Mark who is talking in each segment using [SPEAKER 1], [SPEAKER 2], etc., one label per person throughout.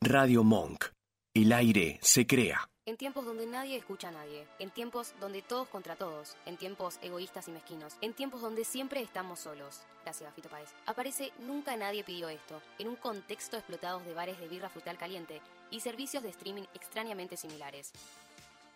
[SPEAKER 1] Radio Monk. El aire se crea.
[SPEAKER 2] En tiempos donde nadie escucha a nadie, en tiempos donde todos contra todos, en tiempos egoístas y mezquinos, en tiempos donde siempre estamos solos. Gracias, Fito Páez. Aparece Nunca Nadie Pidió Esto, en un contexto explotados de bares de birra frutal caliente y servicios de streaming extrañamente similares.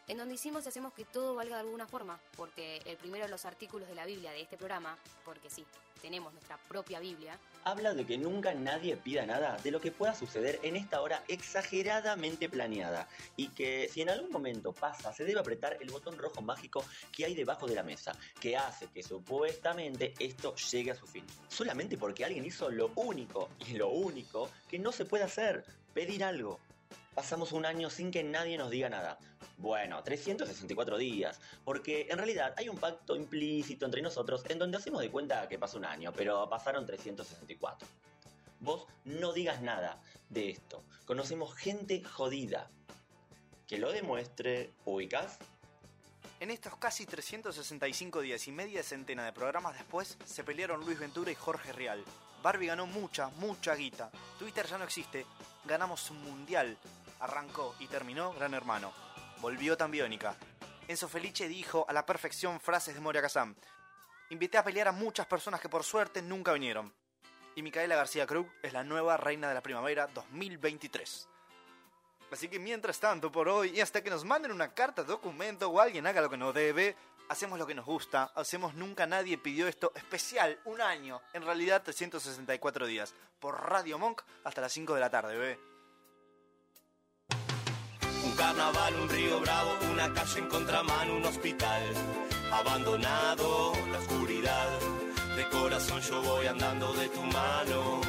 [SPEAKER 2] En donde hicimos y hacemos que todo valga de alguna forma, porque el primero de los artículos de la Biblia de este programa, porque sí, tenemos nuestra propia Biblia,
[SPEAKER 3] habla de que nunca nadie pida nada de lo que pueda suceder en esta hora exageradamente planeada y que si en algún momento pasa se debe apretar el botón rojo mágico que hay debajo de la mesa que hace que supuestamente esto llegue a su fin solamente porque alguien hizo lo único y lo único que no se puede hacer pedir algo Pasamos un año sin que nadie nos diga nada. Bueno, 364 días, porque en realidad hay un pacto implícito entre nosotros en donde hacemos de cuenta que pasó un año, pero pasaron 364. Vos no digas nada de esto. Conocemos gente jodida. Que lo demuestre, ubicás.
[SPEAKER 4] En estos casi 365 días y media centena de programas después, se pelearon Luis Ventura y Jorge Real. Barbie ganó mucha, mucha guita. Twitter ya no existe. Ganamos un mundial. Arrancó y terminó Gran Hermano. Volvió tan biónica. Enzo Felice dijo a la perfección frases de Moria Kazam. Invité a pelear a muchas personas que por suerte nunca vinieron. Y Micaela García Krug es la nueva reina de la primavera 2023. Así que mientras tanto, por hoy, y hasta que nos manden una carta, documento o alguien haga lo que nos debe, hacemos lo que nos gusta, hacemos nunca nadie pidió esto especial, un año, en realidad 364 días, por Radio Monk hasta las 5 de la tarde, ve.
[SPEAKER 5] Un carnaval, un río bravo, una calle en contramano, un hospital abandonado, la oscuridad. De corazón yo voy andando de tu mano.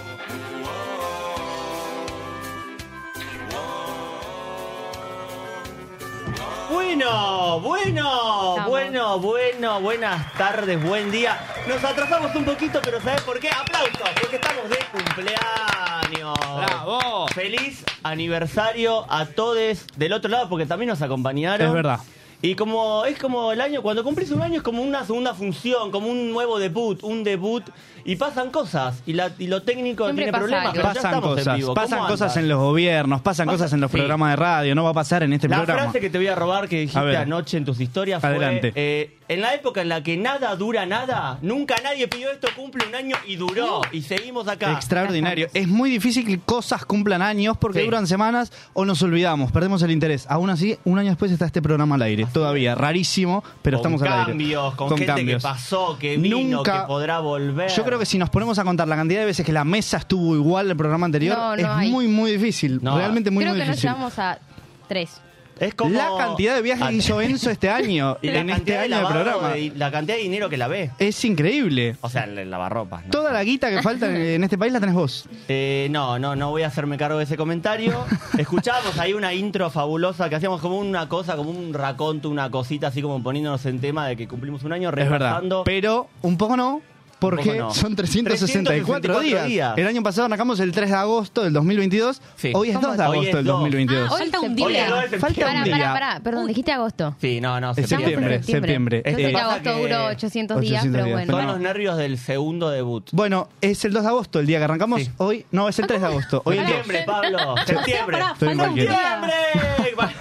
[SPEAKER 6] Bueno, bueno, bueno, bueno, buenas tardes, buen día. Nos atrasamos un poquito, pero ¿sabes por qué? Aplausos, porque estamos de cumpleaños.
[SPEAKER 7] ¡Bravo!
[SPEAKER 6] Feliz aniversario a todos del otro lado, porque también nos acompañaron.
[SPEAKER 7] Es verdad.
[SPEAKER 6] Y como es como el año, cuando cumplís un año es como una segunda función, como un nuevo debut, un debut, y pasan cosas, y, la- y lo técnico
[SPEAKER 8] Siempre
[SPEAKER 6] tiene
[SPEAKER 8] pasa
[SPEAKER 6] problemas,
[SPEAKER 8] algo.
[SPEAKER 6] pero ya
[SPEAKER 7] Pasan
[SPEAKER 6] estamos en
[SPEAKER 7] cosas,
[SPEAKER 6] vivo.
[SPEAKER 7] pasan
[SPEAKER 6] ¿Cómo
[SPEAKER 7] cosas
[SPEAKER 6] andas?
[SPEAKER 7] en los gobiernos, pasan
[SPEAKER 6] Pasa-
[SPEAKER 7] cosas en los
[SPEAKER 6] sí.
[SPEAKER 7] programas de radio, no va a pasar en este
[SPEAKER 6] La
[SPEAKER 7] programa.
[SPEAKER 6] frase que te voy a robar que
[SPEAKER 7] A
[SPEAKER 6] dijiste
[SPEAKER 7] ver.
[SPEAKER 6] anoche en tus historias
[SPEAKER 7] Adelante.
[SPEAKER 6] fue eh, en la época en la que nada dura nada, nunca nadie pidió esto, cumple un año y
[SPEAKER 8] Uh.
[SPEAKER 6] duró y seguimos acá.
[SPEAKER 7] Extraordinario. Es muy difícil que cosas cumplan años porque
[SPEAKER 6] Sí.
[SPEAKER 7] duran semanas o nos olvidamos, perdemos el interés. Aún así, un año después está este programa al aire. Todavía, rarísimo, pero
[SPEAKER 6] Con
[SPEAKER 7] estamos al aire.
[SPEAKER 6] cambios, con, gente que pasó, que vino,
[SPEAKER 7] Nunca-
[SPEAKER 6] que podrá volver.
[SPEAKER 7] Yo creo que si nos ponemos a contar la cantidad de veces que la mesa estuvo igual al programa anterior,
[SPEAKER 8] No, no
[SPEAKER 7] es
[SPEAKER 8] hay.
[SPEAKER 7] muy, muy difícil.
[SPEAKER 6] No.
[SPEAKER 7] Realmente muy,
[SPEAKER 8] Creo
[SPEAKER 7] muy
[SPEAKER 8] que nos
[SPEAKER 7] difícil.
[SPEAKER 8] llegamos a tres.
[SPEAKER 6] es como
[SPEAKER 7] La cantidad de viajes
[SPEAKER 6] Ah,
[SPEAKER 7] que hizo Enzo este año,
[SPEAKER 6] y la
[SPEAKER 7] en este
[SPEAKER 6] cantidad de
[SPEAKER 7] año de
[SPEAKER 6] lavado
[SPEAKER 7] programa,
[SPEAKER 6] de- la cantidad de dinero que la ve.
[SPEAKER 7] es increíble.
[SPEAKER 6] O sea, el lavarropas. ¿no?
[SPEAKER 7] Toda la guita que falta en este país la tenés vos.
[SPEAKER 6] Eh, no, no, no voy a hacerme cargo de ese comentario. Escuchábamos ahí una intro fabulosa que hacíamos como una cosa, como un raconto, una cosita así como poniéndonos en tema de que cumplimos un año,
[SPEAKER 7] Es verdad.
[SPEAKER 6] repasando.
[SPEAKER 7] Pero un poco no, porque
[SPEAKER 6] poco no.
[SPEAKER 7] son 364,
[SPEAKER 6] 364
[SPEAKER 7] días.
[SPEAKER 6] días.
[SPEAKER 7] El año pasado arrancamos el 3 de agosto del 2022.
[SPEAKER 6] Sí.
[SPEAKER 7] Hoy es
[SPEAKER 6] ¿Cómo
[SPEAKER 7] 2 de
[SPEAKER 6] es? Hoy
[SPEAKER 7] agosto
[SPEAKER 6] es
[SPEAKER 7] del
[SPEAKER 6] dos.
[SPEAKER 8] Ah,
[SPEAKER 7] 2022.
[SPEAKER 8] hoy
[SPEAKER 9] Falta un
[SPEAKER 8] septiembre.
[SPEAKER 9] día.
[SPEAKER 6] Hoy es dos de
[SPEAKER 7] Falta
[SPEAKER 8] Pará,
[SPEAKER 7] un
[SPEAKER 8] pará,
[SPEAKER 7] día.
[SPEAKER 8] pará. Perdón, dijiste agosto.
[SPEAKER 6] Sí, no, no,
[SPEAKER 8] Estamos
[SPEAKER 7] Es
[SPEAKER 8] en
[SPEAKER 6] septiembre.
[SPEAKER 7] septiembre, septiembre.
[SPEAKER 8] Yo sé
[SPEAKER 6] Eh,
[SPEAKER 8] que
[SPEAKER 6] pasa
[SPEAKER 8] agosto
[SPEAKER 6] que-
[SPEAKER 8] duró 800 días,
[SPEAKER 7] 800
[SPEAKER 8] pero
[SPEAKER 7] días,
[SPEAKER 8] bueno.
[SPEAKER 6] Son
[SPEAKER 7] No.
[SPEAKER 6] los nervios del segundo debut.
[SPEAKER 7] Bueno, es el 2 de agosto el día que arrancamos.
[SPEAKER 6] Sí.
[SPEAKER 7] Hoy, no, es el 3 de agosto. Hoy el
[SPEAKER 8] Pará.
[SPEAKER 7] 2.
[SPEAKER 6] Septiembre, Pablo. Septiembre.
[SPEAKER 9] Pará,
[SPEAKER 7] Estoy
[SPEAKER 9] falta un
[SPEAKER 7] cualquiera.
[SPEAKER 9] día.
[SPEAKER 6] Septiembre.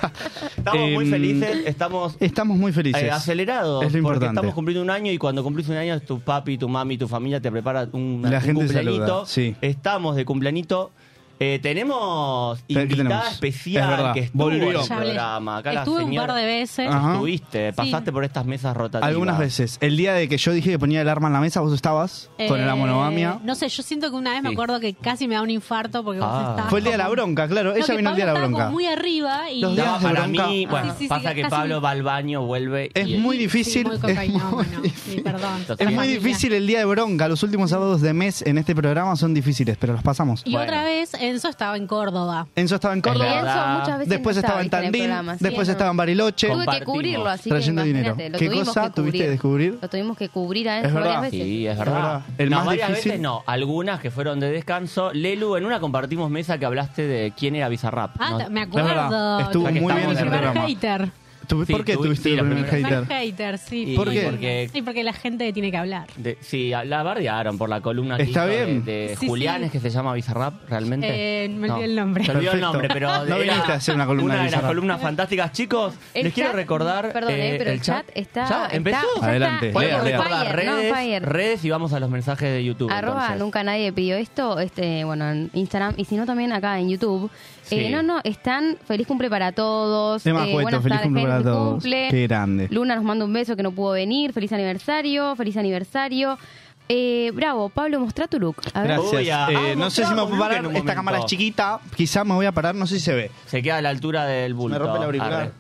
[SPEAKER 6] Estamos muy
[SPEAKER 7] Em,
[SPEAKER 6] felices, estamos
[SPEAKER 7] Estamos muy felices.
[SPEAKER 6] Eh, acelerado.
[SPEAKER 7] Es lo
[SPEAKER 6] Porque
[SPEAKER 7] importante.
[SPEAKER 6] estamos cumpliendo un año y cuando cumplís un año, tu papi, tu mami, tu familia te prepara un,
[SPEAKER 7] La
[SPEAKER 6] un
[SPEAKER 7] gente
[SPEAKER 6] cumpleañito.
[SPEAKER 7] saluda, sí.
[SPEAKER 6] Estamos de cumpleañito. Eh, tenemos
[SPEAKER 7] ¿Qué
[SPEAKER 6] invitada
[SPEAKER 7] tenemos? Es
[SPEAKER 6] especial
[SPEAKER 7] verdad,
[SPEAKER 6] que estuvo
[SPEAKER 7] volvió.
[SPEAKER 6] en el
[SPEAKER 9] Ya hablé.
[SPEAKER 6] programa. Acá la
[SPEAKER 9] Estuve un
[SPEAKER 6] señora-
[SPEAKER 9] par de veces.
[SPEAKER 7] Ah. Ajá.
[SPEAKER 6] Estuviste, eh, pasaste por estas mesas rotativas.
[SPEAKER 7] Algunas veces. El día de que yo dije que ponía el arma en la mesa, vos estabas con
[SPEAKER 9] Eh,
[SPEAKER 7] la monogamia.
[SPEAKER 9] No sé, yo siento que una vez me
[SPEAKER 6] Sí.
[SPEAKER 9] acuerdo que casi me da un infarto porque vos
[SPEAKER 6] Ah.
[SPEAKER 9] estabas
[SPEAKER 7] Fue el día de la
[SPEAKER 9] como-
[SPEAKER 7] bronca, claro.
[SPEAKER 9] No,
[SPEAKER 7] Ella
[SPEAKER 9] que
[SPEAKER 7] vino el día de
[SPEAKER 9] Pablo
[SPEAKER 7] la
[SPEAKER 9] estaba
[SPEAKER 7] bronca.
[SPEAKER 9] como muy arriba y
[SPEAKER 7] Los
[SPEAKER 6] No,
[SPEAKER 7] días de
[SPEAKER 6] para
[SPEAKER 7] bronca.
[SPEAKER 6] mí, bueno,
[SPEAKER 9] Sí, sí, sí,
[SPEAKER 6] pasa que
[SPEAKER 9] casi-
[SPEAKER 6] Pablo va al baño, vuelve.
[SPEAKER 7] Es
[SPEAKER 6] y-
[SPEAKER 7] muy
[SPEAKER 9] Sí,
[SPEAKER 7] difícil.
[SPEAKER 9] muy
[SPEAKER 7] es muy
[SPEAKER 9] cocainómeno.
[SPEAKER 7] difícil.
[SPEAKER 9] Sí, perdón.
[SPEAKER 6] Es
[SPEAKER 7] Es
[SPEAKER 9] La
[SPEAKER 7] muy
[SPEAKER 9] familia.
[SPEAKER 7] difícil el día de bronca. Los últimos sábados de mes en este programa son difíciles, pero los pasamos.
[SPEAKER 9] Y
[SPEAKER 6] Bueno.
[SPEAKER 9] otra vez Enzo estaba en Córdoba.
[SPEAKER 7] Enzo estaba en
[SPEAKER 6] Es
[SPEAKER 8] Y
[SPEAKER 7] Córdoba,
[SPEAKER 6] verdad.
[SPEAKER 8] Enzo muchas veces
[SPEAKER 7] después
[SPEAKER 8] no
[SPEAKER 7] estaba en
[SPEAKER 8] viste el
[SPEAKER 7] Tandil,
[SPEAKER 8] programa, sí,
[SPEAKER 7] después
[SPEAKER 8] no.
[SPEAKER 7] estaba en Bariloche.
[SPEAKER 8] Tuve que
[SPEAKER 6] Compartimos.
[SPEAKER 8] cubrirlo, así
[SPEAKER 7] Trayendo
[SPEAKER 8] que imagínate,
[SPEAKER 7] dinero.
[SPEAKER 8] lo
[SPEAKER 7] ¿Qué
[SPEAKER 8] tuvimos
[SPEAKER 7] cosa
[SPEAKER 8] que cubrir.
[SPEAKER 7] tuviste que descubrir?
[SPEAKER 8] Lo tuvimos que cubrir a
[SPEAKER 7] Es
[SPEAKER 8] Enzo varias
[SPEAKER 7] verdad.
[SPEAKER 8] veces.
[SPEAKER 6] Sí, es
[SPEAKER 7] Es
[SPEAKER 6] verdad.
[SPEAKER 7] verdad. El
[SPEAKER 6] no,
[SPEAKER 7] más
[SPEAKER 6] varias
[SPEAKER 7] difícil-
[SPEAKER 6] veces no, algunas que fueron de descanso. Lelu, en una compartimos mesa que hablaste de quién era Bizarrap.
[SPEAKER 9] Ah,
[SPEAKER 6] No-
[SPEAKER 9] ta- me
[SPEAKER 7] verdad.
[SPEAKER 9] acuerdo.
[SPEAKER 7] Estuvo
[SPEAKER 9] Tuve
[SPEAKER 6] muy
[SPEAKER 9] que
[SPEAKER 6] bien ese
[SPEAKER 9] primer
[SPEAKER 7] programa.
[SPEAKER 9] hater.
[SPEAKER 7] Tuve-
[SPEAKER 6] Sí,
[SPEAKER 7] ¿Por qué
[SPEAKER 6] tuve-
[SPEAKER 7] tuviste
[SPEAKER 6] sí,
[SPEAKER 7] el
[SPEAKER 6] los
[SPEAKER 7] primer
[SPEAKER 6] primeros-
[SPEAKER 7] hater?
[SPEAKER 9] Más hater, sí.
[SPEAKER 6] Y-
[SPEAKER 7] ¿Por qué?
[SPEAKER 6] porque-
[SPEAKER 9] Sí, porque la gente tiene que hablar.
[SPEAKER 6] De- sí, a- la bardearon por la columna que
[SPEAKER 7] Está
[SPEAKER 6] hizo de-
[SPEAKER 7] bien.
[SPEAKER 6] de,
[SPEAKER 9] Sí,
[SPEAKER 6] Julián,
[SPEAKER 9] sí.
[SPEAKER 6] es que se llama Bizarrap, realmente.
[SPEAKER 9] Eh, me olvidé el nombre.
[SPEAKER 6] Se olvidó el
[SPEAKER 7] Perfecto.
[SPEAKER 6] nombre, pero...
[SPEAKER 7] No
[SPEAKER 6] era
[SPEAKER 7] viniste a hacer una columna
[SPEAKER 6] Una
[SPEAKER 7] de
[SPEAKER 6] de las
[SPEAKER 7] Bizarrap.
[SPEAKER 6] columnas fantásticas, chicos.
[SPEAKER 2] El
[SPEAKER 6] les quiero
[SPEAKER 2] chat-
[SPEAKER 6] recordar...
[SPEAKER 2] Perdón, eh,
[SPEAKER 6] eh,
[SPEAKER 2] pero el chat está.
[SPEAKER 6] ¿Ya?
[SPEAKER 2] está-
[SPEAKER 6] ¿Empezó?
[SPEAKER 2] ya está
[SPEAKER 7] Adelante, Lea,
[SPEAKER 6] Podemos
[SPEAKER 7] lea.
[SPEAKER 6] recordar
[SPEAKER 2] fire, no,
[SPEAKER 6] redes,
[SPEAKER 2] fire.
[SPEAKER 6] redes y vamos a los mensajes de YouTube.
[SPEAKER 2] Arroba
[SPEAKER 6] entonces.
[SPEAKER 2] nunca nadie pidió esto, este, bueno, en Instagram y si no también acá en YouTube.
[SPEAKER 6] Sí.
[SPEAKER 2] Eh, no, no, están feliz cumple para todos.
[SPEAKER 7] Emma
[SPEAKER 2] eh,
[SPEAKER 7] Cueto,
[SPEAKER 2] buenas
[SPEAKER 7] feliz
[SPEAKER 2] tardes,
[SPEAKER 7] cumple para todos.
[SPEAKER 2] cumple.
[SPEAKER 7] Qué grande.
[SPEAKER 2] Luna nos manda un beso que no pudo venir, feliz aniversario, feliz aniversario. Eh, bravo, Pablo, mostrá tu look. A ver.
[SPEAKER 7] Gracias.
[SPEAKER 6] Uy, ah,
[SPEAKER 7] Eh, no sé si me
[SPEAKER 6] mostramos
[SPEAKER 7] voy a
[SPEAKER 6] Luke en
[SPEAKER 7] parar.
[SPEAKER 6] un
[SPEAKER 7] Esta
[SPEAKER 6] momento.
[SPEAKER 7] cámara es chiquita. Quizás me voy a parar. No sé si se ve.
[SPEAKER 6] Se queda a la altura del bulto.
[SPEAKER 7] Me rompe el auricular.
[SPEAKER 6] Arre.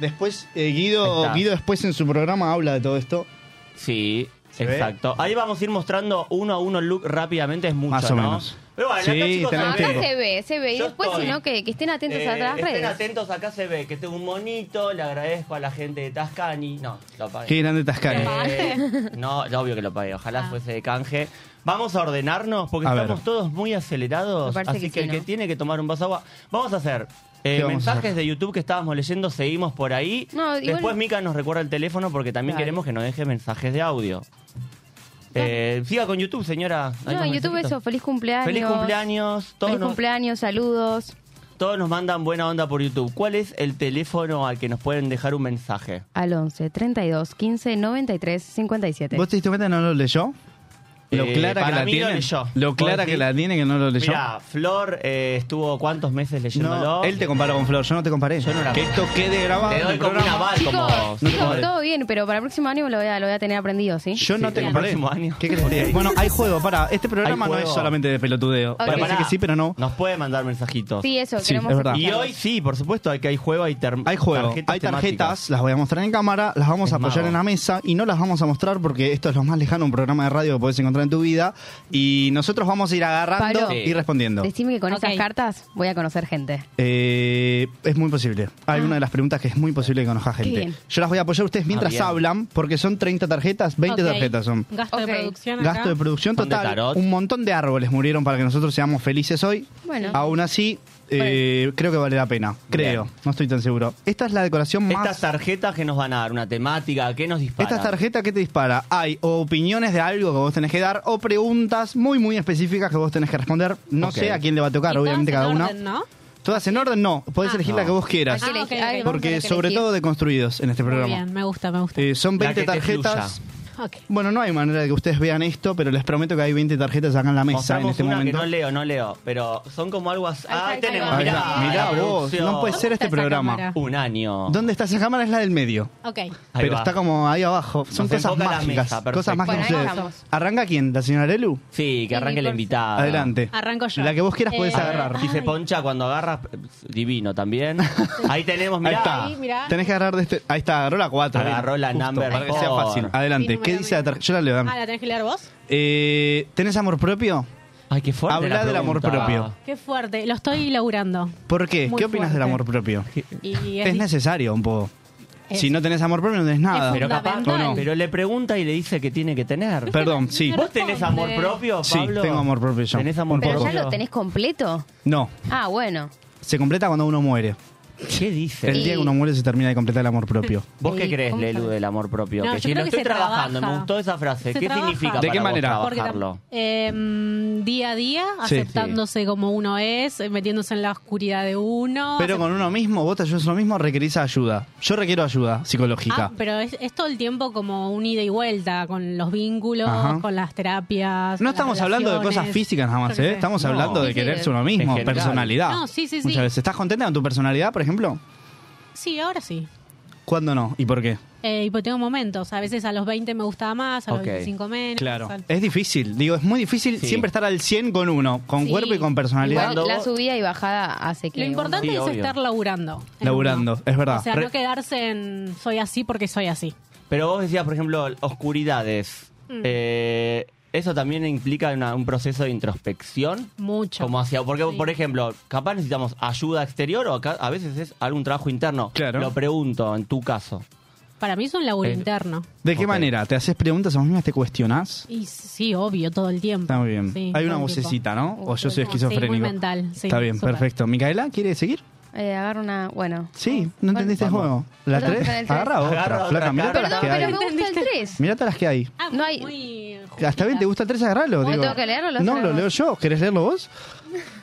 [SPEAKER 7] Después, eh,
[SPEAKER 6] Ahí
[SPEAKER 7] Guido,
[SPEAKER 6] está.
[SPEAKER 7] Guido después en su programa habla de todo esto.
[SPEAKER 6] Sí,
[SPEAKER 7] ¿Se ve?
[SPEAKER 6] exacto. Ahí vamos a ir mostrando uno a uno el look rápidamente, es mucho,
[SPEAKER 7] Más o
[SPEAKER 6] ¿no?
[SPEAKER 7] menos.
[SPEAKER 6] Pero bueno, acá,
[SPEAKER 7] Sí,
[SPEAKER 6] chicos,
[SPEAKER 7] tenemos
[SPEAKER 2] No,
[SPEAKER 6] acá-
[SPEAKER 2] acá
[SPEAKER 7] tiempo.
[SPEAKER 2] se ve, se ve. Y
[SPEAKER 6] Yo
[SPEAKER 2] después,
[SPEAKER 6] estoy.
[SPEAKER 2] si no, que, que estén atentos
[SPEAKER 6] Eh,
[SPEAKER 2] a las
[SPEAKER 6] Estén
[SPEAKER 2] redes.
[SPEAKER 6] atentos, acá se ve que tengo un monito, le agradezco a la gente de Tascani. No, lo apagué.
[SPEAKER 7] Qué grande Tascani.
[SPEAKER 6] Eh, no, ya obvio que lo pagué, ojalá
[SPEAKER 2] Ah.
[SPEAKER 6] fuese de canje. Vamos a ordenarnos porque
[SPEAKER 7] A ver.
[SPEAKER 6] estamos todos muy
[SPEAKER 2] Me
[SPEAKER 6] acelerados,
[SPEAKER 2] parece
[SPEAKER 6] así que,
[SPEAKER 2] que sí,
[SPEAKER 6] el que
[SPEAKER 2] ¿no?
[SPEAKER 6] tiene que tomar un vaso de agua. Vamos a hacer eh,
[SPEAKER 7] ¿Qué vamos a
[SPEAKER 6] mensajes
[SPEAKER 7] hacer?
[SPEAKER 6] de YouTube que estábamos leyendo, seguimos por ahí.
[SPEAKER 2] No, igual-
[SPEAKER 6] Después Mica nos recuerda el teléfono porque también
[SPEAKER 2] Dale.
[SPEAKER 6] queremos que nos deje mensajes de audio. Eh, siga con YouTube, señora. Hay
[SPEAKER 2] No,
[SPEAKER 6] más
[SPEAKER 2] en YouTube
[SPEAKER 6] mensajitos.
[SPEAKER 2] eso, feliz cumpleaños.
[SPEAKER 6] Feliz cumpleaños. Todos
[SPEAKER 2] Feliz
[SPEAKER 6] nos-
[SPEAKER 2] cumpleaños, saludos.
[SPEAKER 6] todos nos mandan buena onda por YouTube. ¿Cuál es el teléfono al que nos pueden dejar un mensaje?
[SPEAKER 2] Al 11 32 15 93 57.
[SPEAKER 7] ¿Vos te diste cuenta que no lo leyó? Lo
[SPEAKER 6] Eh,
[SPEAKER 7] clara que
[SPEAKER 6] para
[SPEAKER 7] la
[SPEAKER 6] mí lo
[SPEAKER 7] tiene.
[SPEAKER 6] leyó.
[SPEAKER 7] Lo clara
[SPEAKER 6] ¿Vos
[SPEAKER 7] que
[SPEAKER 6] decís?
[SPEAKER 7] la tiene que no lo leyó.
[SPEAKER 6] Mira, Flor eh, estuvo cuántos meses leyéndolo.
[SPEAKER 7] No, él te comparó con Flor, yo no te comparé.
[SPEAKER 6] Yo no la-
[SPEAKER 7] que esto quede grabado.
[SPEAKER 6] Te
[SPEAKER 7] en
[SPEAKER 6] doy
[SPEAKER 7] el
[SPEAKER 6] como un
[SPEAKER 7] programa.
[SPEAKER 6] aval,
[SPEAKER 2] Chicos,
[SPEAKER 6] como...
[SPEAKER 7] no
[SPEAKER 2] chicos,
[SPEAKER 7] te-
[SPEAKER 2] todo bien, pero para el próximo año lo voy a, lo voy a tener aprendido, ¿sí?
[SPEAKER 7] Yo no
[SPEAKER 6] Sí,
[SPEAKER 7] te
[SPEAKER 6] el
[SPEAKER 7] comparé.
[SPEAKER 6] próximo año.
[SPEAKER 7] ¿Qué crees que te diga?
[SPEAKER 6] Ok.
[SPEAKER 7] Bueno, hay juego, para. Este programa
[SPEAKER 6] Hay
[SPEAKER 7] no es
[SPEAKER 6] juego.
[SPEAKER 7] solamente de pelotudeo.
[SPEAKER 2] Pero
[SPEAKER 7] Parece
[SPEAKER 6] pará.
[SPEAKER 7] que sí, pero no.
[SPEAKER 6] Nos puede mandar mensajitos.
[SPEAKER 2] Sí, eso,
[SPEAKER 7] Sí,
[SPEAKER 2] queremos
[SPEAKER 7] es verdad.
[SPEAKER 6] Y
[SPEAKER 2] escucharlos.
[SPEAKER 6] hoy sí, por supuesto, hay que hay juego, hay, ter-
[SPEAKER 7] Hay juego,
[SPEAKER 6] tarjetas
[SPEAKER 7] hay tarjetas,
[SPEAKER 6] temáticas.
[SPEAKER 7] las voy a mostrar en cámara, las vamos a
[SPEAKER 6] Es
[SPEAKER 7] apoyar
[SPEAKER 6] mago.
[SPEAKER 7] en la mesa y no las vamos a mostrar porque esto es lo más lejano a un programa de radio que podés encontrar en tu vida y nosotros vamos a ir agarrando
[SPEAKER 2] Pablo.
[SPEAKER 7] y respondiendo.
[SPEAKER 2] Decime que con
[SPEAKER 9] Ok.
[SPEAKER 2] esas cartas voy a conocer gente.
[SPEAKER 7] Eh, es muy posible. Hay una de las preguntas que es muy posible que conozca gente.
[SPEAKER 2] bien.
[SPEAKER 7] Yo las voy a apoyar a ustedes mientras
[SPEAKER 6] Ah, bien.
[SPEAKER 7] hablan porque son 30 tarjetas, 20
[SPEAKER 9] Ok.
[SPEAKER 7] tarjetas son.
[SPEAKER 9] Gasto
[SPEAKER 2] Ok.
[SPEAKER 9] de producción acá.
[SPEAKER 7] Gasto de producción
[SPEAKER 6] Son de
[SPEAKER 7] total.
[SPEAKER 6] tarot.
[SPEAKER 7] un montón de árboles murieron para que nosotros seamos felices hoy.
[SPEAKER 2] Bueno.
[SPEAKER 7] Aún así, eh, creo que vale la pena. Creo,
[SPEAKER 6] Bien.
[SPEAKER 7] no estoy tan seguro. Esta es la decoración más...
[SPEAKER 6] Estas tarjetas que nos van a dar, una temática, ¿qué nos dispara?
[SPEAKER 7] Estas tarjetas que te dispara, hay o opiniones de algo que vos tenés que dar o preguntas muy muy específicas que vos tenés que responder. No
[SPEAKER 6] Ok.
[SPEAKER 7] sé a quién le va a
[SPEAKER 9] Y
[SPEAKER 7] tocar,
[SPEAKER 9] todas
[SPEAKER 7] obviamente
[SPEAKER 9] en
[SPEAKER 7] cada una.
[SPEAKER 9] orden, ¿no?
[SPEAKER 7] Todas en orden, no. Podés
[SPEAKER 9] Ah,
[SPEAKER 7] elegir
[SPEAKER 6] no.
[SPEAKER 7] la que vos quieras.
[SPEAKER 2] Hay que
[SPEAKER 9] Ah, ok,
[SPEAKER 2] elegir- ay,
[SPEAKER 9] ok.
[SPEAKER 2] vamos a
[SPEAKER 7] Porque
[SPEAKER 2] tener que
[SPEAKER 7] sobre
[SPEAKER 2] elegir.
[SPEAKER 7] todo deconstruidos en este
[SPEAKER 9] Muy
[SPEAKER 7] programa.
[SPEAKER 9] bien, me gusta, me gusta.
[SPEAKER 7] Eh, son
[SPEAKER 6] La
[SPEAKER 7] 20
[SPEAKER 6] que te
[SPEAKER 7] tarjetas.
[SPEAKER 9] Ok.
[SPEAKER 7] Bueno, no hay manera de que ustedes vean esto, pero les prometo que hay 20 tarjetas acá en la mesa
[SPEAKER 6] Mostramos
[SPEAKER 7] en este
[SPEAKER 6] una
[SPEAKER 7] momento.
[SPEAKER 6] que no leo, no leo, pero son como algo así.
[SPEAKER 2] Ahí está,
[SPEAKER 6] Ah,
[SPEAKER 2] ahí
[SPEAKER 6] tenemos,
[SPEAKER 2] va.
[SPEAKER 7] Ahí
[SPEAKER 6] mirá,
[SPEAKER 7] está. Mirá
[SPEAKER 6] la
[SPEAKER 7] vos,
[SPEAKER 6] producción.
[SPEAKER 7] no puede ser este
[SPEAKER 9] ¿Dónde está esa cámara?
[SPEAKER 7] programa.
[SPEAKER 6] Un año.
[SPEAKER 7] ¿Dónde está esa cámara? Es la del medio.
[SPEAKER 9] Ok.
[SPEAKER 6] Ahí
[SPEAKER 7] pero
[SPEAKER 6] va.
[SPEAKER 7] está como ahí abajo. Son
[SPEAKER 6] Nos
[SPEAKER 7] cosas
[SPEAKER 6] enfoca la
[SPEAKER 7] mágicas.
[SPEAKER 6] mesa, perfecto.
[SPEAKER 7] cosas mágicas.
[SPEAKER 2] Bueno, ahí
[SPEAKER 7] que
[SPEAKER 2] vamos.
[SPEAKER 7] suceden. ¿Arranca quién? ¿La señora Lelu?
[SPEAKER 6] Sí, que arranque la
[SPEAKER 2] por-
[SPEAKER 6] invitada.
[SPEAKER 7] Adelante.
[SPEAKER 9] Arranco yo.
[SPEAKER 7] La que vos quieras podés
[SPEAKER 9] Eh,
[SPEAKER 7] agarrar.
[SPEAKER 6] Si se poncha cuando agarras, eh, divino también. Ahí tenemos,
[SPEAKER 7] Ahí
[SPEAKER 6] mirá.
[SPEAKER 7] está.
[SPEAKER 9] Ahí, mirá.
[SPEAKER 7] Tenés que agarrar de este. Ahí está, agarró la 4.
[SPEAKER 6] Agarró la number
[SPEAKER 7] Para que sea
[SPEAKER 6] four.
[SPEAKER 7] fácil.
[SPEAKER 9] Sí,
[SPEAKER 7] Adelante.
[SPEAKER 9] número
[SPEAKER 7] ¿Qué dice la
[SPEAKER 9] mío.
[SPEAKER 7] tarjeta? Yo la leo. dame.
[SPEAKER 9] Ah, ¿la tenés que leer vos?
[SPEAKER 7] Eh, ¿Tenés amor propio?
[SPEAKER 6] Ay, qué fuerte.
[SPEAKER 7] Habla
[SPEAKER 6] la
[SPEAKER 7] del amor
[SPEAKER 6] pregunta.
[SPEAKER 7] propio.
[SPEAKER 9] Qué fuerte. Lo estoy laburando.
[SPEAKER 7] ¿Por qué?
[SPEAKER 9] Muy
[SPEAKER 7] ¿Qué opinas del
[SPEAKER 9] fuerte.
[SPEAKER 7] amor propio?
[SPEAKER 9] Y
[SPEAKER 7] Es necesario un poco.
[SPEAKER 9] Es-
[SPEAKER 7] Si no tenés amor propio, no tenés nada.
[SPEAKER 6] Pero capaz,
[SPEAKER 9] Fundamental.
[SPEAKER 7] ¿O no?
[SPEAKER 6] pero le pregunta y le dice que tiene que tener.
[SPEAKER 7] Perdón, sí.
[SPEAKER 6] ¿Vos tenés amor propio,
[SPEAKER 7] Sí,
[SPEAKER 6] Pablo?
[SPEAKER 7] tengo amor propio yo.
[SPEAKER 6] ¿Tenés amor
[SPEAKER 7] Un
[SPEAKER 2] Pero
[SPEAKER 7] poco.
[SPEAKER 6] propio?
[SPEAKER 2] ya lo tenés completo.
[SPEAKER 7] No,
[SPEAKER 2] Ah, bueno.
[SPEAKER 7] se completa cuando uno muere.
[SPEAKER 6] ¿Qué dice?
[SPEAKER 7] El
[SPEAKER 2] Y-
[SPEAKER 7] día que uno muere se termina de completar el amor propio.
[SPEAKER 6] ¿Vos qué
[SPEAKER 2] Sí,
[SPEAKER 6] crees,
[SPEAKER 2] ¿cómo
[SPEAKER 6] Lelu,
[SPEAKER 2] sabes?
[SPEAKER 6] del amor propio?
[SPEAKER 9] No,
[SPEAKER 6] que
[SPEAKER 9] yo
[SPEAKER 6] si
[SPEAKER 9] creo
[SPEAKER 6] lo
[SPEAKER 9] que
[SPEAKER 6] estoy
[SPEAKER 9] se
[SPEAKER 6] trabajando,
[SPEAKER 9] trabaja.
[SPEAKER 6] me gustó esa frase.
[SPEAKER 9] Se
[SPEAKER 6] ¿Qué
[SPEAKER 9] trabaja.
[SPEAKER 6] significa
[SPEAKER 7] ¿De
[SPEAKER 6] para
[SPEAKER 7] qué
[SPEAKER 6] vos
[SPEAKER 7] manera?
[SPEAKER 9] Porque tam-
[SPEAKER 6] trabajarlo?
[SPEAKER 9] eh, día a día,
[SPEAKER 7] Sí.
[SPEAKER 9] aceptándose como uno es, eh, metiéndose en la oscuridad de uno.
[SPEAKER 7] Pero
[SPEAKER 9] acept-
[SPEAKER 7] con uno mismo, vos te ayudas a uno mismo, requerís ayuda. Yo requiero ayuda
[SPEAKER 9] Ah,
[SPEAKER 7] psicológica.
[SPEAKER 9] pero es, es todo el tiempo como un ida y vuelta con los vínculos,
[SPEAKER 7] Ajá.
[SPEAKER 9] con las terapias.
[SPEAKER 7] No
[SPEAKER 9] con las
[SPEAKER 7] estamos hablando de cosas
[SPEAKER 9] relaciones.
[SPEAKER 7] físicas nada
[SPEAKER 9] Yo
[SPEAKER 7] más,
[SPEAKER 9] qué
[SPEAKER 7] ¿eh?
[SPEAKER 9] sé.
[SPEAKER 7] Estamos
[SPEAKER 6] No.
[SPEAKER 7] hablando de
[SPEAKER 2] Sí,
[SPEAKER 7] quererse
[SPEAKER 2] sí.
[SPEAKER 7] uno mismo,
[SPEAKER 6] En general.
[SPEAKER 7] personalidad.
[SPEAKER 9] No, sí, sí, sí.
[SPEAKER 7] Muchas veces. ¿Estás contenta con tu personalidad, por ejemplo?
[SPEAKER 9] Sí, ahora sí.
[SPEAKER 7] ¿Cuándo no? ¿Y por qué?
[SPEAKER 9] Eh, y pues tengo momentos. A veces a los 20 me gustaba más, a los
[SPEAKER 6] Ok.
[SPEAKER 9] 25 menos. al-
[SPEAKER 7] Es difícil. Digo, es muy difícil
[SPEAKER 6] Sí.
[SPEAKER 7] siempre estar al 100 con uno, con
[SPEAKER 9] Sí.
[SPEAKER 7] cuerpo y con personalidad.
[SPEAKER 2] Igual, la
[SPEAKER 6] vos-
[SPEAKER 2] subida y bajada hace que.
[SPEAKER 9] Lo importante
[SPEAKER 6] Sí,
[SPEAKER 9] es
[SPEAKER 6] obvio.
[SPEAKER 9] estar laburando. en
[SPEAKER 7] Laburando,
[SPEAKER 9] uno.
[SPEAKER 7] es verdad.
[SPEAKER 9] O sea,
[SPEAKER 7] Re-
[SPEAKER 9] no quedarse en soy así porque soy así.
[SPEAKER 6] Pero vos decías, por ejemplo, oscuridades.
[SPEAKER 9] Mm.
[SPEAKER 6] Eh, ¿Eso también implica una- un proceso de introspección?
[SPEAKER 9] Mucho.
[SPEAKER 6] Como hacia, porque,
[SPEAKER 9] Sí.
[SPEAKER 6] por ejemplo, capaz necesitamos ayuda exterior o acá- a veces es algún trabajo interno.
[SPEAKER 7] Claro.
[SPEAKER 6] Lo pregunto, en tu caso.
[SPEAKER 9] Para mí es un laburo
[SPEAKER 6] Eh,
[SPEAKER 9] interno.
[SPEAKER 7] ¿De qué
[SPEAKER 6] Ok.
[SPEAKER 7] manera? ¿Te haces preguntas a vos mismas? ¿Te cuestionás?
[SPEAKER 9] Y sí, obvio, todo el tiempo.
[SPEAKER 7] Está muy bien.
[SPEAKER 9] Sí,
[SPEAKER 7] Hay una
[SPEAKER 9] todo el tiempo.
[SPEAKER 7] vocecita, ¿no? O yo soy
[SPEAKER 9] No, sí, muy
[SPEAKER 7] esquizofrénico.
[SPEAKER 9] mental, sí,
[SPEAKER 7] Está bien,
[SPEAKER 9] súper.
[SPEAKER 7] perfecto. ¿Micaela quiere seguir?
[SPEAKER 2] Eh, agarro una. Bueno.
[SPEAKER 7] Sí, no entendiste el juego. La
[SPEAKER 2] Perdón,
[SPEAKER 7] 3,
[SPEAKER 2] con el tres.
[SPEAKER 7] agarra otra,
[SPEAKER 6] Agarra otra,
[SPEAKER 7] flaca, mirá todas
[SPEAKER 2] Perdón,
[SPEAKER 7] las que
[SPEAKER 2] pero
[SPEAKER 7] hay.
[SPEAKER 2] me gusta el 3.
[SPEAKER 7] Mirá todas las que hay.
[SPEAKER 9] Ah,
[SPEAKER 2] No hay.
[SPEAKER 7] Hasta bien, ¿te gusta el 3? Agarralo.
[SPEAKER 2] ¿Cómo
[SPEAKER 7] digo.
[SPEAKER 2] tengo que leerlo? Lo
[SPEAKER 7] No,
[SPEAKER 2] leo.
[SPEAKER 7] lo leo yo. ¿Querés leerlo vos?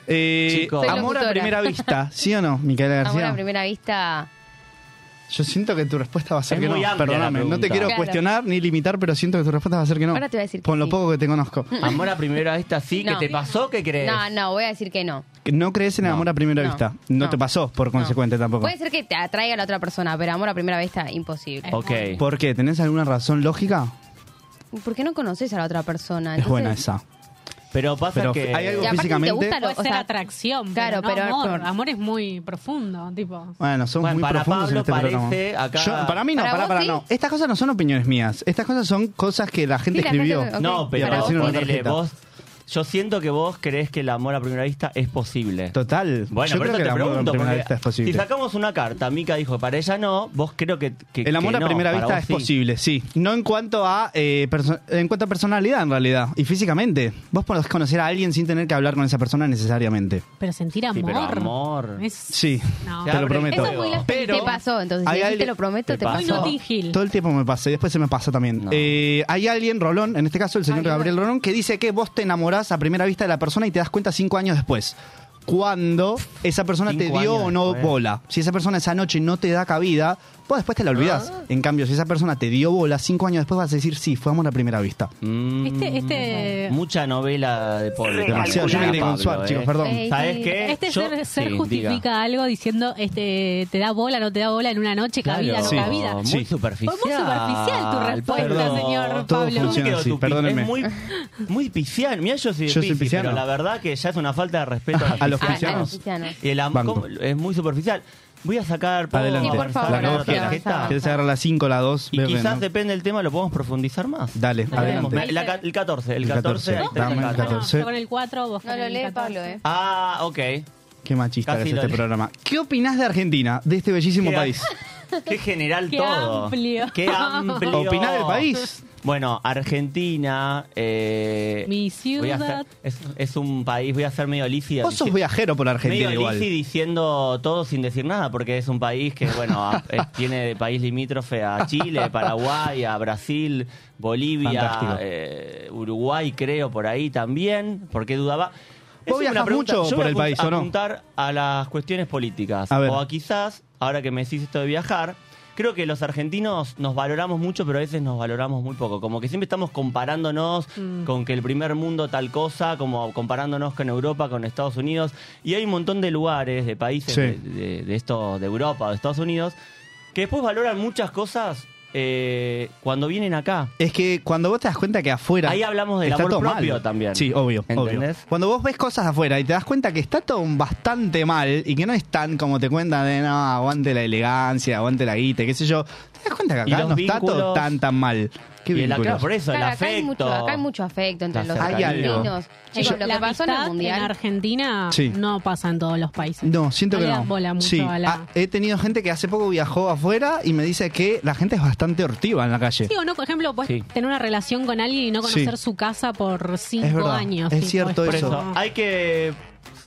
[SPEAKER 7] Eh,
[SPEAKER 6] Chicos. Soy
[SPEAKER 7] amor a
[SPEAKER 2] locutora.
[SPEAKER 7] primera vista, ¿sí o no, Micaela
[SPEAKER 2] Amor a
[SPEAKER 7] García?
[SPEAKER 2] primera vista.
[SPEAKER 7] Yo siento que tu respuesta va a ser
[SPEAKER 6] Es
[SPEAKER 7] que
[SPEAKER 6] muy
[SPEAKER 7] no.
[SPEAKER 6] amplia la
[SPEAKER 7] Perdóname, no te
[SPEAKER 6] pregunta.
[SPEAKER 7] quiero
[SPEAKER 2] Claro.
[SPEAKER 7] cuestionar ni limitar, pero siento que tu respuesta va a ser que no.
[SPEAKER 2] Ahora te voy a decir que
[SPEAKER 7] Con lo
[SPEAKER 2] sí. Mm.
[SPEAKER 7] poco que te conozco.
[SPEAKER 6] Amor a primera vista, sí,
[SPEAKER 2] No.
[SPEAKER 6] que te pasó, ¿qué crees?
[SPEAKER 2] No, no, voy a decir que no.
[SPEAKER 7] Que No crees en el
[SPEAKER 6] No,
[SPEAKER 7] amor a primera
[SPEAKER 2] no,
[SPEAKER 7] vista. No,
[SPEAKER 2] no,
[SPEAKER 7] te pasó, por consecuente, tampoco.
[SPEAKER 2] Puede ser que te atraiga a la otra persona, pero amor a primera vista, imposible.
[SPEAKER 6] Ok.
[SPEAKER 7] ¿Por qué? ¿Tenés alguna razón lógica?
[SPEAKER 2] ¿Por qué no conoces a la otra persona?
[SPEAKER 7] Es buena
[SPEAKER 2] Entonces-
[SPEAKER 7] esa.
[SPEAKER 6] Pero pasa
[SPEAKER 7] Pero
[SPEAKER 6] que.
[SPEAKER 7] hay algo
[SPEAKER 2] Y aparte, si te
[SPEAKER 7] físicamente-
[SPEAKER 2] gusta, lo-
[SPEAKER 9] Puede
[SPEAKER 2] o
[SPEAKER 9] ser
[SPEAKER 2] sea,
[SPEAKER 9] atracción,
[SPEAKER 2] claro,
[SPEAKER 9] pero, no
[SPEAKER 2] pero
[SPEAKER 9] amor.
[SPEAKER 2] con-
[SPEAKER 9] Amor es muy profundo, tipo.
[SPEAKER 7] Bueno, somos
[SPEAKER 6] Bueno,
[SPEAKER 7] muy
[SPEAKER 6] para
[SPEAKER 7] profundos en
[SPEAKER 6] Pablo
[SPEAKER 7] este
[SPEAKER 6] parece
[SPEAKER 7] programa.
[SPEAKER 6] acá-
[SPEAKER 7] Yo- para mí no,
[SPEAKER 2] ¿Para
[SPEAKER 7] para, para,
[SPEAKER 2] vos sí?
[SPEAKER 7] no. Estas cosas no son opiniones mías. Estas cosas son cosas que la gente
[SPEAKER 2] Sí, la
[SPEAKER 7] escribió.
[SPEAKER 2] gente- ok.
[SPEAKER 6] No,
[SPEAKER 7] Y
[SPEAKER 6] pero
[SPEAKER 7] apareció una
[SPEAKER 6] ponele,
[SPEAKER 7] tarjeta.
[SPEAKER 6] vos. Yo siento que vos crees que el amor a primera vista es posible.
[SPEAKER 7] Total.
[SPEAKER 6] Bueno,
[SPEAKER 7] Yo
[SPEAKER 6] por
[SPEAKER 7] creo
[SPEAKER 6] eso
[SPEAKER 7] que
[SPEAKER 6] te
[SPEAKER 7] el amor
[SPEAKER 6] pregunto.
[SPEAKER 7] a primera
[SPEAKER 6] porque
[SPEAKER 7] vista es posible.
[SPEAKER 6] Si sacamos una carta, Mica dijo que para ella no, vos creo que. que-
[SPEAKER 7] el amor
[SPEAKER 6] que
[SPEAKER 7] a
[SPEAKER 6] no,
[SPEAKER 7] primera
[SPEAKER 6] para
[SPEAKER 7] vista
[SPEAKER 6] vos
[SPEAKER 7] es
[SPEAKER 6] sí.
[SPEAKER 7] posible, sí. No en cuanto a eh, perso- en cuanto a personalidad en realidad y físicamente. Vos podés conocer a alguien sin tener que hablar con esa persona necesariamente.
[SPEAKER 9] Pero sentir amor.
[SPEAKER 6] Sí, pero amor.
[SPEAKER 9] Es...
[SPEAKER 7] Sí,
[SPEAKER 9] No.
[SPEAKER 7] te lo
[SPEAKER 6] Abre-
[SPEAKER 7] prometo.
[SPEAKER 9] Eso es muy lástima.
[SPEAKER 7] Pero
[SPEAKER 2] te pasó, entonces.
[SPEAKER 7] Hay
[SPEAKER 2] Si
[SPEAKER 7] alguien-
[SPEAKER 2] te lo prometo,
[SPEAKER 6] te
[SPEAKER 2] te,
[SPEAKER 9] Muy
[SPEAKER 6] pasó.
[SPEAKER 2] pasó.
[SPEAKER 9] Notting Hill.
[SPEAKER 7] Todo el tiempo me pasa y después se me pasa también.
[SPEAKER 6] No.
[SPEAKER 7] Eh, hay alguien, Rolón, en este caso el señor
[SPEAKER 2] Ay,
[SPEAKER 7] Gabriel Rolón, que dice que vos te enamorás a primera vista de la persona y te das cuenta cinco años después. Cuando esa persona te
[SPEAKER 6] Cinco
[SPEAKER 7] dio
[SPEAKER 6] años
[SPEAKER 7] o no
[SPEAKER 6] después.
[SPEAKER 7] bola. Si esa persona esa noche no te da cabida, vos después te la olvidás. En cambio, si esa persona te dio bola, cinco años después vas a decir, sí, fue amor a primera vista.
[SPEAKER 6] Mm,
[SPEAKER 9] Este, este,
[SPEAKER 7] Mm,
[SPEAKER 6] Mucha novela de Pablo.
[SPEAKER 7] Demasiado. Yo me quería consuar, chicos, perdón.
[SPEAKER 2] Ey,
[SPEAKER 6] ¿Sabes
[SPEAKER 2] sí.
[SPEAKER 6] qué?
[SPEAKER 9] este
[SPEAKER 6] Yo-
[SPEAKER 9] ser, ser
[SPEAKER 6] sí,
[SPEAKER 9] justifica
[SPEAKER 6] diga.
[SPEAKER 9] algo diciendo este te da bola, no te da bola en una noche, cabida, no
[SPEAKER 6] Claro.
[SPEAKER 9] cabida.
[SPEAKER 6] Muy
[SPEAKER 7] Sí.
[SPEAKER 6] superficial.
[SPEAKER 9] Fue muy superficial tu respuesta,
[SPEAKER 7] Todo
[SPEAKER 9] señor Pablo.
[SPEAKER 7] funciona
[SPEAKER 6] Quedó
[SPEAKER 7] así,
[SPEAKER 6] tu pi-
[SPEAKER 7] perdónenme.
[SPEAKER 6] Mm. Es muy, muy pisiano. Mira, yo soy, de
[SPEAKER 7] Yo soy
[SPEAKER 6] Piscis,
[SPEAKER 7] pisciano.
[SPEAKER 6] pero la verdad que ya es una falta de respeto a,
[SPEAKER 7] A los
[SPEAKER 6] piscianos.
[SPEAKER 2] Ah,
[SPEAKER 7] cristianos.
[SPEAKER 2] cristianos.
[SPEAKER 6] Y el am-
[SPEAKER 7] Banco.
[SPEAKER 6] ¿cómo? es muy superficial. Voy a sacar ¿puedo
[SPEAKER 7] Adelante.
[SPEAKER 2] Sí, por favor,
[SPEAKER 6] sacar
[SPEAKER 7] la que
[SPEAKER 6] la
[SPEAKER 7] vos quieras.
[SPEAKER 6] tarjeta?
[SPEAKER 7] ¿Quieres agarrar la cinco, la dos?
[SPEAKER 6] Y
[SPEAKER 7] Veo que
[SPEAKER 6] quizás
[SPEAKER 7] no.
[SPEAKER 6] depende del tema, lo podemos profundizar más.
[SPEAKER 7] Dale,
[SPEAKER 6] Lo vemos.
[SPEAKER 7] adelante.
[SPEAKER 6] La ca- el 14, el
[SPEAKER 7] El 14,
[SPEAKER 6] 14, ahí está
[SPEAKER 7] dame el
[SPEAKER 6] el 14.
[SPEAKER 7] 14.
[SPEAKER 9] No, yo con el 4, vos
[SPEAKER 2] No
[SPEAKER 9] con
[SPEAKER 2] lo
[SPEAKER 9] el
[SPEAKER 2] lee
[SPEAKER 9] 14.
[SPEAKER 2] Pablo, ¿eh?
[SPEAKER 6] Ah, ok.
[SPEAKER 7] Qué machista
[SPEAKER 6] Casi
[SPEAKER 7] que es
[SPEAKER 6] lo
[SPEAKER 7] este
[SPEAKER 6] leí.
[SPEAKER 7] programa. ¿Qué opinás de Argentina, de este bellísimo
[SPEAKER 6] Qué-
[SPEAKER 7] país?
[SPEAKER 6] Qué general
[SPEAKER 9] Qué
[SPEAKER 6] todo.
[SPEAKER 9] amplio.
[SPEAKER 6] Qué amplio.
[SPEAKER 7] Opinás del país.
[SPEAKER 6] Bueno, Argentina. eh,
[SPEAKER 9] Mi
[SPEAKER 6] voy a hacer-
[SPEAKER 9] ciudad.
[SPEAKER 6] es, es un país, voy a ser medio lícido.
[SPEAKER 7] Vos sos
[SPEAKER 6] dici-
[SPEAKER 7] viajero por Argentina
[SPEAKER 6] medio
[SPEAKER 7] igual.
[SPEAKER 6] lisi diciendo todo sin decir nada, porque es un país que, bueno, a- es- tiene de país limítrofe a Chile, Paraguay, a Brasil,
[SPEAKER 7] Fantástico.
[SPEAKER 6] Bolivia, eh, Uruguay, creo, por ahí también. ¿Por qué dudaba? Es
[SPEAKER 7] ¿Vos
[SPEAKER 6] una
[SPEAKER 7] viajás
[SPEAKER 6] pregunta-
[SPEAKER 7] mucho
[SPEAKER 6] yo
[SPEAKER 7] por
[SPEAKER 6] voy a
[SPEAKER 7] el
[SPEAKER 6] apun-
[SPEAKER 7] país, o no?
[SPEAKER 6] apuntar a las cuestiones políticas.
[SPEAKER 7] A ver.
[SPEAKER 6] O a quizás, ahora que me decís esto de viajar, creo que los argentinos nos valoramos mucho, pero a veces nos valoramos muy poco. Como que siempre estamos comparándonos
[SPEAKER 2] Mm.
[SPEAKER 6] con que el primer mundo tal cosa, como comparándonos con Europa, con Estados Unidos. Y hay un montón de lugares, de países
[SPEAKER 7] Sí.
[SPEAKER 6] de, de- de esto, de Europa o de Estados Unidos, que después valoran muchas cosas eh, cuando vienen acá.
[SPEAKER 7] Es que cuando vos te das cuenta que afuera.
[SPEAKER 6] Ahí hablamos del
[SPEAKER 7] está
[SPEAKER 6] amor
[SPEAKER 7] todo
[SPEAKER 6] propio
[SPEAKER 7] mal.
[SPEAKER 6] también.
[SPEAKER 7] Sí, obvio,
[SPEAKER 6] ¿Entendés?
[SPEAKER 7] obvio. Cuando vos ves cosas afuera y te das cuenta que está todo bastante mal y que no es tan como te cuentan de no, aguante la elegancia, aguante la guita, qué sé yo. Te das cuenta que
[SPEAKER 6] Y
[SPEAKER 7] acá
[SPEAKER 6] los
[SPEAKER 7] no está todo
[SPEAKER 6] vínculos.
[SPEAKER 7] tan tan mal. Qué
[SPEAKER 6] y el acá,
[SPEAKER 7] vínculos?
[SPEAKER 6] por eso,
[SPEAKER 2] Claro,
[SPEAKER 6] el
[SPEAKER 2] acá, hay
[SPEAKER 6] afecto.
[SPEAKER 2] mucho, acá hay mucho afecto entre
[SPEAKER 6] La
[SPEAKER 2] los
[SPEAKER 7] cercanía. Hay algo.
[SPEAKER 2] argentinos. Chicos, lo
[SPEAKER 9] la
[SPEAKER 2] que pasó en el
[SPEAKER 9] amistad en
[SPEAKER 2] Mundial...
[SPEAKER 9] Argentina
[SPEAKER 7] Sí.
[SPEAKER 9] no pasa en todos los países.
[SPEAKER 7] No, siento
[SPEAKER 9] No
[SPEAKER 7] que
[SPEAKER 9] le
[SPEAKER 7] no.
[SPEAKER 9] dan bola mucho
[SPEAKER 7] sí.
[SPEAKER 9] a la-
[SPEAKER 7] Ah, he tenido gente que hace poco viajó afuera y me dice que la gente es bastante hortiva en la calle.
[SPEAKER 9] Sí o no, por ejemplo, puedes
[SPEAKER 6] Sí.
[SPEAKER 9] tener una relación con alguien y no conocer
[SPEAKER 7] Sí.
[SPEAKER 9] su casa por cinco
[SPEAKER 7] Es verdad,
[SPEAKER 9] años.
[SPEAKER 7] es
[SPEAKER 9] tipo,
[SPEAKER 7] cierto
[SPEAKER 6] Por
[SPEAKER 7] eso.
[SPEAKER 6] eso,
[SPEAKER 9] como-
[SPEAKER 6] hay que.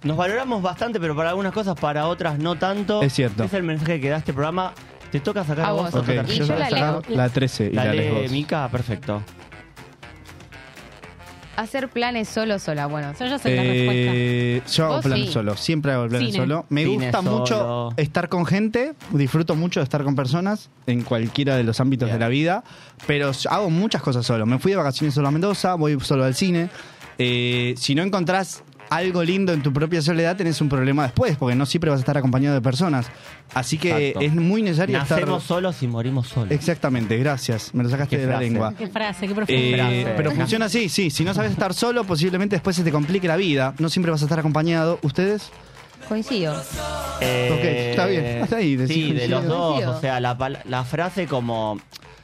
[SPEAKER 6] Nos valoramos bastante, pero para algunas cosas, para otras no tanto.
[SPEAKER 7] Es cierto.
[SPEAKER 6] Es el mensaje que da este programa. Te toca sacar
[SPEAKER 2] A
[SPEAKER 6] a vos
[SPEAKER 2] vos.
[SPEAKER 7] Ok,
[SPEAKER 6] otra
[SPEAKER 2] Y
[SPEAKER 7] yo
[SPEAKER 6] tarjeta.
[SPEAKER 2] yo
[SPEAKER 7] voy a
[SPEAKER 2] la
[SPEAKER 7] sacar
[SPEAKER 2] leo.
[SPEAKER 7] la 13 y la lees
[SPEAKER 6] Dale,
[SPEAKER 7] vos.
[SPEAKER 6] Mica, perfecto.
[SPEAKER 2] Hacer planes solo, sola. Bueno,
[SPEAKER 9] Eso ya sé la respuesta.
[SPEAKER 7] Eh, yo hago
[SPEAKER 2] Vos
[SPEAKER 7] planes
[SPEAKER 2] sí.
[SPEAKER 7] solo, siempre hago planes
[SPEAKER 9] Cine.
[SPEAKER 7] solo. Me
[SPEAKER 6] Cine
[SPEAKER 7] gusta
[SPEAKER 6] solo.
[SPEAKER 7] mucho estar con gente, disfruto mucho de estar con personas en cualquiera de los ámbitos
[SPEAKER 6] Bien.
[SPEAKER 7] de la vida, pero hago muchas cosas solo. Me fui de vacaciones solo a Mendoza, voy solo al cine. Eh, si no encontrás algo lindo en tu propia soledad, tenés un problema después, porque no siempre vas a estar acompañado de personas. Así que
[SPEAKER 6] Exacto.
[SPEAKER 7] es muy necesario
[SPEAKER 6] Nacemos
[SPEAKER 7] estar...
[SPEAKER 6] solos y morimos solos.
[SPEAKER 7] Exactamente, gracias. Me lo sacaste
[SPEAKER 6] Qué
[SPEAKER 7] de la
[SPEAKER 6] frase.
[SPEAKER 7] lengua.
[SPEAKER 9] Qué frase, qué
[SPEAKER 7] Eh,
[SPEAKER 9] profunda.
[SPEAKER 7] pero funciona así, sí. Si no sabes estar solo, posiblemente después se te complique la vida. No siempre vas a estar acompañado. ¿Ustedes?
[SPEAKER 2] coincido.
[SPEAKER 6] Eh,
[SPEAKER 7] Ok, está bien. Hasta ahí, decí
[SPEAKER 6] Sí, de
[SPEAKER 7] coincido.
[SPEAKER 6] los dos.
[SPEAKER 2] Coincido.
[SPEAKER 6] O sea, la, pal- la frase como.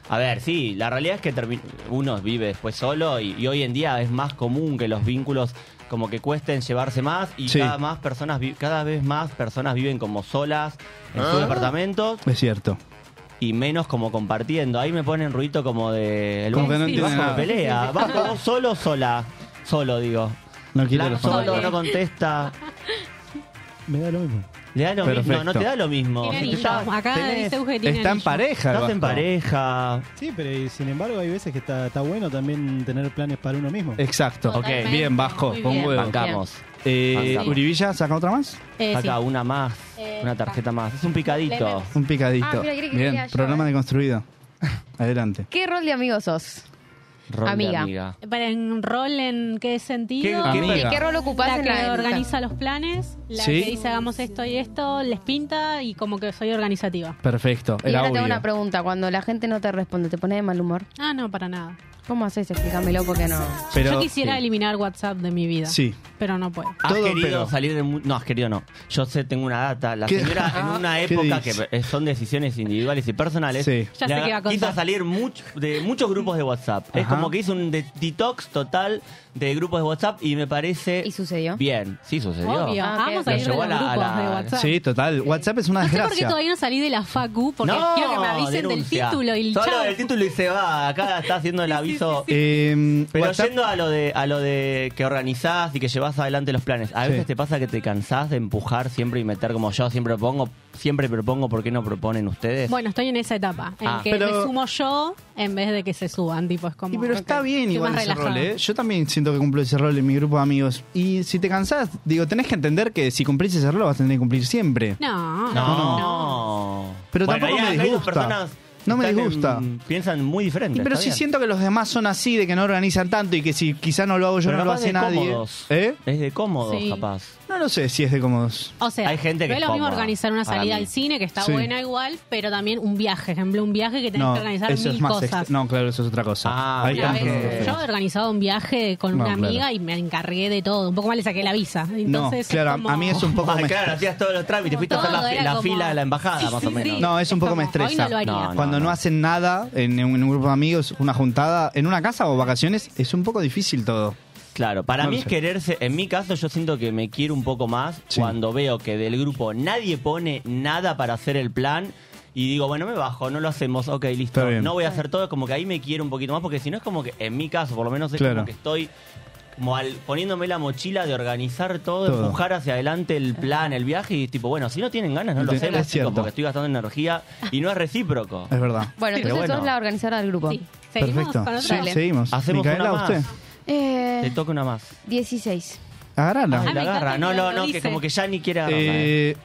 [SPEAKER 6] A ver, sí, la realidad es que termi- uno vive después solo y, y hoy en día es más común que los vínculos como que cuesten llevarse más y
[SPEAKER 7] Sí.
[SPEAKER 6] cada, más personas vi- cada vez más personas viven como solas en
[SPEAKER 7] Ah.
[SPEAKER 6] sus departamentos
[SPEAKER 7] Es cierto.
[SPEAKER 6] y menos como compartiendo. Ahí me ponen ruido como de... El
[SPEAKER 7] Como
[SPEAKER 6] bajo-
[SPEAKER 7] que no
[SPEAKER 6] el
[SPEAKER 7] entienden
[SPEAKER 6] bajo
[SPEAKER 7] nada.
[SPEAKER 6] de pelea. Bajo vos solo, sola. Solo, digo.
[SPEAKER 7] No quiero
[SPEAKER 6] Blanco
[SPEAKER 7] los
[SPEAKER 6] solo no contesta.
[SPEAKER 7] Me da lo mismo.
[SPEAKER 6] Le da lo
[SPEAKER 7] Perfecto.
[SPEAKER 6] mismo. No, no te da lo mismo.
[SPEAKER 9] Tiene
[SPEAKER 6] Si tú
[SPEAKER 9] anillo.
[SPEAKER 6] estás-
[SPEAKER 9] Acá
[SPEAKER 6] tenés-
[SPEAKER 9] dice Euge tiene
[SPEAKER 7] Está en
[SPEAKER 9] anillo.
[SPEAKER 7] pareja. el
[SPEAKER 6] Estás en
[SPEAKER 7] Vasco.
[SPEAKER 6] pareja.
[SPEAKER 10] Sí, pero y sin embargo hay veces que está, está bueno también tener planes para uno mismo.
[SPEAKER 7] Exacto.
[SPEAKER 6] Ok. Totalmente.
[SPEAKER 7] Bien, Vasco.
[SPEAKER 9] Muy
[SPEAKER 7] Con
[SPEAKER 9] bien.
[SPEAKER 7] huevo.
[SPEAKER 6] Bancamos.
[SPEAKER 7] Eh,
[SPEAKER 6] Bancamos.
[SPEAKER 7] Uribilla, ¿saca otra más?
[SPEAKER 9] Eh, sí.
[SPEAKER 6] Acá, una más.
[SPEAKER 9] Eh,
[SPEAKER 6] Una tarjeta más. Es un picadito.
[SPEAKER 7] Un picadito.
[SPEAKER 2] Ah, mira, quiere que
[SPEAKER 7] bien,
[SPEAKER 2] lea yo,
[SPEAKER 7] programa
[SPEAKER 2] eh.
[SPEAKER 7] deconstruido. Adelante.
[SPEAKER 2] ¿Qué rol de amigo sos?
[SPEAKER 6] Rol de
[SPEAKER 2] Amiga.
[SPEAKER 6] amiga.
[SPEAKER 9] Para en rol en qué sentido.
[SPEAKER 7] ¿Qué- qué- Amiga.
[SPEAKER 2] ¿Qué rol ocupás
[SPEAKER 9] La
[SPEAKER 2] en
[SPEAKER 9] que
[SPEAKER 2] la
[SPEAKER 9] organiza los planes, la
[SPEAKER 7] Sí.
[SPEAKER 9] que dice hagamos esto y esto, les pinta y como que soy organizativa.
[SPEAKER 7] Perfecto.
[SPEAKER 2] Y
[SPEAKER 7] Era
[SPEAKER 2] ahora te hago
[SPEAKER 7] obvio.
[SPEAKER 2] una pregunta. Cuando la gente no te responde, ¿te pones de mal humor?
[SPEAKER 9] Ah, no, para nada.
[SPEAKER 2] ¿Cómo haces? Explícamelo porque no.
[SPEAKER 7] Pero-
[SPEAKER 9] Yo quisiera
[SPEAKER 7] sí.
[SPEAKER 9] eliminar WhatsApp de mi vida.
[SPEAKER 7] Sí. Ah,
[SPEAKER 9] Pero no puedo.
[SPEAKER 6] Has
[SPEAKER 7] Todo,
[SPEAKER 6] querido
[SPEAKER 7] pero-
[SPEAKER 6] salir de... mu- No, has querido no. Yo sé, tengo una data. La
[SPEAKER 7] ¿Qué?
[SPEAKER 6] señora en una
[SPEAKER 7] ¿Qué
[SPEAKER 6] época que
[SPEAKER 7] dice?
[SPEAKER 6] eh, son decisiones individuales y personales,
[SPEAKER 7] Sí.
[SPEAKER 9] Ya
[SPEAKER 6] le
[SPEAKER 9] sé qué va a contar.
[SPEAKER 6] quiso salir much- de muchos grupos de WhatsApp. Es
[SPEAKER 7] Ajá.
[SPEAKER 6] como que hizo un de- detox total de grupos de WhatsApp y me parece...
[SPEAKER 2] ¿Y sucedió?
[SPEAKER 6] Bien, sí sucedió.
[SPEAKER 9] Obvio.
[SPEAKER 2] Ah, ok,
[SPEAKER 9] Vamos
[SPEAKER 2] ok.
[SPEAKER 9] a
[SPEAKER 6] Lo
[SPEAKER 9] ir de los
[SPEAKER 6] llevó a la- a
[SPEAKER 9] grupos
[SPEAKER 6] la-
[SPEAKER 9] de WhatsApp.
[SPEAKER 7] Sí, total. WhatsApp es una
[SPEAKER 9] No sé
[SPEAKER 7] desgracia.
[SPEAKER 9] por qué todavía no salí de la facu, porque
[SPEAKER 6] no,
[SPEAKER 9] quiero que me avisen
[SPEAKER 6] denuncia.
[SPEAKER 9] del título y
[SPEAKER 6] Solo
[SPEAKER 9] chao.
[SPEAKER 6] del título y se va. Acá está haciendo el aviso.
[SPEAKER 7] Eh,
[SPEAKER 6] Pero
[SPEAKER 7] WhatsApp-
[SPEAKER 6] yendo a lo de a lo de que organizás y que llevas adelante los planes, a
[SPEAKER 7] Sí.
[SPEAKER 6] veces te pasa que te cansás de empujar siempre y meter como yo siempre propongo, siempre propongo, ¿por qué no proponen ustedes?
[SPEAKER 9] Bueno, estoy en esa etapa, en
[SPEAKER 6] Ah.
[SPEAKER 9] que
[SPEAKER 7] Pero-
[SPEAKER 9] me sumo yo en vez de que se suban, tipo, es como...
[SPEAKER 7] Y pero está
[SPEAKER 9] ok,
[SPEAKER 7] bien
[SPEAKER 9] estoy
[SPEAKER 7] igual
[SPEAKER 9] más
[SPEAKER 7] ese
[SPEAKER 9] relajada.
[SPEAKER 7] rol, ¿eh? Yo también siento que cumplo ese rol en mi grupo de amigos. Y si te cansás, digo, tenés que entender que si cumplís ese rol lo vas a tener que cumplir siempre.
[SPEAKER 9] No,
[SPEAKER 6] Ah. no.
[SPEAKER 7] Pero
[SPEAKER 6] Bueno,
[SPEAKER 7] tampoco
[SPEAKER 6] ahí
[SPEAKER 7] me
[SPEAKER 6] acá hay dos
[SPEAKER 7] disgusta.
[SPEAKER 6] personas que
[SPEAKER 7] No me
[SPEAKER 6] están en-
[SPEAKER 7] disgusta.
[SPEAKER 6] piensan muy diferente.
[SPEAKER 7] Y pero
[SPEAKER 6] está
[SPEAKER 7] si
[SPEAKER 6] bien.
[SPEAKER 7] siento que los demás son así, de que no organizan tanto y que si quizá no lo hago yo,
[SPEAKER 6] Pero
[SPEAKER 7] no lo
[SPEAKER 6] capaz
[SPEAKER 7] hace
[SPEAKER 6] de
[SPEAKER 7] nadie.
[SPEAKER 6] cómodos.
[SPEAKER 7] ¿Eh?
[SPEAKER 6] Es de cómodos,
[SPEAKER 9] Sí.
[SPEAKER 6] capaz.
[SPEAKER 7] No lo sé si es de cómodos.
[SPEAKER 9] O sea,
[SPEAKER 6] Hay gente que
[SPEAKER 9] no es
[SPEAKER 6] es
[SPEAKER 9] lo mismo
[SPEAKER 6] cómoda,
[SPEAKER 9] organizar una
[SPEAKER 6] para
[SPEAKER 9] salida
[SPEAKER 6] mí.
[SPEAKER 9] al cine, que está
[SPEAKER 7] Sí.
[SPEAKER 9] buena igual, pero también un viaje, ejemplo, un viaje que tenés
[SPEAKER 7] No,
[SPEAKER 9] que organizar
[SPEAKER 7] eso
[SPEAKER 9] mil
[SPEAKER 7] es más
[SPEAKER 9] cosas.
[SPEAKER 7] ext- No, claro, eso es otra cosa.
[SPEAKER 6] Ah,
[SPEAKER 7] Ahí
[SPEAKER 9] Una
[SPEAKER 6] bien.
[SPEAKER 7] estamos
[SPEAKER 9] vez,
[SPEAKER 7] con
[SPEAKER 9] yo he
[SPEAKER 7] otro.
[SPEAKER 9] organizado un viaje con
[SPEAKER 7] No,
[SPEAKER 9] una
[SPEAKER 7] claro.
[SPEAKER 9] amiga y me encargué de todo. Un poco más le saqué la visa.
[SPEAKER 7] No,
[SPEAKER 9] Entonces,
[SPEAKER 7] claro, a- a mí es un poco...
[SPEAKER 6] Ah,
[SPEAKER 7] me-
[SPEAKER 6] claro, hacías todos los trámites,
[SPEAKER 9] Como
[SPEAKER 6] fuiste a hacer
[SPEAKER 9] todo,
[SPEAKER 6] la,
[SPEAKER 9] era
[SPEAKER 6] la
[SPEAKER 9] como-
[SPEAKER 6] fila de la embajada, más o menos.
[SPEAKER 7] No, es un poco me
[SPEAKER 9] como,
[SPEAKER 7] estresa.
[SPEAKER 9] Hoy no lo haría.
[SPEAKER 6] No, no.
[SPEAKER 7] Cuando no hacen nada en un, en un grupo de amigos, una juntada, en una casa o vacaciones, es un poco difícil todo.
[SPEAKER 6] Claro, para
[SPEAKER 7] No
[SPEAKER 6] mí
[SPEAKER 7] lo
[SPEAKER 6] es
[SPEAKER 7] sé.
[SPEAKER 6] quererse, en mi caso yo siento que me quiero un poco más
[SPEAKER 7] Sí.
[SPEAKER 6] cuando veo que del grupo nadie pone nada para hacer el plan y digo, bueno, me bajo, no lo hacemos, ok, listo,
[SPEAKER 7] Está bien.
[SPEAKER 6] no voy a hacer todo, como que ahí me quiero un poquito más porque si no es como que, en mi caso por lo menos es
[SPEAKER 7] Claro.
[SPEAKER 6] como que estoy como al- poniéndome la mochila de organizar todo,
[SPEAKER 7] Todo.
[SPEAKER 6] empujar hacia adelante el plan, el viaje y tipo, bueno, si no tienen ganas no lo
[SPEAKER 7] Es
[SPEAKER 6] hacemos, chicos,
[SPEAKER 7] cierto.
[SPEAKER 6] porque estoy gastando energía y no es recíproco.
[SPEAKER 7] Es verdad.
[SPEAKER 2] Bueno,
[SPEAKER 6] Pero
[SPEAKER 2] entonces
[SPEAKER 6] bueno.
[SPEAKER 2] sos la organizadora del grupo.
[SPEAKER 9] Sí. Seguimos
[SPEAKER 7] Perfecto.
[SPEAKER 9] con
[SPEAKER 7] Sí,
[SPEAKER 9] otra.
[SPEAKER 2] Dale.
[SPEAKER 7] seguimos.
[SPEAKER 6] Hacemos
[SPEAKER 7] Micaela,
[SPEAKER 6] una más.
[SPEAKER 7] usted.
[SPEAKER 6] Te
[SPEAKER 2] Eh,
[SPEAKER 6] toca una más.
[SPEAKER 2] 16.
[SPEAKER 7] Agárrala.
[SPEAKER 6] Ay,
[SPEAKER 9] me
[SPEAKER 6] la
[SPEAKER 9] encanta
[SPEAKER 6] agarra.
[SPEAKER 9] que
[SPEAKER 6] No,
[SPEAKER 9] lo
[SPEAKER 6] no, no, que
[SPEAKER 9] dice.
[SPEAKER 6] como que ya ni quiere agarrar.
[SPEAKER 7] Eh,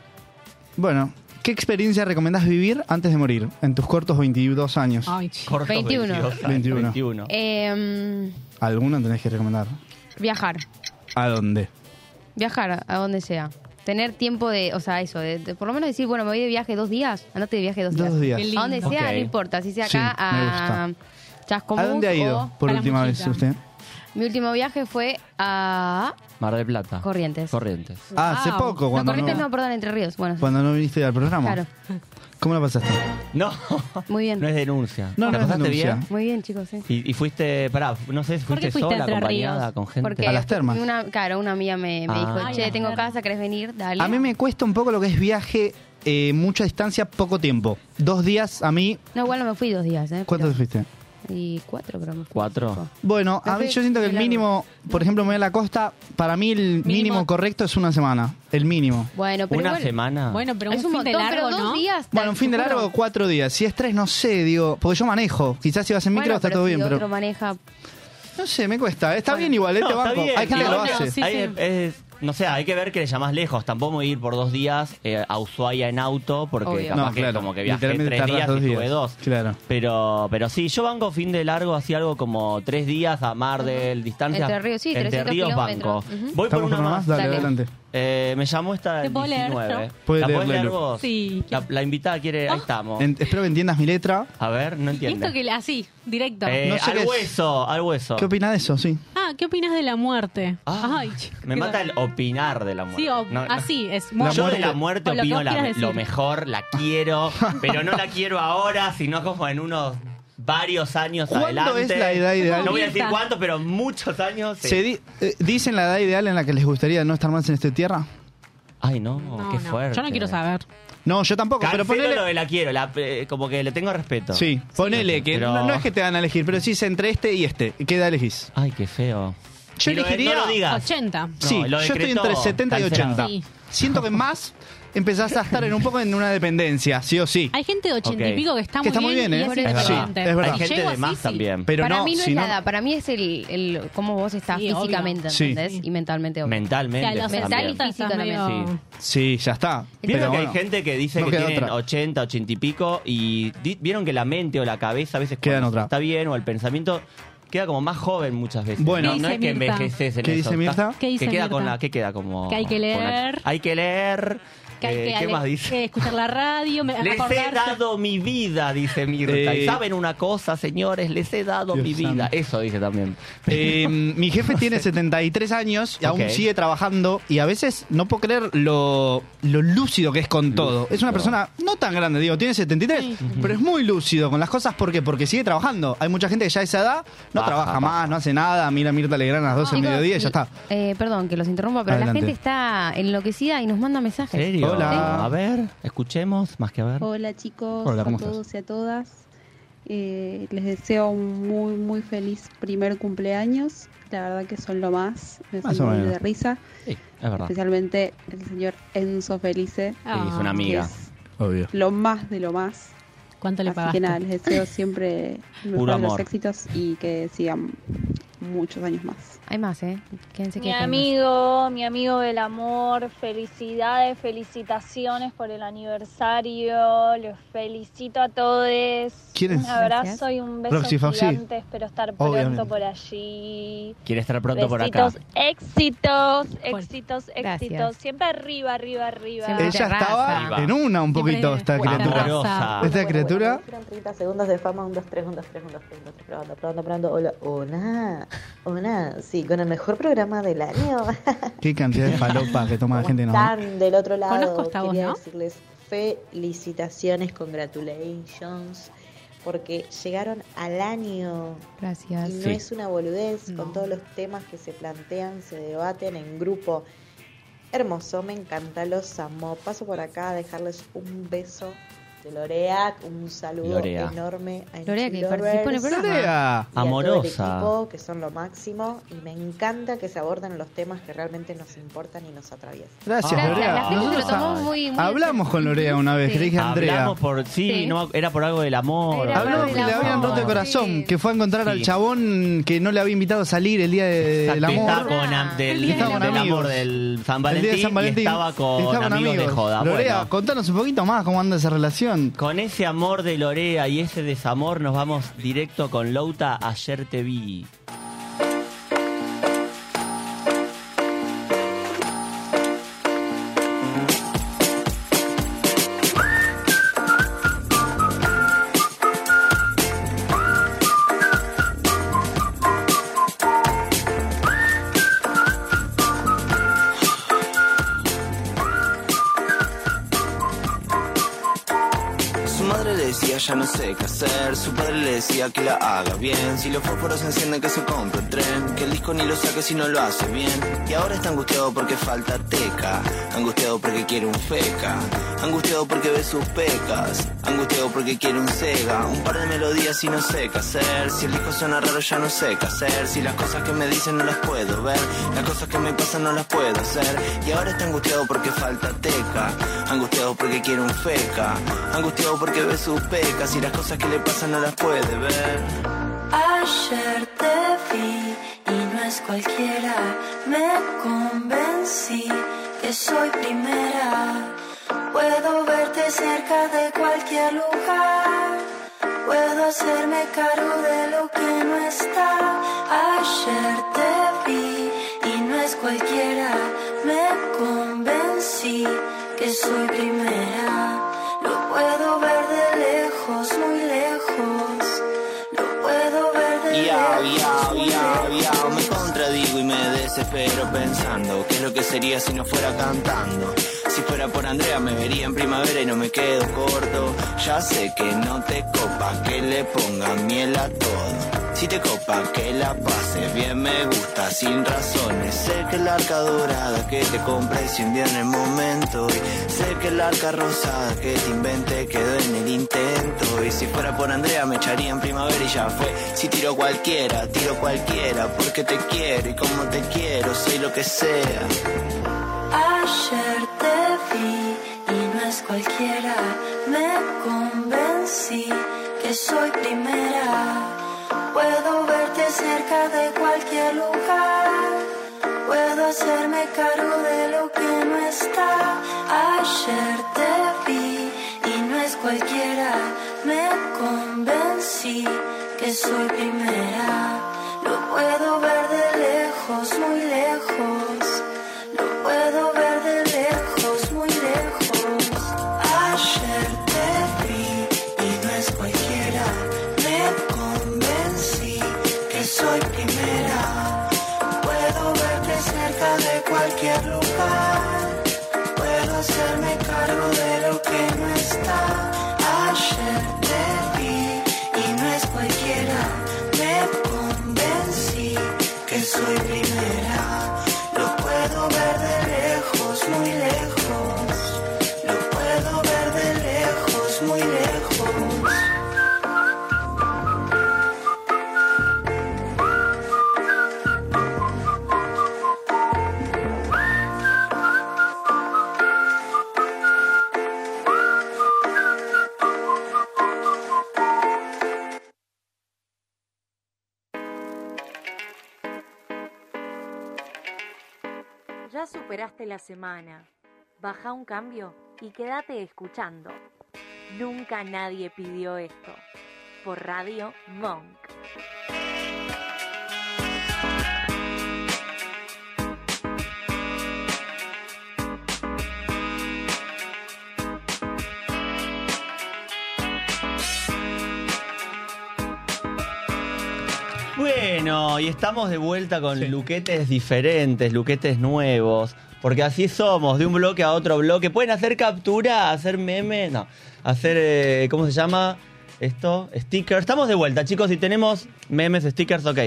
[SPEAKER 7] bueno, ¿qué experiencia recomendás vivir antes de morir? En tus cortos 22 años.
[SPEAKER 2] Ah,
[SPEAKER 9] Ay, chico.
[SPEAKER 6] Cortos
[SPEAKER 2] 21.
[SPEAKER 6] 22,
[SPEAKER 7] 21.
[SPEAKER 6] 21.
[SPEAKER 2] Eh,
[SPEAKER 7] ¿Alguna tenés que recomendar?
[SPEAKER 2] viajar.
[SPEAKER 7] ¿A dónde?
[SPEAKER 2] Viajar a donde sea. Tener tiempo de, o sea, eso, de, de por lo menos decir, bueno, me voy de viaje dos días. Andate de viaje dos días.
[SPEAKER 7] Dos días.
[SPEAKER 9] Qué lindo.
[SPEAKER 2] A donde sea,
[SPEAKER 6] Ok.
[SPEAKER 2] no importa. Si sea
[SPEAKER 7] Sí,
[SPEAKER 2] acá,
[SPEAKER 7] me
[SPEAKER 2] a Chascomús
[SPEAKER 7] ¿A dónde ha ido
[SPEAKER 2] o-
[SPEAKER 7] por
[SPEAKER 9] a la
[SPEAKER 7] última vez
[SPEAKER 9] mochila.
[SPEAKER 7] usted?
[SPEAKER 2] Mi último viaje fue a
[SPEAKER 6] Mar del Plata.
[SPEAKER 2] Corrientes.
[SPEAKER 6] Corrientes.
[SPEAKER 7] Ah, hace
[SPEAKER 9] Ah,
[SPEAKER 7] poco,
[SPEAKER 2] No,
[SPEAKER 7] cuando
[SPEAKER 2] Corrientes
[SPEAKER 7] no,
[SPEAKER 2] no, perdón, Entre Ríos. Bueno,
[SPEAKER 7] cuando no viniste al programa.
[SPEAKER 2] claro.
[SPEAKER 7] ¿Cómo la pasaste?
[SPEAKER 6] No.
[SPEAKER 2] Muy bien.
[SPEAKER 6] No es denuncia.
[SPEAKER 7] No,
[SPEAKER 6] ¿La
[SPEAKER 7] no es
[SPEAKER 6] pasaste
[SPEAKER 7] denuncia.
[SPEAKER 6] bien?
[SPEAKER 2] Muy bien, chicos. ¿eh? sí.
[SPEAKER 6] Y, y fuiste, pará, no sé si
[SPEAKER 9] ¿Por qué
[SPEAKER 6] fuiste,
[SPEAKER 9] fuiste a
[SPEAKER 6] sola,
[SPEAKER 9] Entre
[SPEAKER 6] acompañada,
[SPEAKER 9] Ríos?
[SPEAKER 6] con gente.
[SPEAKER 2] Porque
[SPEAKER 7] A las termas.
[SPEAKER 2] Una, claro, una amiga me, me
[SPEAKER 6] Ah.
[SPEAKER 2] dijo,
[SPEAKER 6] Ay,
[SPEAKER 2] che,
[SPEAKER 9] las
[SPEAKER 2] tengo
[SPEAKER 9] termas.
[SPEAKER 2] casa, ¿querés venir? Dale.
[SPEAKER 7] A mí me cuesta un poco lo que es viaje, eh, mucha distancia, poco tiempo. Dos días a mí.
[SPEAKER 2] No, igual no me fui dos días, ¿eh?
[SPEAKER 7] ¿Cuántos
[SPEAKER 2] Pero-
[SPEAKER 7] fuiste?
[SPEAKER 2] Y cuatro, pero me fui.
[SPEAKER 6] ¿Cuatro?
[SPEAKER 7] Bueno, a
[SPEAKER 2] Me
[SPEAKER 7] mí
[SPEAKER 2] fui
[SPEAKER 7] yo siento que
[SPEAKER 2] de
[SPEAKER 7] el
[SPEAKER 2] largo.
[SPEAKER 7] mínimo, por ejemplo, me voy a la costa, para mí el mínimo,
[SPEAKER 9] Mínimo.
[SPEAKER 7] correcto es una semana. El mínimo.
[SPEAKER 2] Bueno, pero
[SPEAKER 6] ¿Una
[SPEAKER 2] igual-
[SPEAKER 6] semana?
[SPEAKER 9] Bueno, pero un,
[SPEAKER 2] es un
[SPEAKER 9] fin de
[SPEAKER 2] montón,
[SPEAKER 9] largo,
[SPEAKER 2] pero dos
[SPEAKER 9] ¿no?
[SPEAKER 2] días.
[SPEAKER 7] Bueno, un fin de
[SPEAKER 2] te juro.
[SPEAKER 7] largo, cuatro días. Si es tres, no sé, digo, porque yo manejo. Quizás si vas en micro
[SPEAKER 2] Bueno,
[SPEAKER 7] está todo
[SPEAKER 2] si
[SPEAKER 7] bien, pero.
[SPEAKER 2] Otro maneja...
[SPEAKER 7] No sé, me cuesta. Está bien igual, este
[SPEAKER 6] No, está
[SPEAKER 7] banco.
[SPEAKER 6] bien.
[SPEAKER 7] Hay gente
[SPEAKER 6] No,
[SPEAKER 7] que lo
[SPEAKER 6] no,
[SPEAKER 7] hace.
[SPEAKER 9] sí,
[SPEAKER 6] Ahí
[SPEAKER 9] sí.
[SPEAKER 6] es- es- no sé, hay que ver que le llamás lejos. Tampoco voy a ir por dos días eh, a Ushuaia en auto, porque
[SPEAKER 2] Obvio.
[SPEAKER 6] capaz
[SPEAKER 7] No,
[SPEAKER 6] que
[SPEAKER 7] claro.
[SPEAKER 6] como que viajé
[SPEAKER 7] Literalmente
[SPEAKER 6] tres
[SPEAKER 7] tardás
[SPEAKER 6] días
[SPEAKER 7] dos
[SPEAKER 6] y tuve
[SPEAKER 7] días.
[SPEAKER 6] dos.
[SPEAKER 7] Claro.
[SPEAKER 6] Pero, pero sí, yo banco fin de largo, así algo como tres días a Mar del distancia.
[SPEAKER 2] Entre Ríos, sí,
[SPEAKER 6] Entre
[SPEAKER 2] 300
[SPEAKER 6] Ríos banco.
[SPEAKER 2] kilómetros. Ujú.
[SPEAKER 6] Voy por
[SPEAKER 7] ¿Estamos
[SPEAKER 6] una
[SPEAKER 7] con
[SPEAKER 6] más.
[SPEAKER 7] más? Dale,
[SPEAKER 2] Dale.
[SPEAKER 7] adelante.
[SPEAKER 6] Eh, me llamó esta
[SPEAKER 9] ¿Te
[SPEAKER 6] el
[SPEAKER 9] puedo leer
[SPEAKER 6] 19.
[SPEAKER 9] yo?
[SPEAKER 7] Puedes
[SPEAKER 6] ¿La podés
[SPEAKER 7] leerlo.
[SPEAKER 6] leer vos?
[SPEAKER 9] Sí.
[SPEAKER 6] La, la invitada quiere... Ahí estamos.
[SPEAKER 7] En- espero que entiendas mi letra.
[SPEAKER 6] A ver, no
[SPEAKER 9] Y
[SPEAKER 6] entiendo.
[SPEAKER 9] Esto Ah. que le- así, directo.
[SPEAKER 6] Eh,
[SPEAKER 7] No sé qué
[SPEAKER 6] al
[SPEAKER 7] es.
[SPEAKER 6] hueso, al hueso.
[SPEAKER 7] ¿Qué opinas de eso? Sí.
[SPEAKER 9] Ah, ¿qué opinas de la muerte?
[SPEAKER 6] Ah,
[SPEAKER 9] Ay, chico,
[SPEAKER 6] me
[SPEAKER 9] qué
[SPEAKER 6] mata
[SPEAKER 9] dolor.
[SPEAKER 6] el opinar de la muerte.
[SPEAKER 9] Sí, o-
[SPEAKER 6] No, no.
[SPEAKER 9] así es.
[SPEAKER 7] La
[SPEAKER 6] Yo
[SPEAKER 7] muerte-
[SPEAKER 6] de la muerte
[SPEAKER 9] o lo que
[SPEAKER 6] opino
[SPEAKER 9] vos
[SPEAKER 6] la-
[SPEAKER 9] quieras decir.
[SPEAKER 6] lo mejor, la quiero, pero no la quiero ahora, sino como en unos varios años
[SPEAKER 7] ¿Cuándo
[SPEAKER 6] adelante.
[SPEAKER 7] es la edad ideal?
[SPEAKER 6] No voy a decir
[SPEAKER 9] Mierda.
[SPEAKER 6] cuánto, pero muchos años. sí.
[SPEAKER 7] Se di- eh, ¿Dicen la edad ideal en la que les gustaría no estar más en esta tierra?
[SPEAKER 6] Ay, no,
[SPEAKER 9] No,
[SPEAKER 6] qué
[SPEAKER 9] no,
[SPEAKER 6] fuerte.
[SPEAKER 9] Yo no quiero saber.
[SPEAKER 7] No, yo tampoco,
[SPEAKER 6] Cancelo
[SPEAKER 7] pero
[SPEAKER 6] lo
[SPEAKER 7] ponele.
[SPEAKER 6] de la quiero, la- eh, como que le tengo respeto.
[SPEAKER 7] Sí, ponele que
[SPEAKER 6] Pero-
[SPEAKER 7] no, no es que te van a elegir, pero sí es entre este y este. ¿Qué edad elegís?
[SPEAKER 6] Ay, qué feo.
[SPEAKER 7] Yo
[SPEAKER 6] Y lo-
[SPEAKER 7] elegiría-
[SPEAKER 6] No lo digas.
[SPEAKER 9] 80.
[SPEAKER 6] No,
[SPEAKER 7] sí,
[SPEAKER 6] lo
[SPEAKER 7] yo estoy
[SPEAKER 6] decretó,
[SPEAKER 7] entre 70 y
[SPEAKER 6] cancelado.
[SPEAKER 7] 80.
[SPEAKER 9] Sí.
[SPEAKER 7] Siento que más empezás a estar en un poco en una dependencia, sí o sí.
[SPEAKER 9] Hay gente de ochenta y
[SPEAKER 7] Ok.
[SPEAKER 9] pico que está
[SPEAKER 7] Que
[SPEAKER 9] muy
[SPEAKER 7] está muy bien,
[SPEAKER 9] y
[SPEAKER 7] ¿eh?
[SPEAKER 9] es
[SPEAKER 7] Es verdad.
[SPEAKER 9] independiente.
[SPEAKER 7] Sí, es verdad.
[SPEAKER 9] Y
[SPEAKER 7] Hay gente
[SPEAKER 9] llego
[SPEAKER 7] de
[SPEAKER 9] así,
[SPEAKER 7] más
[SPEAKER 9] sí.
[SPEAKER 7] también. Pero
[SPEAKER 2] para
[SPEAKER 7] no,
[SPEAKER 2] mí no
[SPEAKER 7] si
[SPEAKER 2] es
[SPEAKER 7] no-
[SPEAKER 2] la edad, para mí es el, el cómo vos estás
[SPEAKER 9] Sí, obvio.
[SPEAKER 2] físicamente,
[SPEAKER 7] Sí.
[SPEAKER 2] ¿entendés? Y mentalmente. obvio.
[SPEAKER 6] Mentalmente
[SPEAKER 2] O sea, los mental y
[SPEAKER 6] también.
[SPEAKER 2] física
[SPEAKER 9] Estás
[SPEAKER 2] también.
[SPEAKER 9] medio-
[SPEAKER 7] Sí, ya está.
[SPEAKER 6] Vieron
[SPEAKER 7] Pero
[SPEAKER 6] que
[SPEAKER 7] bueno,
[SPEAKER 6] hay gente que dice
[SPEAKER 7] no
[SPEAKER 6] que
[SPEAKER 7] queda
[SPEAKER 6] tienen
[SPEAKER 7] otra.
[SPEAKER 6] 80, 80 y pico y di- vieron que la mente o la cabeza a veces cuando está bien o el pensamiento queda como más joven muchas veces.
[SPEAKER 7] Bueno.
[SPEAKER 6] no, no
[SPEAKER 7] ¿Qué
[SPEAKER 6] es que
[SPEAKER 7] dice Mirta?
[SPEAKER 6] envejeces en
[SPEAKER 7] ¿Qué
[SPEAKER 6] eso,
[SPEAKER 7] dice
[SPEAKER 6] está-
[SPEAKER 7] Mirta? ¿Qué
[SPEAKER 6] que
[SPEAKER 9] dice
[SPEAKER 6] queda con
[SPEAKER 9] Mirta?
[SPEAKER 6] la que queda como
[SPEAKER 9] Que hay que
[SPEAKER 6] con la-
[SPEAKER 9] leer.
[SPEAKER 6] hay que leer.
[SPEAKER 9] Que hay
[SPEAKER 6] eh,
[SPEAKER 9] que
[SPEAKER 6] ¿Qué
[SPEAKER 9] ale-
[SPEAKER 6] más dice?
[SPEAKER 9] que escuchar la radio, me-
[SPEAKER 6] Les he
[SPEAKER 9] acordarse.
[SPEAKER 6] dado mi vida, dice Mirta.
[SPEAKER 7] Eh,
[SPEAKER 6] Y saben una cosa, señores, les he dado
[SPEAKER 7] Dios
[SPEAKER 6] mi vida.
[SPEAKER 7] santo.
[SPEAKER 6] Eso dice también.
[SPEAKER 7] Eh, mi jefe tiene 73 años y aún
[SPEAKER 6] Ok.
[SPEAKER 7] sigue trabajando y a veces no puedo creer lo, lo lúcido que es con todo. Es una persona no tan grande, digo, tiene 73, pero es muy lúcido con las cosas porque porque sigue trabajando. Hay mucha gente que ya a esa edad no trabaja más, no hace nada, mira a Mirta Legrand a las 12 del
[SPEAKER 2] Chicos,
[SPEAKER 7] mediodía y ya está.
[SPEAKER 2] Eh, perdón que los interrumpa, pero
[SPEAKER 7] Adelante.
[SPEAKER 2] la gente está enloquecida y nos manda mensajes.
[SPEAKER 6] ¿En serio?
[SPEAKER 7] Hola.
[SPEAKER 6] A ver, escuchemos, más que a ver.
[SPEAKER 11] Hola chicos,
[SPEAKER 6] Hola,
[SPEAKER 11] a
[SPEAKER 6] ¿cómo
[SPEAKER 11] todos y a todas. Eh, les deseo un muy muy feliz primer cumpleaños. La verdad que son lo más, me
[SPEAKER 6] Más
[SPEAKER 11] hacen
[SPEAKER 6] o
[SPEAKER 11] morir
[SPEAKER 6] menos.
[SPEAKER 11] de risa.
[SPEAKER 6] Sí, es verdad.
[SPEAKER 11] Especialmente el señor Enzo Felice.
[SPEAKER 9] Ah.
[SPEAKER 6] Sí, es una amiga.
[SPEAKER 7] Obvio.
[SPEAKER 11] Lo más de lo más.
[SPEAKER 9] ¿Cuánto le
[SPEAKER 11] Así
[SPEAKER 9] pagaste?
[SPEAKER 11] que nada, les deseo siempre el mejor
[SPEAKER 6] Puro
[SPEAKER 11] de los
[SPEAKER 6] amor.
[SPEAKER 11] éxitos y que sigan muchos años más.
[SPEAKER 2] Hay más, ¿eh? Quédense
[SPEAKER 12] Mi
[SPEAKER 2] quietos.
[SPEAKER 12] amigo, mi amigo del amor, felicidades, felicitaciones por el aniversario, los felicito a todos.
[SPEAKER 6] ¿Quién
[SPEAKER 12] Un
[SPEAKER 6] es?
[SPEAKER 12] abrazo y un beso
[SPEAKER 6] Roxy Fauci.
[SPEAKER 12] gigante, espero estar pronto
[SPEAKER 6] Obviamente.
[SPEAKER 12] por allí.
[SPEAKER 6] Quiere estar pronto por acá.
[SPEAKER 12] Besitos, éxitos, éxitos,
[SPEAKER 2] Gracias.
[SPEAKER 12] éxitos, siempre arriba, arriba, arriba.
[SPEAKER 7] Ella estaba en una un poquito, esta
[SPEAKER 13] Siempre
[SPEAKER 7] criatura.
[SPEAKER 13] amorosa.
[SPEAKER 7] Esta criatura.
[SPEAKER 13] Fueron 30 segundos de fama, un, dos, tres, un, dos, tres, un, dos, tres, un, dos, tres, probando, probando, probando, hola, hola, hola, sí, con el mejor programa del año.
[SPEAKER 7] Qué cantidad de falopa que toma la gente. No,
[SPEAKER 13] Están del otro lado,
[SPEAKER 9] Conozco esta voz,
[SPEAKER 13] quería
[SPEAKER 9] ¿no?
[SPEAKER 13] decirles felicitaciones, congratulations, porque llegaron al año.
[SPEAKER 2] Gracias.
[SPEAKER 13] Y no es una boludez, con todos los temas que se plantean, se debaten en grupo. Hermoso, me encanta, los amo. Paso por acá a dejarles un beso de Lorea, un saludo
[SPEAKER 6] Lorea.
[SPEAKER 13] enorme a
[SPEAKER 2] Lorea, que
[SPEAKER 13] Enchi Lovers
[SPEAKER 2] participó en el programa. Lorea.
[SPEAKER 13] y a todo el
[SPEAKER 6] Amorosa.
[SPEAKER 13] equipo, que son lo máximo. Y me encanta que se aborden los temas que realmente nos importan y nos atraviesan.
[SPEAKER 7] Gracias,
[SPEAKER 6] Ah.
[SPEAKER 7] Lorea.
[SPEAKER 6] La gente se lo
[SPEAKER 7] Nosotros
[SPEAKER 6] tomó
[SPEAKER 7] hab-
[SPEAKER 6] muy- muy
[SPEAKER 7] hablamos con Lorea una vez, que le dije a Andrea.
[SPEAKER 6] Hablamos por. Sí,
[SPEAKER 7] Sí.
[SPEAKER 6] no me ac- era por algo del amor.
[SPEAKER 7] Hablamos que le habían roto el corazón, que fue a encontrar al
[SPEAKER 6] Sí.
[SPEAKER 7] chabón que no le había invitado a salir el día de- del
[SPEAKER 6] Exacto,
[SPEAKER 7] amor.
[SPEAKER 6] estaba con am- del,
[SPEAKER 7] Estaba con
[SPEAKER 6] del
[SPEAKER 7] amigos.
[SPEAKER 6] amor del San
[SPEAKER 7] El
[SPEAKER 6] Valentín,
[SPEAKER 7] día de San Valentín.
[SPEAKER 6] y estaba con
[SPEAKER 7] Estaban
[SPEAKER 6] amigos, de
[SPEAKER 7] amigos.
[SPEAKER 6] joda.
[SPEAKER 7] Lorea,
[SPEAKER 6] Bueno,
[SPEAKER 7] contanos un poquito más cómo anda esa relación.
[SPEAKER 6] con ese amor de Lorea y ese desamor nos vamos directo con Louta. Ayer te vi.
[SPEAKER 14] Su madre le decía ya no sé qué hacer, su padre le decía que la haga bien, si los fósforos se encienden que se compre un tren, que el disco ni lo saque si no lo hace bien. Y ahora está angustiado porque falta teca, angustiado porque quiere un feca, angustiado porque ve sus pecas, angustiado porque quiere un sega, un par de melodías y no sé qué hacer, si el disco suena raro ya no sé qué hacer, si las cosas que me dicen no las puedo ver, las cosas que me pasan no las puedo hacer. Y ahora está angustiado porque falta teca, angustiado porque quiere un feca, angustiado porque ve sus pecas y las cosas que le pasan no las puede ver.
[SPEAKER 15] Ayer te vi y no es cualquiera, me convencí que soy primera. Puedo verte cerca de cualquier lugar, puedo hacerme cargo de lo que no está. Ayer te vi y no es cualquiera, me convencí que soy primera. Lo puedo ver de lejos, muy lejos. Lo puedo ver de
[SPEAKER 14] Yao,
[SPEAKER 15] lejos.
[SPEAKER 14] yao, yao, yao, me contradigo y me desespero pensando qué es lo que sería si no fuera cantando. Si fuera por Andrea me vería en primavera y no me quedo corto. Ya sé que no te copa que le pongan miel a todo. Si te copa que la pases bien me gusta sin razones. Sé que el arca dorada que te compré se hundió en el momento. Y sé que el arca rosada que te inventé quedó en el intento. Y si fuera por Andrea me echaría en primavera y ya fue. Si tiro cualquiera, tiro cualquiera. Porque te quiero y como te quiero, soy lo que sea.
[SPEAKER 15] Ayer te vi es cualquiera. Me convencí que soy primera. Puedo verte cerca de cualquier lugar. Puedo hacerme cargo de lo que no está. Ayer te vi y no es cualquiera. Me convencí que soy primera. Lo puedo ver de lejos, muy lejos. Lo puedo ver de lejos, muy lejos. Ayer te vi y no es cualquiera. Me convencí que soy primera. Puedo verte cerca de cualquier lugar. Puedo hacerme cargo de lo que no está. Ayer te vi y no es cualquiera. Me convencí que soy primera. Lo puedo ver de lejos, muy lejos. Lo puedo ver de lejos, muy lejos.
[SPEAKER 16] Ya superaste la semana. Baja un cambio y quédate escuchando. Nunca nadie pidió esto. Por Radio Monk.
[SPEAKER 6] Bueno, y estamos de vuelta con luquetes diferentes, luquetes nuevos, porque así somos, de un bloque a otro bloque. Pueden hacer captura, hacer meme, no, hacer, eh, ¿cómo se llama? Esto, stickers. Estamos de vuelta, chicos, y tenemos memes, stickers, ok.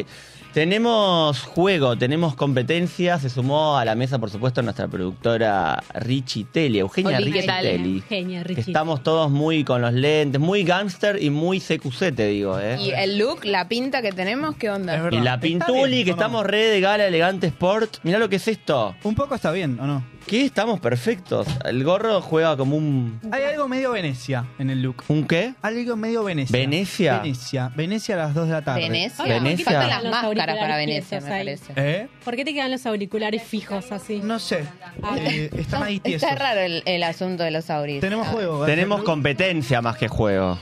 [SPEAKER 6] Tenemos juego, tenemos competencia, se sumó a la mesa, por supuesto, nuestra productora Richie Telly, Eugenia
[SPEAKER 9] Oli, ¿qué
[SPEAKER 6] Richie
[SPEAKER 9] tal?
[SPEAKER 6] Telly.
[SPEAKER 9] Genia,
[SPEAKER 6] Que
[SPEAKER 9] Richie.
[SPEAKER 6] estamos todos muy con los lentes, muy gángster y muy CQC, te digo, ¿eh?
[SPEAKER 17] Y el look, la pinta que tenemos, ¿qué onda?
[SPEAKER 6] Y la Pintuli, que estamos re de gala elegante sport. Mirá lo que es esto.
[SPEAKER 7] Un poco está bien, ¿o no?
[SPEAKER 6] ¿Qué? Estamos perfectos. El gorro juega como un...
[SPEAKER 7] Hay algo medio Venecia en el look.
[SPEAKER 6] ¿Un qué?
[SPEAKER 7] Algo medio Venecia.
[SPEAKER 6] ¿Venecia?
[SPEAKER 7] Venecia. Venecia a las 2 de la tarde.
[SPEAKER 17] Venecia.
[SPEAKER 6] Venecia.
[SPEAKER 17] Faltan las
[SPEAKER 9] Los
[SPEAKER 17] máscaras para
[SPEAKER 9] auriculares
[SPEAKER 17] Venecia, me
[SPEAKER 9] tiesos ahí.
[SPEAKER 17] parece.
[SPEAKER 7] ¿Eh?
[SPEAKER 9] ¿Por qué te quedan los auriculares fijos así? Ah.
[SPEAKER 7] No sé. Eh, están ahí
[SPEAKER 17] Está raro el, el asunto de los auris. Tenemos
[SPEAKER 7] juego.
[SPEAKER 6] Tenemos ¿eh? competencia más que juego.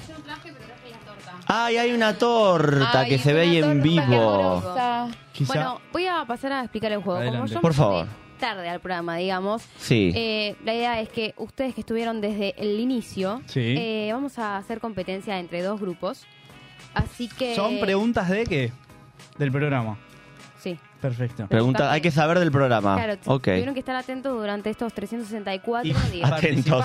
[SPEAKER 6] Ay, hay una torta
[SPEAKER 17] Ay,
[SPEAKER 6] que se ve ahí en vivo.
[SPEAKER 2] amorosa.
[SPEAKER 6] Quizá-
[SPEAKER 2] Bueno, voy a pasar a explicar el juego. Como yo
[SPEAKER 6] Por
[SPEAKER 2] me
[SPEAKER 6] favor.
[SPEAKER 2] tarde al programa, digamos.
[SPEAKER 6] Sí.
[SPEAKER 2] Eh, la idea es que ustedes que estuvieron desde el inicio,
[SPEAKER 7] Sí.
[SPEAKER 2] eh, vamos a hacer competencia entre dos grupos. Así que...
[SPEAKER 7] ¿Eh? ¿Son preguntas de qué? Del programa.
[SPEAKER 2] Sí.
[SPEAKER 7] Perfecto.
[SPEAKER 6] Pregunta, hay que saber del programa.
[SPEAKER 2] Claro, t-
[SPEAKER 6] ok.
[SPEAKER 2] tuvieron que estar atentos durante estos 364 días.
[SPEAKER 6] Atentos.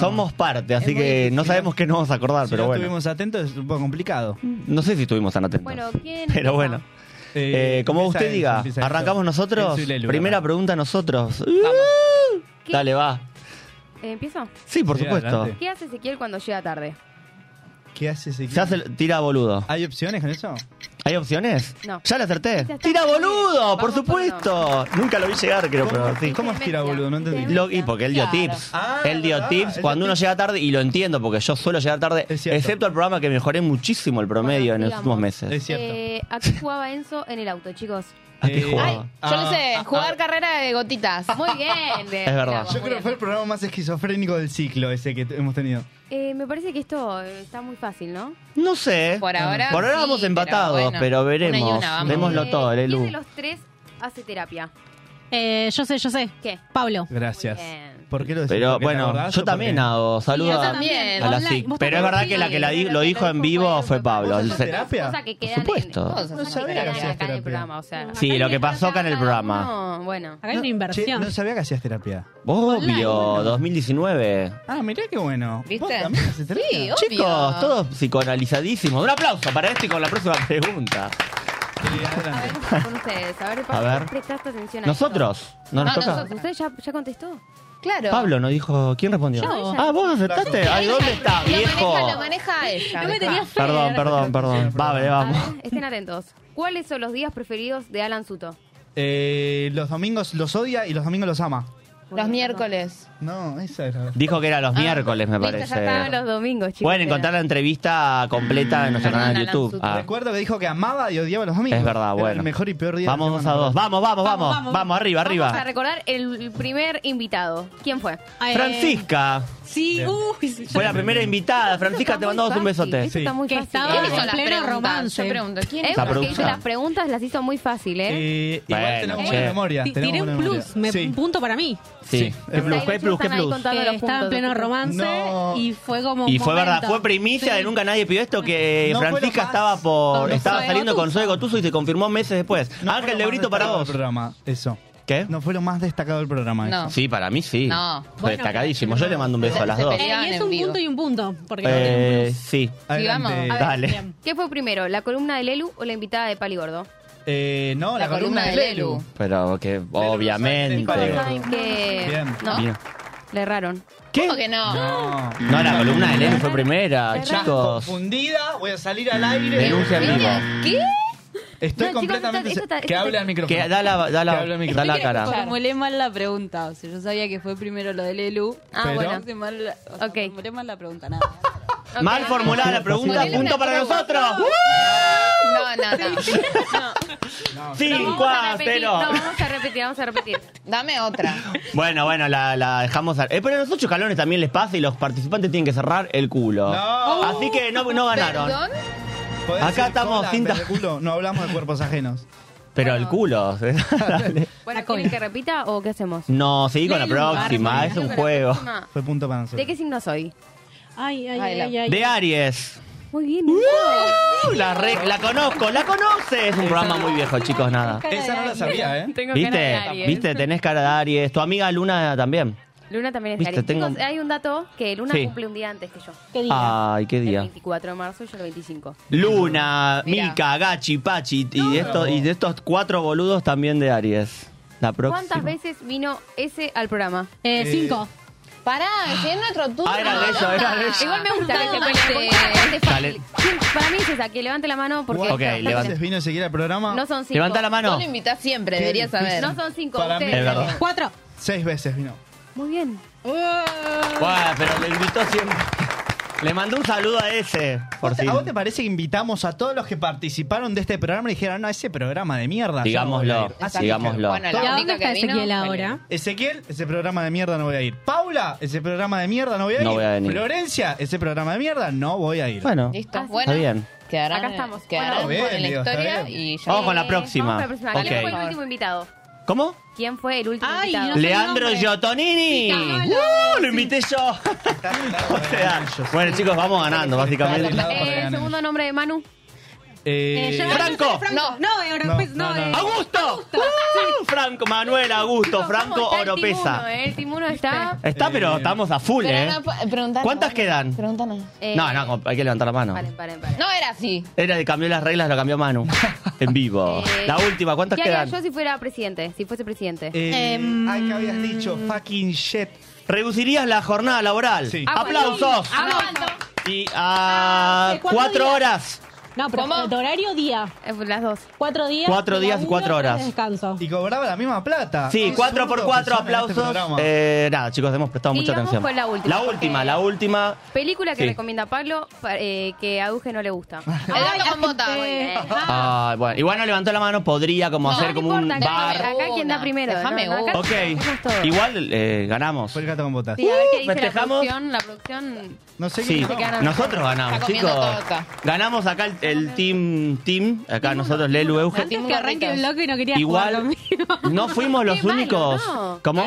[SPEAKER 6] Somos parte, así que no sabemos qué nos vamos a acordar,
[SPEAKER 7] Si
[SPEAKER 6] pero
[SPEAKER 7] no
[SPEAKER 6] bueno.
[SPEAKER 7] estuvimos atentos, es un poco complicado.
[SPEAKER 6] No sé si estuvimos tan atentos.
[SPEAKER 2] Bueno, ¿quién
[SPEAKER 6] Pero bueno. Eh, como
[SPEAKER 7] empieza
[SPEAKER 6] usted
[SPEAKER 7] Enzo,
[SPEAKER 6] diga,
[SPEAKER 7] empieza Enzo.
[SPEAKER 6] arrancamos nosotros.
[SPEAKER 7] Enzo y Lelu,
[SPEAKER 6] Primera pregunta a nosotros.
[SPEAKER 2] ¿Qué-
[SPEAKER 6] Dale, va.
[SPEAKER 2] Eh, ¿Empiezo?
[SPEAKER 6] Sí, por supuesto.
[SPEAKER 2] ¿Qué hace Ezequiel cuando llega tarde?
[SPEAKER 7] ¿Qué hace ese
[SPEAKER 6] Se hace el- tira boludo.
[SPEAKER 7] ¿Hay opciones con eso?
[SPEAKER 6] ¿Hay opciones?
[SPEAKER 2] No.
[SPEAKER 6] Ya le acerté.
[SPEAKER 2] Ya está.
[SPEAKER 6] ¡Tira boludo!
[SPEAKER 2] Vamos
[SPEAKER 6] ¡Por
[SPEAKER 2] por
[SPEAKER 6] supuesto! Nunca lo vi llegar, creo, pero sí.
[SPEAKER 7] ¿Cómo es tira, boludo? No entendí.
[SPEAKER 6] Lo- y porque él dio
[SPEAKER 7] Claro.
[SPEAKER 6] tips.
[SPEAKER 7] Ah,
[SPEAKER 6] él dio
[SPEAKER 7] ¿verdad?
[SPEAKER 6] tips
[SPEAKER 7] Él
[SPEAKER 6] cuando
[SPEAKER 7] dio
[SPEAKER 6] uno llega tarde, y lo entiendo porque yo suelo llegar tarde, excepto al programa que mejoré muchísimo el promedio en los
[SPEAKER 2] sigamos.
[SPEAKER 6] últimos meses.
[SPEAKER 2] Eh, ¿A qué jugaba Enzo en el auto, chicos?
[SPEAKER 6] ¿A
[SPEAKER 7] Eh,
[SPEAKER 6] qué jugaba?
[SPEAKER 7] Ah.
[SPEAKER 17] Yo no sé, jugar carrera de gotitas.
[SPEAKER 2] Muy bien.
[SPEAKER 7] Es Yo creo que fue el programa más esquizofrénico del ciclo ese que t- hemos tenido.
[SPEAKER 2] Eh, me parece que esto eh, está muy fácil, ¿no?
[SPEAKER 6] No sé.
[SPEAKER 2] Por ahora
[SPEAKER 6] Por ahora
[SPEAKER 2] sí,
[SPEAKER 6] vamos
[SPEAKER 2] pero
[SPEAKER 6] empatados,
[SPEAKER 2] bueno.
[SPEAKER 6] pero,
[SPEAKER 2] Una y
[SPEAKER 6] veremos.
[SPEAKER 2] una, vamos.
[SPEAKER 6] Démoslo
[SPEAKER 2] Eh,
[SPEAKER 6] todo, Lelu.
[SPEAKER 2] ¿Quién de los tres hace terapia?
[SPEAKER 9] Eh, yo sé, yo sé.
[SPEAKER 2] ¿Qué?
[SPEAKER 9] Pablo.
[SPEAKER 7] Gracias. ¿Por qué lo decís?
[SPEAKER 6] Pero
[SPEAKER 7] ¿Porque te
[SPEAKER 6] bueno,
[SPEAKER 7] acordás
[SPEAKER 6] yo
[SPEAKER 7] o por qué?
[SPEAKER 6] también hago. Saluda
[SPEAKER 2] yo también.
[SPEAKER 6] a la
[SPEAKER 2] Online,
[SPEAKER 6] SIC.
[SPEAKER 2] vos
[SPEAKER 6] Pero es
[SPEAKER 2] también.
[SPEAKER 6] verdad que la que la di- lo dijo en vivo fue Pablo.
[SPEAKER 2] Cosas
[SPEAKER 6] Se-
[SPEAKER 2] que- Cosas que quedan
[SPEAKER 6] supuesto.
[SPEAKER 2] en, cosas
[SPEAKER 6] No
[SPEAKER 2] que
[SPEAKER 6] sabía
[SPEAKER 2] quedan
[SPEAKER 6] que
[SPEAKER 2] acá
[SPEAKER 6] hacías
[SPEAKER 2] en el
[SPEAKER 6] terapia.
[SPEAKER 2] programa, o sea.
[SPEAKER 6] Sí, lo que pasó acá en el programa.
[SPEAKER 2] No, bueno. Acá
[SPEAKER 7] No, che, no sabía que hacías terapia.
[SPEAKER 6] Obvio, 2019.
[SPEAKER 7] Ah, mirá qué bueno.
[SPEAKER 17] ¿Viste? Sí,
[SPEAKER 6] Chicos,
[SPEAKER 17] obvio.
[SPEAKER 6] todos psicoanalizadísimos. Un aplauso para este y con la próxima pregunta.
[SPEAKER 2] A ver, vamos con ustedes. A ver, Pablo,
[SPEAKER 6] A ver.
[SPEAKER 2] prestaste atención a
[SPEAKER 6] ¿Nosotros? ¿No nos toca?
[SPEAKER 2] ¿Usted ya, ya contestó?
[SPEAKER 17] Claro.
[SPEAKER 6] Pablo no dijo. ¿Quién respondió?
[SPEAKER 17] Yo.
[SPEAKER 6] Ah, vos aceptaste. Ay, ¿dónde está, viejo?
[SPEAKER 17] Maneja, lo maneja ella.
[SPEAKER 2] No me tenía fe.
[SPEAKER 6] Perdón, perdón, perdón. Vale, vamos.
[SPEAKER 2] Estén atentos. ¿Cuáles son los días preferidos de Alan Suto?
[SPEAKER 7] Eh, los domingos los odia y los domingos los ama.
[SPEAKER 2] Los miércoles.
[SPEAKER 7] No, esa era.
[SPEAKER 6] Dijo que era los miércoles, me
[SPEAKER 2] Listo, ya estaban
[SPEAKER 6] parece.
[SPEAKER 2] los domingos, chicos.
[SPEAKER 6] Pueden encontrar la entrevista completa en nuestro canal de
[SPEAKER 2] Alan
[SPEAKER 6] YouTube.
[SPEAKER 2] Sutton.
[SPEAKER 6] Ah,
[SPEAKER 7] Recuerdo que dijo que amaba y odiaba los domingos.
[SPEAKER 6] es verdad,
[SPEAKER 7] Era
[SPEAKER 6] bueno.
[SPEAKER 7] el mejor y peor día. de la
[SPEAKER 6] Vamos dos a
[SPEAKER 7] semana.
[SPEAKER 6] dos. Vamos, vamos, vamos. Vamos, arriba, arriba.
[SPEAKER 2] Vamos a recordar el primer invitado. ¿Quién fue?
[SPEAKER 6] Eh, Francisca.
[SPEAKER 2] Sí, uy.
[SPEAKER 6] Fue la primera invitada. Francisca, te mandamos un besote.
[SPEAKER 2] Está muy fácil.
[SPEAKER 9] estaba
[SPEAKER 2] ¿Quiénes son
[SPEAKER 9] en
[SPEAKER 2] las
[SPEAKER 9] pleno
[SPEAKER 2] preguntas?
[SPEAKER 9] romance.
[SPEAKER 2] Yo pregunto, ¿quién
[SPEAKER 6] La
[SPEAKER 2] es? Porque
[SPEAKER 6] producción.
[SPEAKER 2] las preguntas las hizo muy fácil, ¿eh?
[SPEAKER 7] Eh, igual
[SPEAKER 6] Bueno,
[SPEAKER 7] tenemos
[SPEAKER 6] che.
[SPEAKER 7] buena memoria.
[SPEAKER 9] Ti-
[SPEAKER 7] tenemos
[SPEAKER 9] Tiré un
[SPEAKER 7] buena
[SPEAKER 9] plus,
[SPEAKER 7] memoria.
[SPEAKER 9] me- un punto para mí.
[SPEAKER 6] Sí. ¿Qué plus? ¿Qué plus? ¿Qué plus?
[SPEAKER 2] contando
[SPEAKER 9] Que
[SPEAKER 2] los
[SPEAKER 9] estaba en
[SPEAKER 2] puntos.
[SPEAKER 9] pleno romance
[SPEAKER 7] No.
[SPEAKER 9] y fue como.
[SPEAKER 6] Y
[SPEAKER 9] un
[SPEAKER 6] fue verdad,
[SPEAKER 9] momento.
[SPEAKER 6] fue primicia de nunca nadie pidió esto que
[SPEAKER 7] No fue lo
[SPEAKER 6] Francisca
[SPEAKER 7] más-
[SPEAKER 6] estaba por
[SPEAKER 7] no
[SPEAKER 6] estaba
[SPEAKER 7] fue lo
[SPEAKER 6] saliendo con
[SPEAKER 7] más-
[SPEAKER 6] Zoe Gotuso y se confirmó meses después.
[SPEAKER 7] No fue
[SPEAKER 6] Ángel
[SPEAKER 7] lo
[SPEAKER 6] de
[SPEAKER 7] más
[SPEAKER 6] Brito para
[SPEAKER 7] destacado
[SPEAKER 6] vos.
[SPEAKER 7] del programa, eso.
[SPEAKER 6] ¿Qué?
[SPEAKER 7] No fue lo más destacado del programa.
[SPEAKER 9] No.
[SPEAKER 7] eso.
[SPEAKER 6] Sí, para mí sí.
[SPEAKER 9] No.
[SPEAKER 6] Fue
[SPEAKER 9] Bueno,
[SPEAKER 6] destacadísimo. Yo le mando un beso a las
[SPEAKER 9] Eh,
[SPEAKER 6] dos.
[SPEAKER 9] y es un punto y un punto. Porque no tiene un
[SPEAKER 6] Eh,
[SPEAKER 9] plus.
[SPEAKER 6] sí.
[SPEAKER 2] Sigamos. A ver,
[SPEAKER 6] Dale.
[SPEAKER 2] bien. ¿Qué fue primero, la columna de Lelu o la invitada de Pali Gordo?
[SPEAKER 7] Eh, no, la, columna, de Lelu.
[SPEAKER 6] Pero que obviamente.
[SPEAKER 2] Saben que...
[SPEAKER 6] Bien.
[SPEAKER 2] No,
[SPEAKER 6] Bien.
[SPEAKER 2] le erraron.
[SPEAKER 6] ¿Qué?
[SPEAKER 2] ¿Cómo que no?
[SPEAKER 6] No, la columna de Lelu fue primera, Ah, chicos.
[SPEAKER 7] Fundida, voy a salir al aire.
[SPEAKER 6] Denuncia en vivo.
[SPEAKER 2] ¿Qué?
[SPEAKER 7] Estoy
[SPEAKER 18] No, chicos,
[SPEAKER 7] completamente.
[SPEAKER 18] esto está- esto
[SPEAKER 7] que
[SPEAKER 18] está-
[SPEAKER 7] hable al micrófono.
[SPEAKER 6] Que da la- da la-
[SPEAKER 7] Que hable al
[SPEAKER 6] da
[SPEAKER 7] micrófono.
[SPEAKER 6] la cara.
[SPEAKER 18] Formulé mal la pregunta, o sea, yo sabía que fue primero lo de Lelu.
[SPEAKER 2] Ah,
[SPEAKER 18] pero
[SPEAKER 2] bueno.
[SPEAKER 18] hice mal la- o sea, Formulé mal la pregunta, nada.
[SPEAKER 6] Mal formulada la pregunta,
[SPEAKER 18] Ponele
[SPEAKER 6] punto
[SPEAKER 18] una
[SPEAKER 6] para
[SPEAKER 18] prueba.
[SPEAKER 6] nosotros. ¡Uh!
[SPEAKER 2] No, no, no.
[SPEAKER 6] Cinco a
[SPEAKER 2] Repetir,
[SPEAKER 6] cero.
[SPEAKER 2] no, vamos a repetir, vamos a repetir. Dame otra.
[SPEAKER 6] Bueno, bueno, la, la dejamos. a- Eh, pero en los ocho calones también les pasa y los participantes tienen que cerrar el culo.
[SPEAKER 2] Uh,
[SPEAKER 6] Así que no, no ganaron.
[SPEAKER 2] ¿Perdón?
[SPEAKER 7] Podés
[SPEAKER 6] Acá
[SPEAKER 7] decir
[SPEAKER 6] estamos
[SPEAKER 7] cola,
[SPEAKER 6] sin
[SPEAKER 7] pero
[SPEAKER 6] ta-
[SPEAKER 7] de culo, No hablamos de cuerpos ajenos.
[SPEAKER 6] Pero el culo. Dale.
[SPEAKER 2] Bueno, ¿quieren que repita o qué hacemos?
[SPEAKER 6] no, seguí con la
[SPEAKER 2] Lelu,
[SPEAKER 6] próxima.
[SPEAKER 2] Barney.
[SPEAKER 6] Es un
[SPEAKER 2] Lelu, la
[SPEAKER 6] juego.
[SPEAKER 2] próxima.
[SPEAKER 7] Fue punto para
[SPEAKER 2] ¿De qué signo soy?
[SPEAKER 9] Ay, ay,
[SPEAKER 2] Ay,
[SPEAKER 9] ay,
[SPEAKER 2] la-
[SPEAKER 9] ay.
[SPEAKER 6] De Aries.
[SPEAKER 2] Muy bien.
[SPEAKER 6] Uh, la, re- la conozco, la conoces. Es un programa muy viejo, chicos, nada.
[SPEAKER 7] Esa no la sabía, ¿eh?
[SPEAKER 2] Tengo cara de
[SPEAKER 6] ¿Viste?
[SPEAKER 2] Aries.
[SPEAKER 6] ¿Viste? Tenés cara de Aries. Tu amiga Luna también.
[SPEAKER 2] Luna también es de
[SPEAKER 6] Viste,
[SPEAKER 2] Aries.
[SPEAKER 6] tengo-
[SPEAKER 2] Chicos, hay un dato que Luna
[SPEAKER 6] Sí. Ah.
[SPEAKER 2] cumple un día antes que yo.
[SPEAKER 6] Ay, qué
[SPEAKER 2] El
[SPEAKER 6] día.
[SPEAKER 2] 24 de marzo y yo el 25.
[SPEAKER 6] Luna,
[SPEAKER 2] Mirá.
[SPEAKER 6] Mica, Gachi, Pachi y, de estos, y de estos cuatro boludos también de Aries. La
[SPEAKER 2] ¿Cuántas
[SPEAKER 6] próxima.
[SPEAKER 2] veces vino ese al programa?
[SPEAKER 9] Eh,
[SPEAKER 6] cinco.
[SPEAKER 2] Pará, si es nuestro turno.
[SPEAKER 6] Ah, era de ellos, era de ellos.
[SPEAKER 2] Igual me gusta que se pelee.
[SPEAKER 6] Dale.
[SPEAKER 2] ¿Quién- Para mí es esa, que levante la mano porque...
[SPEAKER 6] Ok, levanta.
[SPEAKER 7] Entonces vino siquiera al programa.
[SPEAKER 2] No son cinco.
[SPEAKER 6] Levanta la mano. Vos lo
[SPEAKER 2] invitás siempre,
[SPEAKER 7] Qué deberías difícil. saber.
[SPEAKER 2] No son cinco,
[SPEAKER 7] Para mí
[SPEAKER 2] ustedes.
[SPEAKER 7] es verdad.
[SPEAKER 9] Cuatro.
[SPEAKER 7] Seis veces vino.
[SPEAKER 2] Muy bien.
[SPEAKER 6] Bueno, pero le invitó siempre. Le mandó un saludo a ese. Por si.
[SPEAKER 7] ¿A vos te parece que invitamos a todos los que participaron de este programa y dijeron, no, ese programa de mierda? yo no
[SPEAKER 6] Digámoslo,
[SPEAKER 7] voy a ir"? Así
[SPEAKER 6] digámoslo.
[SPEAKER 7] dijeron.
[SPEAKER 6] Bueno,
[SPEAKER 9] ¿Y
[SPEAKER 7] Todos-
[SPEAKER 9] a dónde está Ezequiel ahora?
[SPEAKER 7] Ezequiel, ese programa de mierda no voy a ir. Paula, ese programa de mierda no voy a ir.
[SPEAKER 6] No voy a venir.
[SPEAKER 7] Florencia, ese programa de mierda no voy a ir.
[SPEAKER 6] Bueno,
[SPEAKER 2] Listo.
[SPEAKER 6] está bien.
[SPEAKER 2] Quedarán, Acá estamos.
[SPEAKER 7] quedarán Bueno, bien,
[SPEAKER 2] en la
[SPEAKER 7] digo, está
[SPEAKER 2] historia
[SPEAKER 7] bien.
[SPEAKER 2] y ya.
[SPEAKER 6] Vamos con la próxima.
[SPEAKER 2] Vamos con la próxima. ¿Quién fue
[SPEAKER 6] Ok.
[SPEAKER 2] el último invitado?
[SPEAKER 6] ¿Cómo?
[SPEAKER 2] ¿Quién fue el último
[SPEAKER 9] Ay,
[SPEAKER 2] invitado?
[SPEAKER 9] no sé el
[SPEAKER 6] Leandro
[SPEAKER 9] nombre.
[SPEAKER 6] Giotonini.
[SPEAKER 2] Sí, no, no,
[SPEAKER 6] ¡Uh! Lo invité yo. O sea, bueno, chicos, vamos ganando, básicamente.
[SPEAKER 2] Eh, el segundo nombre de Manu.
[SPEAKER 9] Eh, yo-
[SPEAKER 6] Franco.
[SPEAKER 9] No, no, eh, Oropesa, no, eh.
[SPEAKER 6] ¡Augusto! ¡Uh! Franco, Manuel, Augusto, Franco,
[SPEAKER 2] ¿Cómo está el timuno,
[SPEAKER 6] Oropesa.
[SPEAKER 2] eh? El timuno está...
[SPEAKER 6] Está, Este. pero estamos a full, ¿eh? ¿Cuántas quedan?
[SPEAKER 2] Preguntanos.
[SPEAKER 6] No, no, hay que levantar la mano.
[SPEAKER 2] Eh, Paren, paren, paren. No era así.
[SPEAKER 6] Era de cambió las reglas, lo cambió Manu. en vivo.
[SPEAKER 2] Eh,
[SPEAKER 6] La última, ¿cuántas
[SPEAKER 2] ¿Qué haría
[SPEAKER 6] quedan? Eh,
[SPEAKER 2] yo si fuera presidente? Si fuese presidente.
[SPEAKER 7] ay, que habías dicho fucking shit.
[SPEAKER 6] Reducirías la jornada laboral. ¡Aplausos! Y
[SPEAKER 9] Ah,
[SPEAKER 6] a
[SPEAKER 9] ¿cuántos
[SPEAKER 6] cuatro
[SPEAKER 9] días?
[SPEAKER 6] horas.
[SPEAKER 9] No, pero
[SPEAKER 2] ¿Cómo? Eh, pues
[SPEAKER 9] de horario día.
[SPEAKER 2] Las dos.
[SPEAKER 9] Cuatro días.
[SPEAKER 6] Cuatro
[SPEAKER 9] de
[SPEAKER 6] días,
[SPEAKER 9] laburo,
[SPEAKER 6] cuatro
[SPEAKER 9] tres de
[SPEAKER 6] horas.
[SPEAKER 9] Descanso.
[SPEAKER 7] Y cobraba la misma plata.
[SPEAKER 6] Sí,
[SPEAKER 7] Qué
[SPEAKER 6] cuatro por
[SPEAKER 7] zurdos
[SPEAKER 6] cuatro
[SPEAKER 7] que son en este
[SPEAKER 6] aplausos.
[SPEAKER 7] programa.
[SPEAKER 6] Eh, nada, chicos, hemos prestado
[SPEAKER 2] Y
[SPEAKER 6] mucha
[SPEAKER 2] vamos
[SPEAKER 6] atención.
[SPEAKER 2] con la última,
[SPEAKER 6] la
[SPEAKER 2] porque-
[SPEAKER 6] última. la última.
[SPEAKER 2] Película que
[SPEAKER 6] Sí.
[SPEAKER 2] recomienda Pablo pa- eh, que a Uge no le gusta.
[SPEAKER 18] Ay, con bota.
[SPEAKER 2] eh.
[SPEAKER 6] Ah, bueno, igual no levantó la mano, podría como hacer como un
[SPEAKER 2] Acá-
[SPEAKER 6] bar.
[SPEAKER 2] Acá quien da primero.
[SPEAKER 18] Déjame
[SPEAKER 2] ¿no? Acá-
[SPEAKER 6] Ok, igual eh, ganamos.
[SPEAKER 7] Fue el gato con botas.
[SPEAKER 2] Sí, a ver qué dice
[SPEAKER 6] Festejamos.
[SPEAKER 2] la producción. La producción.
[SPEAKER 7] No sé
[SPEAKER 6] Sí,
[SPEAKER 7] qué ganamos.
[SPEAKER 6] nosotros ganamos,
[SPEAKER 2] Está
[SPEAKER 6] chicos.
[SPEAKER 2] comiendo todo acá.
[SPEAKER 6] Ganamos acá el, el team, team, acá nosotros, Lelu, Euge.
[SPEAKER 9] Antes que arranque el bloque no quería jugar
[SPEAKER 6] Igual no fuimos los únicos.
[SPEAKER 2] No.
[SPEAKER 6] ¿Cómo?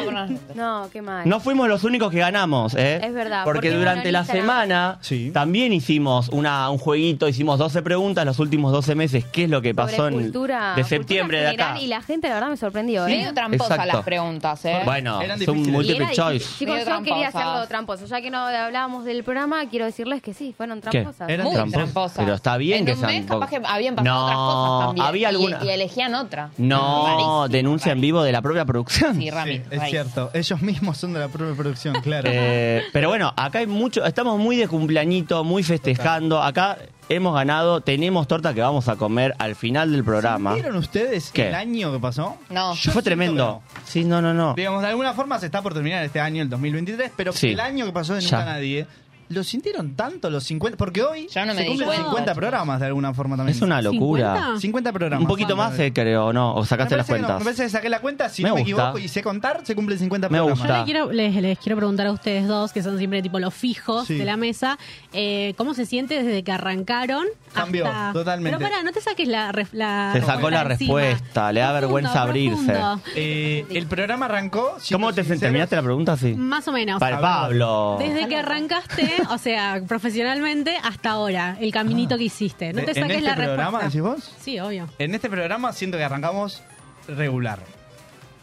[SPEAKER 2] No, qué mal.
[SPEAKER 6] No fuimos los únicos que ganamos, ¿eh?
[SPEAKER 2] Es verdad,
[SPEAKER 6] Porque
[SPEAKER 2] porque
[SPEAKER 6] durante la
[SPEAKER 2] analizan a-
[SPEAKER 6] semana también hicimos una, un jueguito, hicimos 12 preguntas los últimos 12 meses, qué es lo que
[SPEAKER 2] Sobre
[SPEAKER 6] pasó en-
[SPEAKER 2] cultura-
[SPEAKER 6] de septiembre de
[SPEAKER 2] general,
[SPEAKER 6] acá.
[SPEAKER 2] Y la gente, la verdad, me sorprendió. ¿eh?
[SPEAKER 6] Medio tramposa Exacto. las
[SPEAKER 2] preguntas,
[SPEAKER 19] ¿eh?
[SPEAKER 6] Bueno,
[SPEAKER 7] Eran
[SPEAKER 6] son
[SPEAKER 7] difíciles.
[SPEAKER 2] Y era
[SPEAKER 6] multiple
[SPEAKER 2] difícil.
[SPEAKER 6] choice.
[SPEAKER 2] Chicos,
[SPEAKER 18] Medio
[SPEAKER 2] yo quería
[SPEAKER 18] tramposas.
[SPEAKER 2] hacerlo tramposo. Ya que no hablábamos del programa, quiero decirles que sí, fueron
[SPEAKER 6] ¿Qué?
[SPEAKER 2] tramposas.
[SPEAKER 6] Eran tramposas. Pero está bien que que
[SPEAKER 19] en un
[SPEAKER 6] sean
[SPEAKER 19] mes capaz
[SPEAKER 6] pocas.
[SPEAKER 19] que habían pasado otras cosas
[SPEAKER 6] No,
[SPEAKER 19] también.
[SPEAKER 6] había
[SPEAKER 19] y-
[SPEAKER 6] alguna-
[SPEAKER 19] Y, elegían otra.
[SPEAKER 6] No,
[SPEAKER 19] Rarísimo.
[SPEAKER 6] denuncia en vivo de la propia producción.
[SPEAKER 19] Sí, Rami, Sí, es Rami.
[SPEAKER 7] cierto. Ellos mismos son de la propia producción, claro.
[SPEAKER 6] Eh, pero bueno, acá hay mucho, estamos muy de cumpleañito, muy festejando. Acá hemos ganado, tenemos torta que vamos a comer al final del programa.
[SPEAKER 7] ¿Vieron ustedes
[SPEAKER 6] ¿Qué?
[SPEAKER 7] el año que pasó?
[SPEAKER 19] No.
[SPEAKER 6] Fue tremendo. Sí, no, no, no.
[SPEAKER 7] Digamos, de alguna forma se está por terminar este año, el 2023, pero
[SPEAKER 6] Sí.
[SPEAKER 7] el año que pasó de
[SPEAKER 6] Ya.
[SPEAKER 7] Nunca Nadie, ¿lo sintieron tanto los 50? Porque hoy
[SPEAKER 19] no me
[SPEAKER 7] se
[SPEAKER 19] di
[SPEAKER 7] cumplen
[SPEAKER 19] cuenta,
[SPEAKER 7] 50 programas de alguna forma también.
[SPEAKER 6] Es una locura.
[SPEAKER 7] 50, 50 programas.
[SPEAKER 6] Un poquito más, eh, creo, ¿no? O
[SPEAKER 7] Me
[SPEAKER 6] sacaste
[SPEAKER 7] parece
[SPEAKER 6] las
[SPEAKER 7] que no,
[SPEAKER 6] cuentas.
[SPEAKER 7] me parece que saqué la cuenta, si
[SPEAKER 6] Me
[SPEAKER 7] no me
[SPEAKER 6] gusta.
[SPEAKER 7] equivoco y sé contar, se cumplen 50
[SPEAKER 6] Me
[SPEAKER 7] programas.
[SPEAKER 6] gusta.
[SPEAKER 9] Yo le quiero- les, les quiero preguntar a ustedes dos, que son siempre tipo los fijos
[SPEAKER 7] Sí.
[SPEAKER 9] de la mesa, eh, ¿cómo se siente desde que arrancaron?
[SPEAKER 7] Cambió,
[SPEAKER 9] hasta-
[SPEAKER 7] totalmente.
[SPEAKER 9] Pero pará, no te saques la... ref- la
[SPEAKER 6] Se sacó la
[SPEAKER 9] respuesta encima.
[SPEAKER 6] respuesta, le da vergüenza abrirse.
[SPEAKER 9] Ah, profundo.
[SPEAKER 7] Eh, el programa arrancó.
[SPEAKER 6] ¿Cómo te terminaste la pregunta así?
[SPEAKER 9] Más o menos.
[SPEAKER 6] Para Pablo.
[SPEAKER 9] Desde que arrancaste, o sea, profesionalmente hasta ahora, el caminito que hiciste. No te
[SPEAKER 7] ¿En
[SPEAKER 9] saques
[SPEAKER 7] este
[SPEAKER 9] la
[SPEAKER 7] programa,
[SPEAKER 9] respuesta.
[SPEAKER 7] decís vos?
[SPEAKER 9] Sí, obvio.
[SPEAKER 7] En este programa siento que arrancamos regular.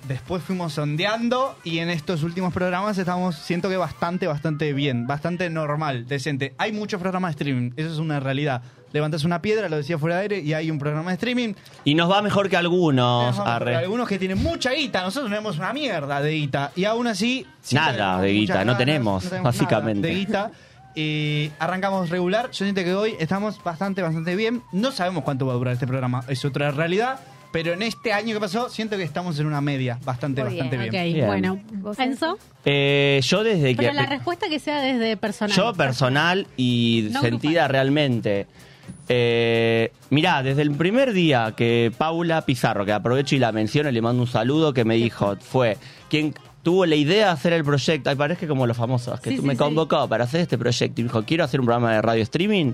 [SPEAKER 7] Después fuimos sondeando y en estos últimos programas estamos, siento que bastante, bastante bien, bastante normal, decente. Hay muchos programas de streaming, eso es una realidad. Levantas una piedra, lo decía fuera de aire, y hay un programa de streaming.
[SPEAKER 6] Y nos va mejor que algunos. arre.
[SPEAKER 7] Algunos que tienen mucha guita, nosotros tenemos una mierda de guita. Y aún así... siento que tenemos
[SPEAKER 6] Nada de
[SPEAKER 7] muchas
[SPEAKER 6] guita, no
[SPEAKER 7] ganas,
[SPEAKER 6] tenemos,
[SPEAKER 7] no tenemos nada
[SPEAKER 6] básicamente.
[SPEAKER 7] de guita. Eh, arrancamos regular. Yo siento que hoy estamos bastante, bastante bien. No sabemos cuánto va a durar este programa, es otra realidad. Pero en este año que pasó, siento que estamos en una media bastante,
[SPEAKER 9] Muy
[SPEAKER 7] bastante bien.
[SPEAKER 9] Ok, bueno. Enzo,
[SPEAKER 6] Eh, yo desde que.
[SPEAKER 9] pero la respuesta que sea desde personal.
[SPEAKER 6] Yo personal y
[SPEAKER 9] No
[SPEAKER 6] sentida realmente. Eh, mirá, desde el primer día que Paula Pizarro, que aprovecho y la menciono, y le mando un saludo, que me dijo, fue quien tuvo la idea de hacer el proyecto, ay, parece como los famosos, que
[SPEAKER 20] Sí,
[SPEAKER 6] tú
[SPEAKER 20] sí,
[SPEAKER 6] me
[SPEAKER 20] sí.
[SPEAKER 6] convocó para hacer este proyecto y me dijo, quiero hacer un programa de radio streaming,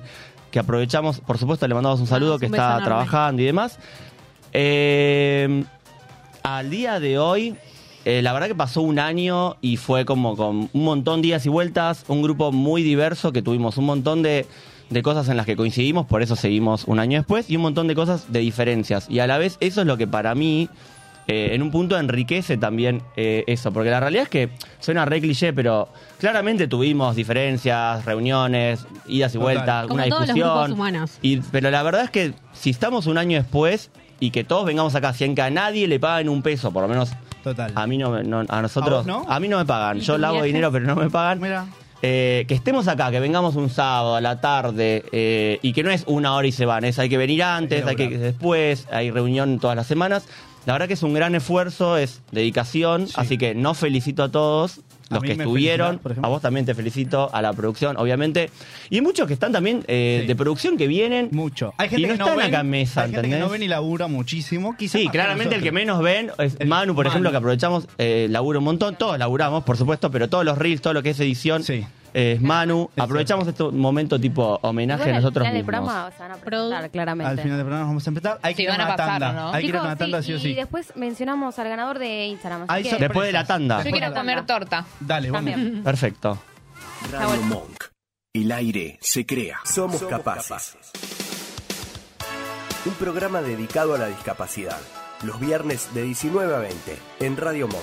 [SPEAKER 6] que aprovechamos, por supuesto, le mandamos un saludo,
[SPEAKER 20] Ah, un
[SPEAKER 6] que
[SPEAKER 20] beso
[SPEAKER 6] está
[SPEAKER 20] enorme.
[SPEAKER 6] trabajando y demás. Eh, al día de hoy, eh, la verdad que pasó un año y fue como con un montón de días y vueltas, un grupo muy diverso que tuvimos un montón de, de cosas en las que coincidimos, por eso seguimos un año después, y un montón de cosas de diferencias. Y a la vez eso es lo que para mí... eh, en un punto enriquece también eh, eso, porque la realidad es que suena re cliché, pero claramente tuvimos diferencias, reuniones, idas y
[SPEAKER 9] Total.
[SPEAKER 6] vueltas,
[SPEAKER 9] Como
[SPEAKER 6] una
[SPEAKER 9] todos los
[SPEAKER 6] discusión.
[SPEAKER 9] grupos humanos.
[SPEAKER 6] Y, pero la verdad es que si estamos un año después y que todos vengamos acá, si en que a nadie le pagan un peso, por lo menos
[SPEAKER 7] Total.
[SPEAKER 6] a mí no, me- no- a nosotros,
[SPEAKER 7] ¿A vos no?
[SPEAKER 6] a mí no me pagan. Yo
[SPEAKER 7] tus
[SPEAKER 6] lavo
[SPEAKER 7] viajes?
[SPEAKER 6] dinero, pero no me pagan.
[SPEAKER 7] Mira.
[SPEAKER 6] Eh, que estemos acá, que vengamos un sábado a la tarde eh, y que no es una hora y se van, es hay que venir antes, hay que, después, hay reunión todas las semanas. La verdad que es un gran esfuerzo, es dedicación, así que no felicito a todos
[SPEAKER 20] A
[SPEAKER 6] los
[SPEAKER 20] mí
[SPEAKER 6] que
[SPEAKER 20] me
[SPEAKER 6] estuvieron,
[SPEAKER 20] felicitas, por
[SPEAKER 6] a vos también te felicito, a la producción, obviamente, y muchos que están también eh, de producción que vienen.
[SPEAKER 7] Mucho. Hay gente
[SPEAKER 6] y no
[SPEAKER 7] que no
[SPEAKER 6] están
[SPEAKER 7] ven,
[SPEAKER 6] acá en mesa,
[SPEAKER 7] hay gente que
[SPEAKER 6] ¿entendés?
[SPEAKER 7] no ven y labura muchísimo. Quizás
[SPEAKER 6] Sí,
[SPEAKER 7] más que
[SPEAKER 6] claramente el que
[SPEAKER 7] nosotros.
[SPEAKER 6] menos ven es Manu, por ejemplo, que aprovechamos, eh, labura un montón. Todos laburamos, por supuesto, pero todos los reels, todo lo que es edición, eh, es Manu. aprovechamos este momento tipo homenaje a
[SPEAKER 17] Igual al
[SPEAKER 6] nosotros
[SPEAKER 17] final del
[SPEAKER 6] mismos.
[SPEAKER 17] programa se van a presentar, claramente.
[SPEAKER 7] Al final del programa nos vamos a empezar. Hay que ir a una tanda. Hay que ir a
[SPEAKER 17] Chicos,
[SPEAKER 7] una tanda sí o
[SPEAKER 17] Y
[SPEAKER 7] sí.
[SPEAKER 17] después mencionamos al ganador de Instagram. así
[SPEAKER 7] Hay
[SPEAKER 17] que-
[SPEAKER 7] sorpresas. Después de la
[SPEAKER 6] tanda.
[SPEAKER 17] Después
[SPEAKER 19] Yo
[SPEAKER 17] de
[SPEAKER 19] quiero
[SPEAKER 17] la
[SPEAKER 19] comer torta.
[SPEAKER 7] Dale,
[SPEAKER 19] vamos. También.
[SPEAKER 6] Perfecto.
[SPEAKER 1] Radio Monk. El aire se crea. Somos, capaces. Un programa dedicado a la discapacidad. Los viernes de 19 a 20 en Radio Monk.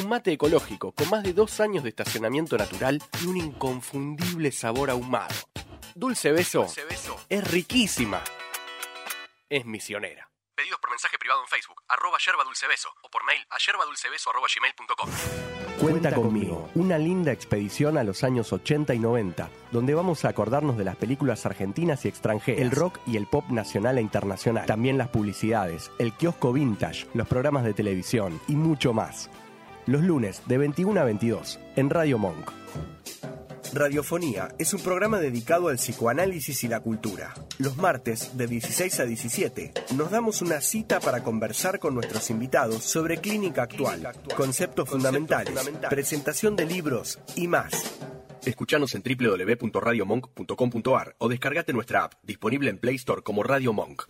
[SPEAKER 1] Un mate ecológico con más de dos años de estacionamiento natural y un inconfundible sabor ahumado. Dulce Beso, es riquísima. Es misionera. Pedidos por mensaje privado en Facebook, arroba yerba dulce beso o por mail a yerbadulcebeso arroba gmail.com. Cuenta conmigo, una linda expedición a los años 80 y 90, donde vamos a acordarnos de las películas argentinas y extranjeras, el rock y el pop nacional e internacional, también las publicidades, el kiosco vintage, los programas de televisión y mucho más. Los lunes de 21 a 22 en Radio Monk. Radiofonía es un programa dedicado al psicoanálisis y la cultura. Los martes, de 16 a 17, nos damos una cita para conversar con nuestros invitados sobre clínica actual, conceptos fundamentales, presentación de libros y más. Escuchanos en www.radiomonk.com.ar o descargate nuestra app, disponible en Play Store como Radio Monk.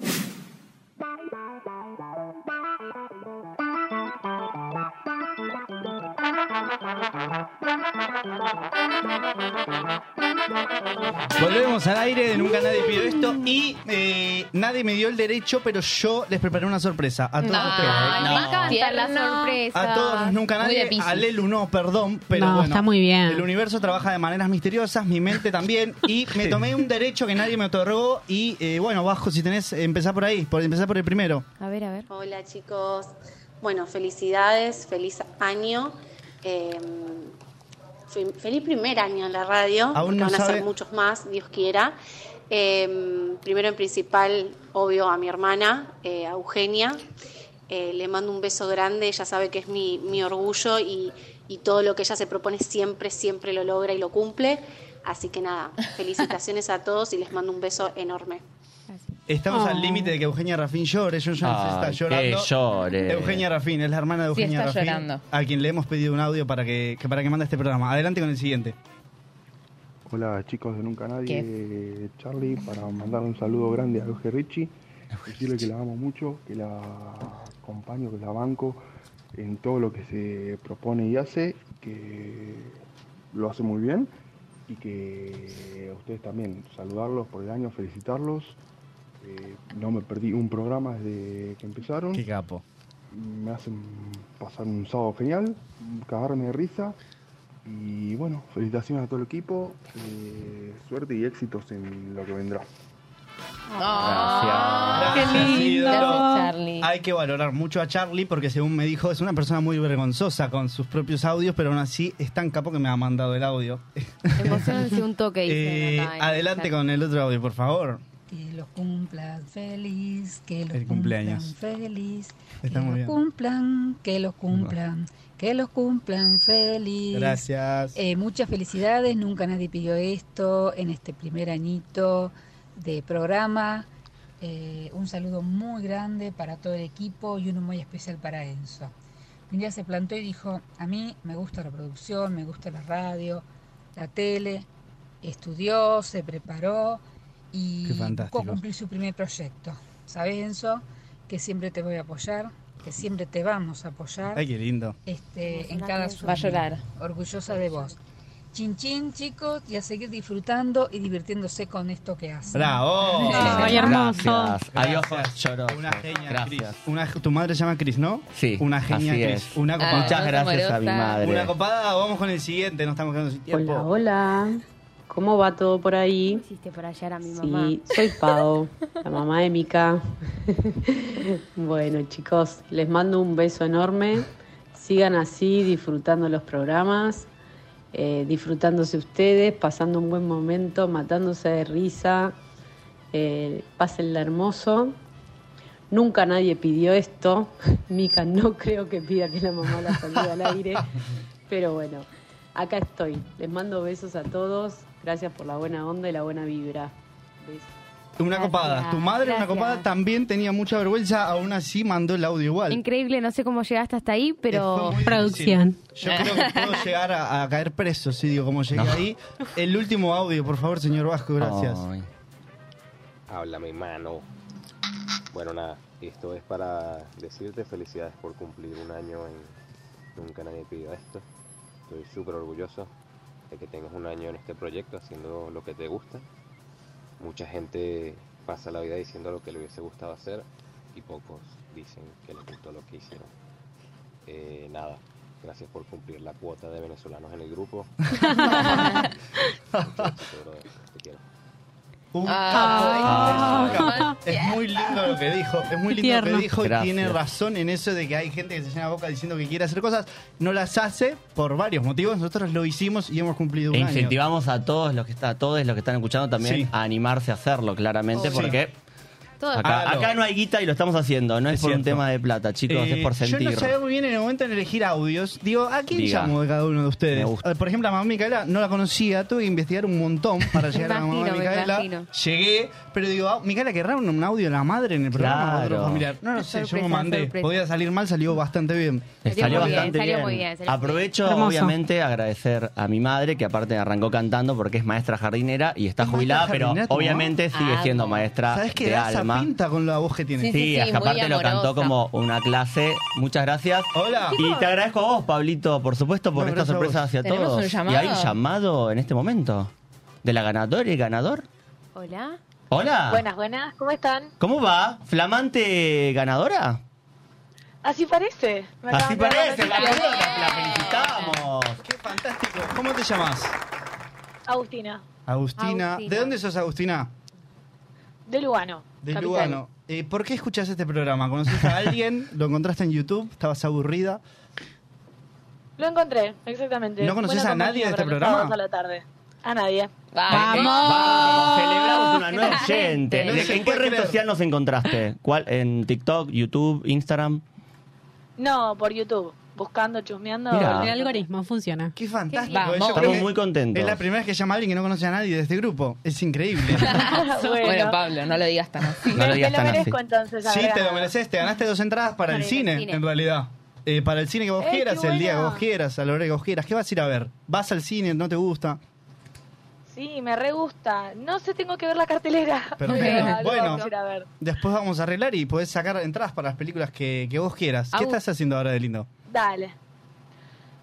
[SPEAKER 7] Volvemos al aire de Nunca Nadie Pidió Esto y eh, nadie me dio el derecho, pero yo les preparé una sorpresa. A todos
[SPEAKER 2] Ay,
[SPEAKER 7] ustedes.
[SPEAKER 2] me encanta la
[SPEAKER 7] Tierno.
[SPEAKER 2] sorpresa.
[SPEAKER 7] A todos los Nunca
[SPEAKER 2] Muy de
[SPEAKER 7] Nadie.
[SPEAKER 2] Piscis.
[SPEAKER 7] A Lelu no, perdón, pero
[SPEAKER 9] No,
[SPEAKER 7] bueno.
[SPEAKER 9] está muy bien.
[SPEAKER 7] El universo trabaja de maneras misteriosas, mi mente también, y me tomé un derecho que nadie me otorgó y eh, bueno, Bajo, si tenés, empezá por ahí, por empezá por el primero.
[SPEAKER 2] A ver, a ver.
[SPEAKER 20] Hola chicos. Bueno, felicidades, feliz año. Eh,
[SPEAKER 21] Em,
[SPEAKER 20] fe- feliz primer este año en la radio.
[SPEAKER 7] Aún
[SPEAKER 20] porque
[SPEAKER 7] no
[SPEAKER 20] van a
[SPEAKER 7] sabe-
[SPEAKER 20] ser muchos más, Dios quiera. Eh, primero en principal, obvio, a mi hermana, eh, a Eugenia. Eh, le mando un beso grande, ella sabe que es mi, mi orgullo y, y todo lo que ella se propone siempre, siempre lo logra y lo cumple. Así que nada, felicitaciones a todos y les mando un beso enorme.
[SPEAKER 7] Estamos
[SPEAKER 20] Oh.
[SPEAKER 7] al límite de que Eugenia Rafín llore, yo ya no sé si está
[SPEAKER 6] Ay, que
[SPEAKER 7] llorando.
[SPEAKER 6] llore.
[SPEAKER 7] Eugenia Rafín, es la hermana de
[SPEAKER 6] Sí,
[SPEAKER 7] Eugenia
[SPEAKER 6] está
[SPEAKER 7] Rafín,
[SPEAKER 6] llorando.
[SPEAKER 7] a quien le hemos pedido un audio para que, que para que mande este programa. Adelante con el siguiente.
[SPEAKER 22] Hola chicos de Nunca Nadie, Charlie, para mandar un saludo grande a Euge Richie, decirle que la amo mucho, que la acompaño, que la banco en todo lo que se propone y hace, que lo hace muy bien y que a ustedes también saludarlos por el año, felicitarlos. Eh, no me perdí un programa desde que empezaron. Qué
[SPEAKER 7] capo.
[SPEAKER 22] Me hacen pasar un sábado genial, cagarme de risa. Y bueno, felicitaciones a todo el equipo. eh, suerte y éxitos en lo que vendrá.
[SPEAKER 7] Gracias,
[SPEAKER 15] Ah, lindo.
[SPEAKER 7] ídolo.
[SPEAKER 15] Gracias, Charlie.
[SPEAKER 7] Hay que valorar mucho a Charlie porque según me dijo es una persona muy vergonzosa con sus propios audios, pero aún así es tan capo que me ha mandado el audio.
[SPEAKER 2] Emocionense un toque. dicen
[SPEAKER 7] Eh,
[SPEAKER 2] acá en el
[SPEAKER 7] adelante
[SPEAKER 2] chat.
[SPEAKER 7] con el otro audio, por favor.
[SPEAKER 23] Que los cumplan feliz, que los
[SPEAKER 7] El cumpleaños.
[SPEAKER 23] cumplan feliz, que
[SPEAKER 7] Está muy
[SPEAKER 23] los
[SPEAKER 7] bien.
[SPEAKER 23] cumplan, que los cumplan, que los cumplan feliz.
[SPEAKER 7] Gracias.
[SPEAKER 23] Eh, muchas felicidades, nunca nadie pidió esto en este primer añito de programa. Eh, un saludo muy grande para todo el equipo y uno muy especial para Enzo. Un día se plantó y dijo, a mí me gusta la producción, me gusta la radio, la tele. Estudió, se preparó y
[SPEAKER 7] Qué fantástico.
[SPEAKER 23] buscó cumplir su primer proyecto. ¿Sabes, Enzo? Que siempre te voy a apoyar, que siempre te vamos a apoyar
[SPEAKER 7] Ay, qué lindo.
[SPEAKER 23] este, en
[SPEAKER 22] Emocionante
[SPEAKER 23] cada
[SPEAKER 22] eso.
[SPEAKER 23] sueño.
[SPEAKER 19] Va a llorar.
[SPEAKER 23] Orgullosa de vos. Chin chin, chicos, y a seguir disfrutando y divirtiéndose con esto que hacen.
[SPEAKER 7] ¡Bravo!
[SPEAKER 23] Ay,
[SPEAKER 7] Gracias.
[SPEAKER 6] Adiós, llorosos.
[SPEAKER 7] Una genia,
[SPEAKER 6] Gracias.
[SPEAKER 7] Una, tu madre se llama Cris, ¿no? Sí. Una genia,
[SPEAKER 6] así
[SPEAKER 7] Cris.
[SPEAKER 6] es.
[SPEAKER 7] Una copada.
[SPEAKER 17] Ah,
[SPEAKER 6] Muchas gracias a mi madre.
[SPEAKER 7] Una copada, vamos con el siguiente, no estamos quedando sin tiempo.
[SPEAKER 24] Hola, hola. ¿Cómo va todo por ahí?
[SPEAKER 2] Hiciste para hallar a mi mamá.
[SPEAKER 24] Sí, soy Pau, la mamá de Mica. bueno, chicos, les mando un beso enorme. Sigan así, disfrutando los programas, eh, disfrutándose ustedes, pasando un buen momento, matándose de risa. Eh, pásenla hermoso. Nunca nadie pidió esto. Mica no creo que pida que la mamá la salude al aire. Pero bueno, acá estoy. Les mando besos a todos. Gracias por la buena onda y la buena vibra. Besos.
[SPEAKER 7] Una copada. Tu madre, una copada, también tenía mucha vergüenza, aún así mandó el audio igual.
[SPEAKER 2] Increíble, no sé cómo llegaste hasta ahí, pero.
[SPEAKER 7] Yo creo que puedo llegar a, a caer preso, si digo, como llegué ahí. El último audio, por favor, señor Vasco, gracias.
[SPEAKER 25] Habla mi mano. Bueno, nada, esto es para decirte felicidades por cumplir un año en Nunca Nadie Pidió Esto. Estoy súper orgulloso de que tengas un año en este proyecto haciendo lo que te gusta. Mucha gente pasa la vida diciendo lo que le hubiese gustado hacer y pocos dicen que les gustó lo que hicieron. Eh, nada, gracias por cumplir la cuota de venezolanos en el grupo. Mucho éxito, brother. Te quiero.
[SPEAKER 7] Un
[SPEAKER 15] Ay,
[SPEAKER 7] capo.
[SPEAKER 15] qué mal
[SPEAKER 7] es muy lindo lo que dijo. Es muy
[SPEAKER 15] Qué
[SPEAKER 7] lindo lo
[SPEAKER 15] tierno.
[SPEAKER 7] que dijo y
[SPEAKER 6] Gracias.
[SPEAKER 7] tiene razón en eso de que hay gente que se llena la boca diciendo que quiere hacer cosas. No las hace por varios motivos. Nosotros lo hicimos y hemos cumplido un
[SPEAKER 6] E
[SPEAKER 7] año.
[SPEAKER 6] incentivamos a todos los que está, a todos los que están escuchando también
[SPEAKER 7] Sí.
[SPEAKER 6] a animarse a hacerlo, claramente,
[SPEAKER 7] Obvio.
[SPEAKER 6] porque
[SPEAKER 2] Todo.
[SPEAKER 6] Acá, acá no hay guita y lo estamos haciendo. No es, por un tema de plata, chicos,
[SPEAKER 7] Eh,
[SPEAKER 6] es por sentir.
[SPEAKER 7] Yo no sabía muy bien en el momento en elegir audios. Digo, ¿a quién
[SPEAKER 6] Diga.
[SPEAKER 7] llamo de cada uno de ustedes?
[SPEAKER 6] Me
[SPEAKER 7] Eh, Por ejemplo, a mamá Micaela no la conocía, tuve que investigar un montón para llegar a la mamá
[SPEAKER 2] Imagino, me
[SPEAKER 7] Micaela.
[SPEAKER 2] imagino.
[SPEAKER 7] Llegué, pero digo, ah, Micaela querrá un, un audio de la madre en el programa
[SPEAKER 6] Claro.
[SPEAKER 7] o otro familiar. No lo sé, yo
[SPEAKER 6] Sorpresa,
[SPEAKER 7] lo mandé.
[SPEAKER 6] sorpresa.
[SPEAKER 7] Podía salir mal, salió bastante bien.
[SPEAKER 6] Salió, bastante bien. Aprovecho,
[SPEAKER 7] Hermoso.
[SPEAKER 6] obviamente, agradecer a mi madre, que aparte arrancó cantando porque es maestra jardinera y está jubilada, pero
[SPEAKER 7] jardinera tu mamá?
[SPEAKER 6] obviamente sigue
[SPEAKER 7] Ah,
[SPEAKER 6] siendo maestra
[SPEAKER 7] ¿Sabes qué?
[SPEAKER 6] de
[SPEAKER 7] Da esa
[SPEAKER 6] alma.
[SPEAKER 7] pinta con la voz que tiene.
[SPEAKER 6] Sí, es que aparte lo cantó como una clase. Muchas gracias. Hola. Y te agradezco a vos, Pablito, por supuesto, por
[SPEAKER 7] No,
[SPEAKER 6] esta
[SPEAKER 7] gracias a
[SPEAKER 6] sorpresa
[SPEAKER 7] vos.
[SPEAKER 6] hacia
[SPEAKER 17] ¿Tenemos
[SPEAKER 6] todos.
[SPEAKER 17] un
[SPEAKER 6] Y
[SPEAKER 17] llamado?
[SPEAKER 6] hay llamado en este momento. De la ganadora y el ganador.
[SPEAKER 17] Hola.
[SPEAKER 6] Hola.
[SPEAKER 21] Buenas, buenas, ¿cómo están?
[SPEAKER 6] ¿Cómo va? ¿Flamante ganadora?
[SPEAKER 21] Así parece. Me
[SPEAKER 6] Así
[SPEAKER 21] acaban de dar
[SPEAKER 6] parece, la
[SPEAKER 21] noticia.
[SPEAKER 6] pelota, la felicitamos.
[SPEAKER 7] Qué fantástico. ¿Cómo te llamas?
[SPEAKER 21] Agustina,
[SPEAKER 7] Agustina.
[SPEAKER 21] Agustina.
[SPEAKER 7] ¿De dónde sos, Agustina?
[SPEAKER 21] de Lugano.
[SPEAKER 7] De
[SPEAKER 21] capital.
[SPEAKER 7] Lugano. Eh, ¿Por qué escuchás este programa? ¿Conoces a alguien? ¿Lo encontraste en YouTube? ¿Estabas aburrida?
[SPEAKER 21] Lo encontré, exactamente.
[SPEAKER 7] ¿No conoces
[SPEAKER 21] Buena
[SPEAKER 7] a nadie
[SPEAKER 21] compañía
[SPEAKER 7] de este
[SPEAKER 21] para los
[SPEAKER 7] programa?
[SPEAKER 21] sábados A la tarde. A nadie.
[SPEAKER 6] ¡Vamos! Celebramos una nueva
[SPEAKER 21] Excelente.
[SPEAKER 6] oyente.
[SPEAKER 21] No se
[SPEAKER 6] ¿En qué red social nos encontraste? ¿Cuál? ¿En TikTok, YouTube, Instagram?
[SPEAKER 21] No, por YouTube. Buscando, chusmeando.
[SPEAKER 6] Mirá.
[SPEAKER 9] El algoritmo funciona.
[SPEAKER 7] Qué
[SPEAKER 21] fantástico.
[SPEAKER 7] Yo creo
[SPEAKER 6] Estamos
[SPEAKER 7] que
[SPEAKER 6] muy contentos.
[SPEAKER 7] Es la primera vez que llama a alguien que no conoce a nadie de este grupo. Es increíble.
[SPEAKER 21] bueno,
[SPEAKER 19] Bueno, Pablo, no lo digas tan así.
[SPEAKER 7] No lo digas
[SPEAKER 21] me lo
[SPEAKER 7] tan así.
[SPEAKER 21] merezco entonces.
[SPEAKER 7] Sí,
[SPEAKER 21] ahora.
[SPEAKER 7] te lo mereces. Te ganaste dos entradas para el
[SPEAKER 21] Para ir al
[SPEAKER 7] cine,
[SPEAKER 21] cine.
[SPEAKER 7] en realidad. Eh, para el cine que vos
[SPEAKER 21] ¡Eh, qué
[SPEAKER 7] quieras, el día que
[SPEAKER 21] bueno!
[SPEAKER 7] vos quieras, a la hora que vos quieras. ¿Qué vas a ir a ver? ¿Vas al cine? ¿No te gusta?
[SPEAKER 21] Sí, me re gusta. No sé, tengo que ver la cartelera.
[SPEAKER 7] Perfecto.
[SPEAKER 21] Pero algo
[SPEAKER 7] Bueno.
[SPEAKER 21] vamos a ir a ver.
[SPEAKER 7] Después vamos a arreglar y podés sacar entradas para las películas que, que vos quieras. ¿Qué
[SPEAKER 21] Agus.
[SPEAKER 7] estás haciendo ahora de lindo?
[SPEAKER 21] Dale.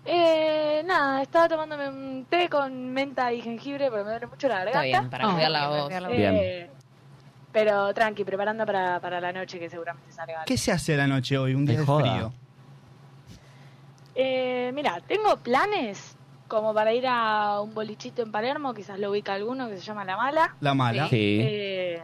[SPEAKER 21] Eh, nada, estaba tomándome un té con menta y jengibre, pero me duele mucho la garganta.
[SPEAKER 19] bien, para Oh. cuidar la voz.
[SPEAKER 21] Eh, pero tranqui, preparando para, para la noche que seguramente salga algo.
[SPEAKER 7] ¿Qué se hace a la noche hoy, un día de frío?
[SPEAKER 21] Eh, mira, tengo planes como para ir a un bolichito en Palermo, quizás lo ubica alguno que se llama La Mala.
[SPEAKER 7] La Mala. Sí.
[SPEAKER 21] Eh,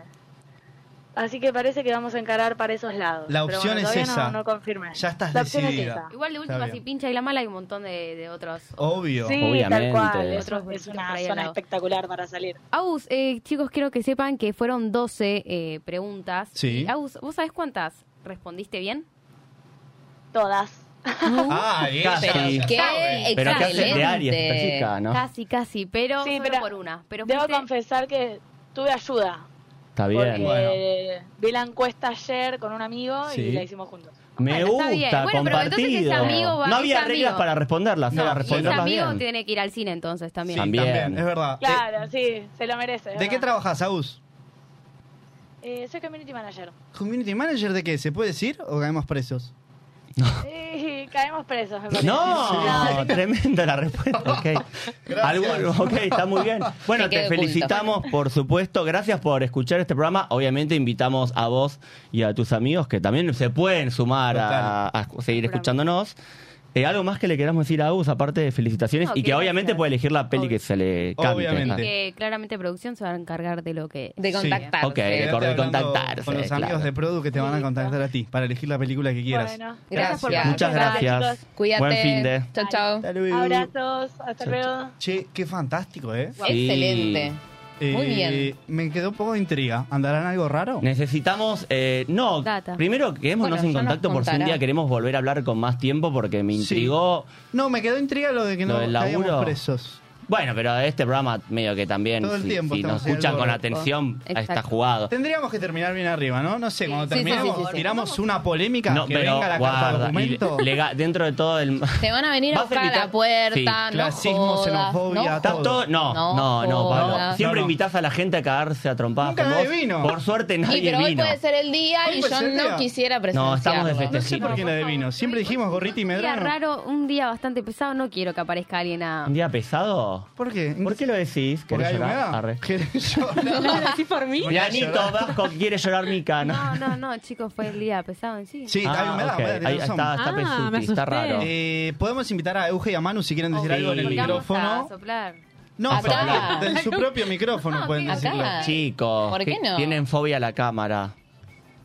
[SPEAKER 21] así que parece que vamos a encarar para esos lados.
[SPEAKER 7] La
[SPEAKER 21] Pero
[SPEAKER 7] opción
[SPEAKER 21] bueno,
[SPEAKER 7] es
[SPEAKER 21] todavía
[SPEAKER 7] esa.
[SPEAKER 21] No, no confirmé.
[SPEAKER 7] Ya estás
[SPEAKER 21] La opción es
[SPEAKER 7] decidida.
[SPEAKER 21] esa.
[SPEAKER 2] Igual de
[SPEAKER 7] Está
[SPEAKER 2] última,
[SPEAKER 7] bien.
[SPEAKER 2] si pincha y la mala, hay un montón de, de otros.
[SPEAKER 7] Obvio.
[SPEAKER 21] Sí, tal cual. Es,
[SPEAKER 2] Otros
[SPEAKER 21] es
[SPEAKER 2] bolichitos por
[SPEAKER 21] una
[SPEAKER 2] ahí al
[SPEAKER 21] zona
[SPEAKER 2] lado.
[SPEAKER 21] espectacular para salir.
[SPEAKER 2] Agus, eh, chicos, quiero que sepan que fueron 12 eh, preguntas.
[SPEAKER 7] Sí.
[SPEAKER 2] Y, Agus, ¿vos sabés cuántas respondiste bien?
[SPEAKER 21] Todas.
[SPEAKER 7] Ah, bien,
[SPEAKER 6] Casi.
[SPEAKER 7] ya, ya.
[SPEAKER 6] ¿Qué? Pero ¿qué haces de Aries, esta
[SPEAKER 21] Excelente.
[SPEAKER 6] chica, no?
[SPEAKER 2] Casi, casi, pero
[SPEAKER 21] Sí,
[SPEAKER 2] solo
[SPEAKER 21] pero
[SPEAKER 2] por una. Pero
[SPEAKER 21] Debo
[SPEAKER 2] fuiste-
[SPEAKER 21] confesar que tuve ayuda.
[SPEAKER 6] Está
[SPEAKER 21] Porque
[SPEAKER 6] bien.
[SPEAKER 21] Eh, vi la encuesta ayer con un amigo
[SPEAKER 6] Sí.
[SPEAKER 21] y la hicimos juntos.
[SPEAKER 6] Me
[SPEAKER 21] Bueno, está bien.
[SPEAKER 6] gusta,
[SPEAKER 21] Bueno, pero entonces es
[SPEAKER 6] compartido.
[SPEAKER 21] amigo, va,
[SPEAKER 6] no
[SPEAKER 21] es
[SPEAKER 6] había reglas
[SPEAKER 21] amigo.
[SPEAKER 6] para responderlas,
[SPEAKER 7] No, y
[SPEAKER 6] era
[SPEAKER 7] es
[SPEAKER 2] Si es
[SPEAKER 6] responderlas
[SPEAKER 2] amigo,
[SPEAKER 6] bien.
[SPEAKER 2] tiene que ir al cine entonces también.
[SPEAKER 6] También.
[SPEAKER 7] Es verdad.
[SPEAKER 21] Claro, sí, se lo merece. es
[SPEAKER 7] ¿De qué
[SPEAKER 21] verdad.
[SPEAKER 7] trabajas, Agus?
[SPEAKER 21] Eh, soy community manager.
[SPEAKER 7] ¿Community manager de qué? ¿Se puede decir o caemos presos?
[SPEAKER 21] Eh, caemos presos, me parece.
[SPEAKER 6] No, tremenda la respuesta. Ok, Algo- ok, está muy bien. Bueno,
[SPEAKER 21] Me
[SPEAKER 6] te
[SPEAKER 21] quedo
[SPEAKER 6] felicitamos, por supuesto. Gracias por escuchar este programa. Obviamente invitamos a vos y a tus amigos que también se pueden sumar a, a seguir escuchándonos. Eh, algo más que le queramos decir a Agus, aparte de felicitaciones,
[SPEAKER 2] No,
[SPEAKER 6] y
[SPEAKER 2] que
[SPEAKER 6] que obviamente
[SPEAKER 2] gracias.
[SPEAKER 6] puede elegir la peli que se le cante.
[SPEAKER 2] Así que claramente producción se va a encargar de lo que...
[SPEAKER 19] De
[SPEAKER 6] contactarse. Ok, de
[SPEAKER 7] Quédate
[SPEAKER 6] cor- de
[SPEAKER 7] hablando
[SPEAKER 6] contactarse,
[SPEAKER 7] Con los
[SPEAKER 6] claro.
[SPEAKER 7] amigos de Produ que te van a contactar a ti para elegir la película que quieras.
[SPEAKER 21] Bueno,
[SPEAKER 19] Gracias por
[SPEAKER 6] Muchas gracias.
[SPEAKER 19] Cuídate.
[SPEAKER 7] Buen fin de.
[SPEAKER 19] Chau, chau.
[SPEAKER 21] Abrazos, hasta
[SPEAKER 7] Chau,
[SPEAKER 21] luego.
[SPEAKER 7] Che, qué fantástico, ¿eh?
[SPEAKER 21] Sí. Excelente.
[SPEAKER 19] Muy
[SPEAKER 7] bien. Me quedó un poco de intriga. ¿Andarán algo raro?
[SPEAKER 6] Necesitamos, eh, no,
[SPEAKER 7] Data.
[SPEAKER 6] primero quedémonos
[SPEAKER 7] Bueno, ya
[SPEAKER 6] en
[SPEAKER 7] nos
[SPEAKER 6] contacto por si un día
[SPEAKER 7] contará.
[SPEAKER 6] queremos volver a hablar con más tiempo porque me intrigó
[SPEAKER 7] No, me quedó intriga lo de que
[SPEAKER 6] lo
[SPEAKER 7] no
[SPEAKER 6] del
[SPEAKER 7] caíamos
[SPEAKER 6] laburo.
[SPEAKER 7] presos.
[SPEAKER 6] Bueno, pero este programa medio que también,
[SPEAKER 7] Todo el
[SPEAKER 6] si,
[SPEAKER 7] tiempo
[SPEAKER 6] si
[SPEAKER 7] estamos
[SPEAKER 6] nos
[SPEAKER 7] en el
[SPEAKER 6] escuchan con
[SPEAKER 7] borde.
[SPEAKER 6] atención,
[SPEAKER 7] Exacto.
[SPEAKER 6] está jugado.
[SPEAKER 7] Tendríamos que terminar bien arriba, ¿no? No sé, cuando
[SPEAKER 19] Sí, sí, sí,
[SPEAKER 7] terminamos,
[SPEAKER 19] sí, sí.
[SPEAKER 7] tiramos una polémica
[SPEAKER 6] No,
[SPEAKER 7] que
[SPEAKER 6] pero
[SPEAKER 7] venga la carta
[SPEAKER 6] guarda, y
[SPEAKER 7] documento.
[SPEAKER 6] lega- dentro de todo el...
[SPEAKER 19] Te van a venir a
[SPEAKER 6] Vas a
[SPEAKER 19] buscar a
[SPEAKER 6] invitar-
[SPEAKER 19] la puerta,
[SPEAKER 6] Sí.
[SPEAKER 19] no
[SPEAKER 6] Clasismo,
[SPEAKER 19] jodas,
[SPEAKER 6] xenofobia,
[SPEAKER 19] no
[SPEAKER 6] está todo- No, no, no, Pablo.
[SPEAKER 19] jodas.
[SPEAKER 6] Siempre invitás a la gente a cagarse a trompadas
[SPEAKER 19] Nunca
[SPEAKER 6] con
[SPEAKER 19] nadie
[SPEAKER 6] vos.
[SPEAKER 19] vino.
[SPEAKER 6] Por suerte nadie
[SPEAKER 19] Y pero hoy
[SPEAKER 6] vino.
[SPEAKER 19] puede ser el día
[SPEAKER 7] Hoy
[SPEAKER 19] y
[SPEAKER 7] puede
[SPEAKER 19] yo
[SPEAKER 7] ser el
[SPEAKER 19] no
[SPEAKER 7] día.
[SPEAKER 19] quisiera presenciarlo.
[SPEAKER 6] No, estamos de
[SPEAKER 7] No sé
[SPEAKER 6] festejito.
[SPEAKER 7] por qué nadie vino. Siempre dijimos gorrita y
[SPEAKER 2] Un día
[SPEAKER 7] medrano.
[SPEAKER 2] raro, un día bastante pesado, no quiero que aparezca alguien a...
[SPEAKER 6] ¿Un día pesado?
[SPEAKER 7] ¿Por qué?
[SPEAKER 6] ¿Por qué lo decís?
[SPEAKER 7] Porque
[SPEAKER 6] ¿Querés
[SPEAKER 7] hay
[SPEAKER 6] llorar?
[SPEAKER 7] humedad.
[SPEAKER 6] Arre.
[SPEAKER 7] ¿Así por mí?
[SPEAKER 6] Lanito Vasco quiere llorar mi cana.
[SPEAKER 2] No, no, no, chicos, fue el día pesado en sí.
[SPEAKER 7] Sí,
[SPEAKER 6] Ah,
[SPEAKER 7] hay humedad.
[SPEAKER 6] ok.
[SPEAKER 7] humedad, tenés
[SPEAKER 6] Ahí está-
[SPEAKER 7] razón.
[SPEAKER 6] está Ah, pesuti, me está asusté. raro.
[SPEAKER 7] Eh, Podemos invitar a Euge y a Manu si quieren decir algo en el
[SPEAKER 6] Porque vamos
[SPEAKER 7] micrófono.
[SPEAKER 2] soplar.
[SPEAKER 7] No,
[SPEAKER 6] A
[SPEAKER 7] pero
[SPEAKER 6] soplar.
[SPEAKER 7] de su propio micrófono pueden
[SPEAKER 2] acá.
[SPEAKER 7] decirlo.
[SPEAKER 6] Chicos,
[SPEAKER 2] ¿Por qué
[SPEAKER 6] que
[SPEAKER 2] no?
[SPEAKER 6] tienen fobia a la cámara.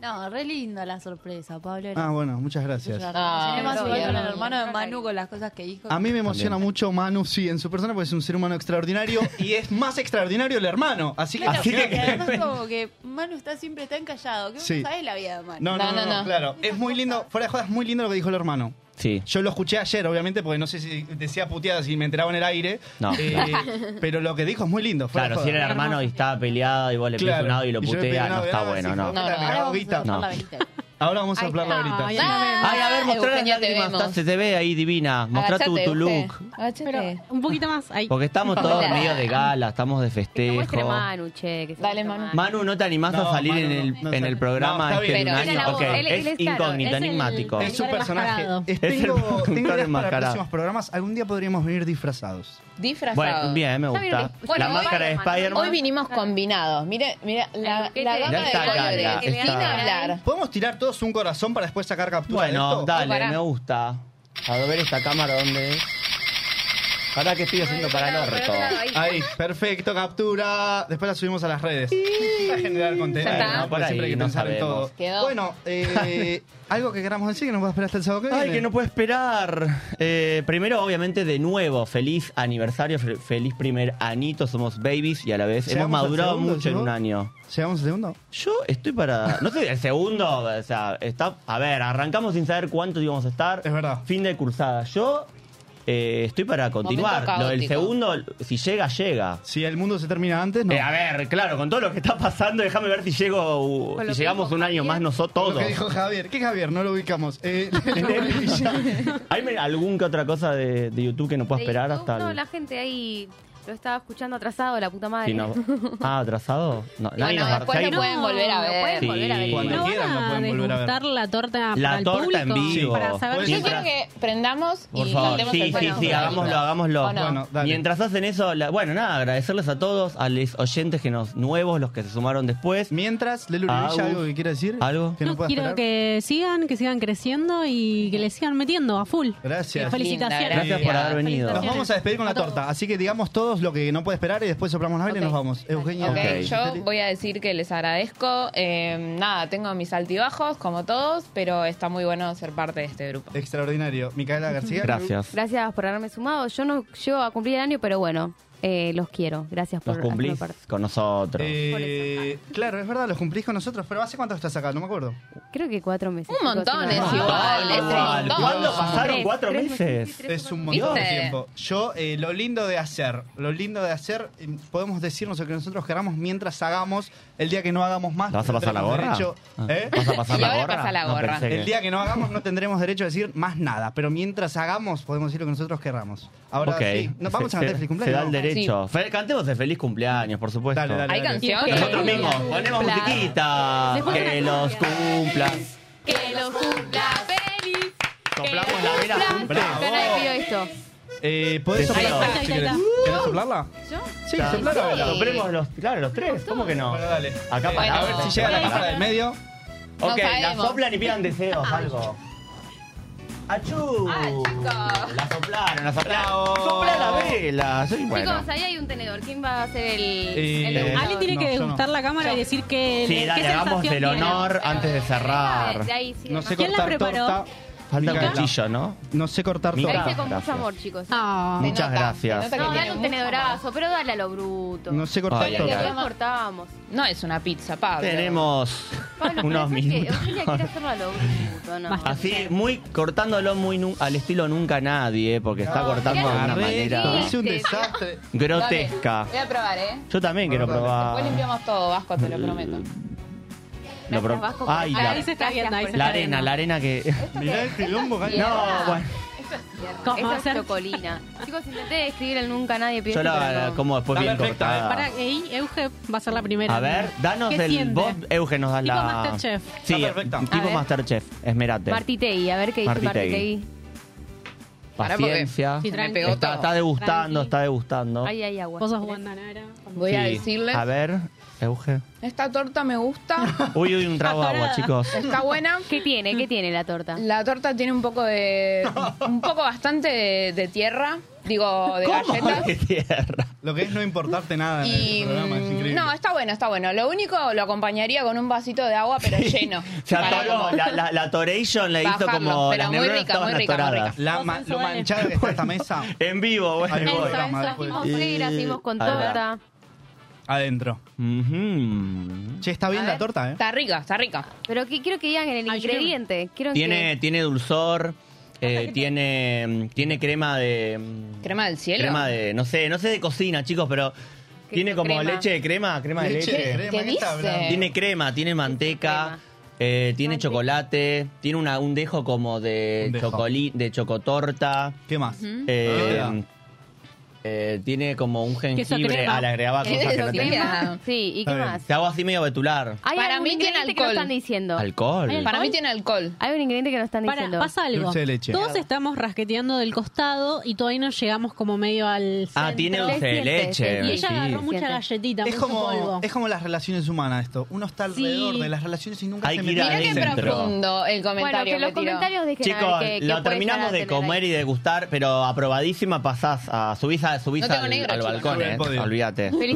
[SPEAKER 3] No, re linda la sorpresa, Pablo.
[SPEAKER 7] Ah, bueno, muchas gracias.
[SPEAKER 3] Ah,
[SPEAKER 18] Tenemos
[SPEAKER 3] no,
[SPEAKER 18] igual
[SPEAKER 3] no,
[SPEAKER 18] con
[SPEAKER 3] no,
[SPEAKER 18] el hermano de
[SPEAKER 3] no,
[SPEAKER 18] Manu con las cosas que dijo.
[SPEAKER 7] A mí me emociona mucho Manu, sí, en su persona, porque es un ser humano extraordinario y es más extraordinario el hermano. Así que.
[SPEAKER 18] Claro,
[SPEAKER 7] así
[SPEAKER 18] porque
[SPEAKER 7] que-
[SPEAKER 18] además como que Manu está siempre tan callado, que vos
[SPEAKER 7] Sí.
[SPEAKER 18] no sabés la vida de Manu.
[SPEAKER 7] No, no, no, no, claro. Es muy lindo, fuera de jodas, muy lindo lo que dijo el hermano.
[SPEAKER 6] Sí.
[SPEAKER 7] Yo lo escuché ayer, obviamente, porque no sé si decía puteadas y me enteraba en el aire.
[SPEAKER 6] No,
[SPEAKER 7] Eh,
[SPEAKER 6] claro.
[SPEAKER 7] Pero lo que dijo es muy lindo. fuera de
[SPEAKER 6] Claro, si
[SPEAKER 7] joda.
[SPEAKER 6] era el hermano y estaba peleado y vos le
[SPEAKER 7] Claro.
[SPEAKER 6] pides un audio y lo
[SPEAKER 7] Y yo le pedí
[SPEAKER 6] putea,
[SPEAKER 7] un
[SPEAKER 6] no
[SPEAKER 7] audio,
[SPEAKER 6] está
[SPEAKER 7] nada,
[SPEAKER 6] bueno,
[SPEAKER 7] sí,
[SPEAKER 6] no.
[SPEAKER 7] puta, me cagó guita.
[SPEAKER 6] No.
[SPEAKER 7] Ahora vamos a hablar la ahorita.
[SPEAKER 6] Ay,
[SPEAKER 2] Ah,
[SPEAKER 6] a ver, mostrar las
[SPEAKER 3] Eugenia, te
[SPEAKER 6] lágrimas.
[SPEAKER 3] vemos.
[SPEAKER 6] está- Se te ve ahí divina. Mostrá tu, tu look.
[SPEAKER 3] Pero un poquito más. Ahí.
[SPEAKER 6] Porque estamos todos
[SPEAKER 3] Hola.
[SPEAKER 6] medio de gala, estamos de
[SPEAKER 2] Muestre
[SPEAKER 6] festejo.
[SPEAKER 2] Este Manu, che. Que Dale, Manu.
[SPEAKER 6] Manu, ¿no te animás
[SPEAKER 7] No,
[SPEAKER 6] a salir
[SPEAKER 7] Manu,
[SPEAKER 6] en el,
[SPEAKER 7] no, no,
[SPEAKER 6] en el
[SPEAKER 7] no,
[SPEAKER 6] programa
[SPEAKER 7] está
[SPEAKER 6] este de
[SPEAKER 7] bien.
[SPEAKER 6] un
[SPEAKER 7] Pero
[SPEAKER 6] año?
[SPEAKER 7] es la voz,
[SPEAKER 6] Ok,
[SPEAKER 7] él-
[SPEAKER 6] es
[SPEAKER 7] él es, claro,
[SPEAKER 6] incógnito,
[SPEAKER 7] es el-
[SPEAKER 6] enigmático.
[SPEAKER 7] Es su personaje. Es-
[SPEAKER 6] Es el
[SPEAKER 7] tengo tengo
[SPEAKER 6] productor
[SPEAKER 7] ideas para
[SPEAKER 6] enmascarado.
[SPEAKER 7] próximos programas. Algún día podríamos venir disfrazados.
[SPEAKER 19] Disfrazado.
[SPEAKER 6] Bueno, bien, me gusta. La máscara de Spider-Man.
[SPEAKER 19] Hoy vinimos combinados. Mire, mira la, la gama
[SPEAKER 7] Ya
[SPEAKER 19] de este
[SPEAKER 7] está,
[SPEAKER 19] colores.
[SPEAKER 6] Gala,
[SPEAKER 19] Sin
[SPEAKER 6] está.
[SPEAKER 19] hablar. Oh,
[SPEAKER 7] ¿Podemos tirar todos un corazón para después sacar captura de
[SPEAKER 6] Bueno,
[SPEAKER 7] esto?
[SPEAKER 6] dale, me gusta. A ver esta cámara, ¿dónde es? Ahora que estoy haciendo para el orto.
[SPEAKER 7] Ahí, perfecto, captura. Después la subimos a las redes. Para generar contenido.
[SPEAKER 6] Ya está.
[SPEAKER 7] ¿no? Porque siempre hay que
[SPEAKER 6] No
[SPEAKER 7] pensar en
[SPEAKER 6] sabemos.
[SPEAKER 7] todo.
[SPEAKER 6] Quedó.
[SPEAKER 7] Bueno, eh, algo que queramos decir que nos va a esperar hasta el sábado que viene.
[SPEAKER 6] Ay, que no puedo esperar. Eh, primero, obviamente, de nuevo, feliz aniversario, fe- feliz primer anito. Somos babies y a la vez hemos
[SPEAKER 7] Llegamos al
[SPEAKER 6] madurado
[SPEAKER 7] segundo,
[SPEAKER 6] mucho en
[SPEAKER 7] ¿no?
[SPEAKER 6] un año.
[SPEAKER 7] ¿Llegamos al segundo?
[SPEAKER 6] Yo estoy para. No sé, el segundo, o sea, está. A ver, arrancamos sin saber cuánto íbamos a estar. Es
[SPEAKER 7] verdad.
[SPEAKER 6] Fin de cursada. Yo eh, estoy para continuar.
[SPEAKER 7] Momento
[SPEAKER 6] Lo del
[SPEAKER 7] caótico.
[SPEAKER 6] segundo, si llega, llega.
[SPEAKER 7] Si el mundo se termina antes, no.
[SPEAKER 6] Eh, a ver, claro, con todo lo que está pasando, déjame ver si llego, uh,
[SPEAKER 7] Con lo
[SPEAKER 6] si
[SPEAKER 7] que
[SPEAKER 6] llegamos un año más nosotros
[SPEAKER 7] Lo
[SPEAKER 6] todos.
[SPEAKER 7] que dijo Javier. ¿Qué Javier? No lo ubicamos. Eh,
[SPEAKER 6] ¿Hay me- algún que otra cosa de, de YouTube que no pueda
[SPEAKER 2] De
[SPEAKER 6] esperar
[SPEAKER 2] YouTube,
[SPEAKER 6] hasta el-
[SPEAKER 2] No, la gente ahí lo estaba escuchando atrasado, la puta madre.
[SPEAKER 6] si no- Ah, atrasado. No, nadie nos va-
[SPEAKER 2] después
[SPEAKER 6] si hay-
[SPEAKER 2] lo pueden volver a ver.
[SPEAKER 6] Sí.
[SPEAKER 19] Cuando
[SPEAKER 3] no
[SPEAKER 19] quieran
[SPEAKER 3] van
[SPEAKER 19] lo
[SPEAKER 3] a
[SPEAKER 19] pueden volver a ver.
[SPEAKER 3] degustar la torta
[SPEAKER 6] La
[SPEAKER 3] para el
[SPEAKER 6] torta en
[SPEAKER 3] público.
[SPEAKER 6] vivo.
[SPEAKER 3] Para saber
[SPEAKER 6] Puede
[SPEAKER 19] Yo
[SPEAKER 6] ser.
[SPEAKER 19] quiero que prendamos
[SPEAKER 6] Por
[SPEAKER 19] y
[SPEAKER 6] favor,
[SPEAKER 19] cantemos
[SPEAKER 6] sí,
[SPEAKER 19] el
[SPEAKER 6] sí,
[SPEAKER 19] fuego.
[SPEAKER 6] sí, hagámoslo,
[SPEAKER 19] ¿O
[SPEAKER 6] hagámoslo.
[SPEAKER 19] no?
[SPEAKER 6] Mientras hacen eso, la- bueno, nada, agradecerles a todos, a los oyentes que nos nuevos, los que se sumaron después.
[SPEAKER 7] Mientras, Lelu
[SPEAKER 6] a
[SPEAKER 7] Uribe, ¿ya
[SPEAKER 6] Agus.
[SPEAKER 7] algo que quiera decir?
[SPEAKER 6] ¿Algo?
[SPEAKER 7] Que no, pueda
[SPEAKER 3] Quiero
[SPEAKER 7] esperar.
[SPEAKER 3] que sigan, que sigan creciendo y que le sigan metiendo a
[SPEAKER 6] Eh,
[SPEAKER 3] full.
[SPEAKER 7] Gracias.
[SPEAKER 3] Felicitaciones.
[SPEAKER 7] Nos
[SPEAKER 3] Felicitaciones.
[SPEAKER 7] vamos a despedir con la torta. Así que digamos todos lo que no puede esperar y después soplamos la vela y nos vamos. Eugenia.
[SPEAKER 19] Ok, yo voy a decir que les agradezco.
[SPEAKER 2] Em,
[SPEAKER 19] Eh, nada, tengo mis altibajos como todos, pero está muy bueno ser parte de este grupo.
[SPEAKER 7] Extraordinario. Micaela García.
[SPEAKER 2] Gracias por haberme sumado. Yo no llego a cumplir el año, pero bueno, eh, los quiero. Gracias por
[SPEAKER 6] Nos cumplís
[SPEAKER 2] hacerme parte.
[SPEAKER 6] con nosotros.
[SPEAKER 7] Eh, claro, es verdad, los cumplís con nosotros, pero ¿hace cuánto estás acá? No me acuerdo.
[SPEAKER 2] Creo que cuatro meses. Un
[SPEAKER 19] montón, es igual, es un Igual. montón. ¿Cuándo pasaron cuatro meses?
[SPEAKER 7] Es un montón de
[SPEAKER 19] ¿Viste?
[SPEAKER 7] tiempo. Yo, eh, lo lindo de hacer, lo lindo de hacer, eh, podemos decirnos lo que nosotros queramos mientras hagamos, el día que no hagamos más.
[SPEAKER 6] ¿La vas a
[SPEAKER 7] no
[SPEAKER 6] pasar la
[SPEAKER 7] tendremos
[SPEAKER 6] gorra?
[SPEAKER 7] derecho-
[SPEAKER 6] Ah.
[SPEAKER 7] ¿Eh?
[SPEAKER 6] ¿Vas a pasar Y la ahora gorra? pasa la No, gorra. pensé que-
[SPEAKER 7] el día que no hagamos no tendremos derecho a decir más nada, pero mientras hagamos podemos decir lo que nosotros querramos. Ahora
[SPEAKER 6] Ok.
[SPEAKER 7] sí, no, vamos
[SPEAKER 6] Se-
[SPEAKER 7] a cantar
[SPEAKER 6] se-
[SPEAKER 7] feliz cumpleaños.
[SPEAKER 6] Se da el
[SPEAKER 7] ¿no?
[SPEAKER 6] derecho. Fe- cantemos de feliz cumpleaños, por supuesto.
[SPEAKER 7] Dale, dale, Hay dale.
[SPEAKER 19] canciones.
[SPEAKER 6] Nosotros mismos ponemos
[SPEAKER 19] Claro.
[SPEAKER 6] musiquita.
[SPEAKER 19] Después
[SPEAKER 6] Que
[SPEAKER 19] una
[SPEAKER 6] los cumpla.
[SPEAKER 19] Que lo cumpla feliz.
[SPEAKER 6] Soplamos la vela juntos.
[SPEAKER 2] Pero nadie pidió esto.
[SPEAKER 7] Eh, ¿Podés
[SPEAKER 6] Ahí
[SPEAKER 7] soplarla?
[SPEAKER 6] está, ahí
[SPEAKER 7] si
[SPEAKER 6] está, ahí
[SPEAKER 7] querés.
[SPEAKER 6] está.
[SPEAKER 7] ¿Querés soplarla?
[SPEAKER 2] ¿Yo?
[SPEAKER 7] Sí, soplar la vela.
[SPEAKER 6] Soplemos los, claro, los tres. ¿Cómo que no?
[SPEAKER 7] Bueno, dale.
[SPEAKER 6] Acá
[SPEAKER 7] Eh,
[SPEAKER 6] para.
[SPEAKER 7] a ver si llega la cámara del medio.
[SPEAKER 6] Ok,
[SPEAKER 19] No
[SPEAKER 6] la
[SPEAKER 19] sabemos.
[SPEAKER 6] soplan y pidan deseos, algo. ¡Achú! Ah,
[SPEAKER 2] Ah,
[SPEAKER 6] La soplaron, la soplaron. Sopla la vela. Soy bueno.
[SPEAKER 2] Chicos, ahí hay un tenedor. ¿Quién va a hacer el,
[SPEAKER 6] Eh,
[SPEAKER 2] el degustador?
[SPEAKER 3] Alguien tiene
[SPEAKER 6] No,
[SPEAKER 3] que
[SPEAKER 6] yo no.
[SPEAKER 3] degustar la cámara y decir que.
[SPEAKER 6] Sí, dale, hagamos el honor antes de cerrar.
[SPEAKER 2] Ah, De ahí sí,
[SPEAKER 7] No
[SPEAKER 2] de
[SPEAKER 7] sé
[SPEAKER 2] más.
[SPEAKER 7] cortar torta.
[SPEAKER 6] Falta un
[SPEAKER 7] Micaela.
[SPEAKER 6] cuchillo, ¿no?
[SPEAKER 7] No sé cortar
[SPEAKER 2] Lo hice
[SPEAKER 6] torta.
[SPEAKER 2] con mucho
[SPEAKER 6] Gracias.
[SPEAKER 2] amor, chicos.
[SPEAKER 7] Ah,
[SPEAKER 6] Muchas gracias.
[SPEAKER 2] No, dale un tenedorazo, pero dale a lo bruto.
[SPEAKER 7] No sé cortar
[SPEAKER 6] Ay, ay,
[SPEAKER 7] torta.
[SPEAKER 6] ay.
[SPEAKER 2] Después cortamos.
[SPEAKER 19] No es una pizza, Pablo.
[SPEAKER 6] Tenemos
[SPEAKER 2] Pablo, pero
[SPEAKER 6] unos
[SPEAKER 2] ¿sabes qué?
[SPEAKER 6] minutos.
[SPEAKER 2] Eugenia quiere hacerlo a lo bruto, ¿no?
[SPEAKER 6] Así, muy cortándolo muy nu- al estilo nunca nadie, eh, porque
[SPEAKER 7] Ah,
[SPEAKER 6] está cortando de una manera
[SPEAKER 7] Es un desastre.
[SPEAKER 6] grotesca.
[SPEAKER 19] Voy a probar, ¿eh?
[SPEAKER 6] Yo también quiero
[SPEAKER 19] Después
[SPEAKER 6] probar.
[SPEAKER 19] limpiamos todo, Vasco, te lo prometo.
[SPEAKER 6] Lo pro-
[SPEAKER 19] Vasco, por-
[SPEAKER 6] Ay,
[SPEAKER 19] Ahí se
[SPEAKER 6] la,
[SPEAKER 19] está viendo, ahí se está
[SPEAKER 6] la arena,
[SPEAKER 19] viendo.
[SPEAKER 6] la arena que.
[SPEAKER 7] Mirá el quilombo que hay.
[SPEAKER 6] No, bueno.
[SPEAKER 3] ¿Cómo
[SPEAKER 2] Esa es
[SPEAKER 3] hacer?
[SPEAKER 2] chocolina. Chicos, intenté escribir el nunca nadie pidió.
[SPEAKER 6] Yo la
[SPEAKER 2] pero no.
[SPEAKER 6] como después bien
[SPEAKER 3] Para,
[SPEAKER 6] cortada.
[SPEAKER 19] eh.
[SPEAKER 3] ey, Euge va a ser la primera.
[SPEAKER 6] A ver, danos
[SPEAKER 3] ¿Qué
[SPEAKER 6] el.
[SPEAKER 3] siente?
[SPEAKER 6] Vos, Eugen, nos das
[SPEAKER 3] Tipo
[SPEAKER 6] la.
[SPEAKER 3] Masterchef.
[SPEAKER 6] Sí,
[SPEAKER 3] Está perfecta. A
[SPEAKER 6] tipo
[SPEAKER 3] ver.
[SPEAKER 6] Masterchef. Esmerate.
[SPEAKER 2] Martitegui, a ver qué dice
[SPEAKER 6] Martitegui.
[SPEAKER 2] Martitegui. Pará, porque-
[SPEAKER 6] Paciencia.
[SPEAKER 2] Sí, me pegó
[SPEAKER 6] Está,
[SPEAKER 2] todo.
[SPEAKER 6] está degustando, está degustando.
[SPEAKER 2] Ahí hay agua.
[SPEAKER 3] Vos sos guandanara.
[SPEAKER 19] Voy a
[SPEAKER 6] Sí.
[SPEAKER 19] decirles.
[SPEAKER 6] A ver, Euge.
[SPEAKER 19] Esta torta me gusta.
[SPEAKER 6] Uy, uy, un trago de agua,
[SPEAKER 19] Atorada.
[SPEAKER 6] chicos.
[SPEAKER 19] Está buena.
[SPEAKER 2] ¿Qué tiene? ¿Qué tiene la torta?
[SPEAKER 19] La torta tiene un poco de. un poco bastante de, de tierra. Digo, de galletas.
[SPEAKER 6] tierra?
[SPEAKER 7] Lo que es no importarte nada en
[SPEAKER 19] Y.
[SPEAKER 7] el programa es
[SPEAKER 19] mm,
[SPEAKER 7] increíble.
[SPEAKER 19] no, está bueno, está bueno. Lo único, lo acompañaría con un vasito de agua, pero lleno.
[SPEAKER 6] Se
[SPEAKER 19] Para
[SPEAKER 6] atoró,
[SPEAKER 19] como-
[SPEAKER 6] la, la, la atoration la hizo
[SPEAKER 19] Bajarlo,
[SPEAKER 6] como
[SPEAKER 19] pero
[SPEAKER 6] las
[SPEAKER 19] muy
[SPEAKER 6] neuronas
[SPEAKER 19] rica,
[SPEAKER 6] estaban
[SPEAKER 19] muy rica, muy
[SPEAKER 6] atoradas.
[SPEAKER 19] rica. La ma-
[SPEAKER 7] lo manchado que está esta mesa.
[SPEAKER 6] En vivo, bueno.
[SPEAKER 7] Ay,
[SPEAKER 6] voy.
[SPEAKER 7] eso, eso, hacemos
[SPEAKER 17] Mira, seguimos con torta.
[SPEAKER 7] Adentro. Che, está bien la torta, ¿eh?
[SPEAKER 17] Está rica, está rica.
[SPEAKER 2] Pero que quiero que digan el ingrediente. Quiero
[SPEAKER 6] Tiene, tiene dulzor, eh, tiene, tiene crema de...
[SPEAKER 2] que... crema del cielo.
[SPEAKER 6] Crema de... No sé, no sé de cocina, chicos, pero... Tiene como
[SPEAKER 2] crema?
[SPEAKER 6] leche de crema, crema de
[SPEAKER 2] Leche
[SPEAKER 6] leche.
[SPEAKER 2] de crema, ¿Qué ¿qué está dice? hablando?
[SPEAKER 6] Tiene crema, tiene manteca, eh, tiene chocolate, tiene una, un dejo como de,
[SPEAKER 7] Un dejo.
[SPEAKER 6] chocolí- de chocotorta.
[SPEAKER 7] ¿Qué más? Ah,
[SPEAKER 6] Eh,
[SPEAKER 7] Ujú.
[SPEAKER 6] eh, eh, tiene como un jengibre,
[SPEAKER 17] crema.
[SPEAKER 6] ah, le agregaba
[SPEAKER 17] ¿Qué
[SPEAKER 6] cosas que no
[SPEAKER 17] crema?
[SPEAKER 6] tenía.
[SPEAKER 2] Eh, Sí, ¿y qué
[SPEAKER 6] Está bien.
[SPEAKER 2] más? Ah,
[SPEAKER 6] Te hago así medio betular.
[SPEAKER 2] Hay
[SPEAKER 17] Para
[SPEAKER 2] algún
[SPEAKER 17] mí tiene
[SPEAKER 2] ingrediente que no
[SPEAKER 17] alcohol.
[SPEAKER 2] están diciendo.
[SPEAKER 6] Alcohol.
[SPEAKER 17] Para mí tiene
[SPEAKER 2] alcohol. Hay un ingrediente que no están
[SPEAKER 3] Para,
[SPEAKER 2] diciendo.
[SPEAKER 3] pasa algo.
[SPEAKER 6] Dulce de leche.
[SPEAKER 3] Todos estamos rasqueteando del costado y todavía no llegamos como medio al centro.
[SPEAKER 6] Ah, tiene dulce de leche.
[SPEAKER 3] Y ella agarró
[SPEAKER 6] sí.
[SPEAKER 3] mucha galletita,
[SPEAKER 7] Es
[SPEAKER 3] mucho
[SPEAKER 7] como,
[SPEAKER 3] polvo.
[SPEAKER 7] es como las relaciones humanas esto. Uno está alrededor de las relaciones y nunca
[SPEAKER 6] Hay
[SPEAKER 7] se
[SPEAKER 6] que ir
[SPEAKER 7] mete
[SPEAKER 6] Mirá qué adentro. profundo
[SPEAKER 2] el Bueno,
[SPEAKER 19] comentario
[SPEAKER 2] que los
[SPEAKER 19] que tiró.
[SPEAKER 2] comentarios dejen a
[SPEAKER 6] Chicos,
[SPEAKER 2] ver qué- qué
[SPEAKER 6] lo
[SPEAKER 2] puede
[SPEAKER 6] terminamos
[SPEAKER 2] llegar a
[SPEAKER 6] de
[SPEAKER 2] tener
[SPEAKER 6] comer y degustar, pero aprobadísima pasás a subís, a, subís
[SPEAKER 2] No tengo
[SPEAKER 6] al,
[SPEAKER 2] negro,
[SPEAKER 6] al
[SPEAKER 2] chicos.
[SPEAKER 6] balcón,
[SPEAKER 2] Sube al
[SPEAKER 6] eh.
[SPEAKER 7] podio.
[SPEAKER 6] Olvídate. subís al podio.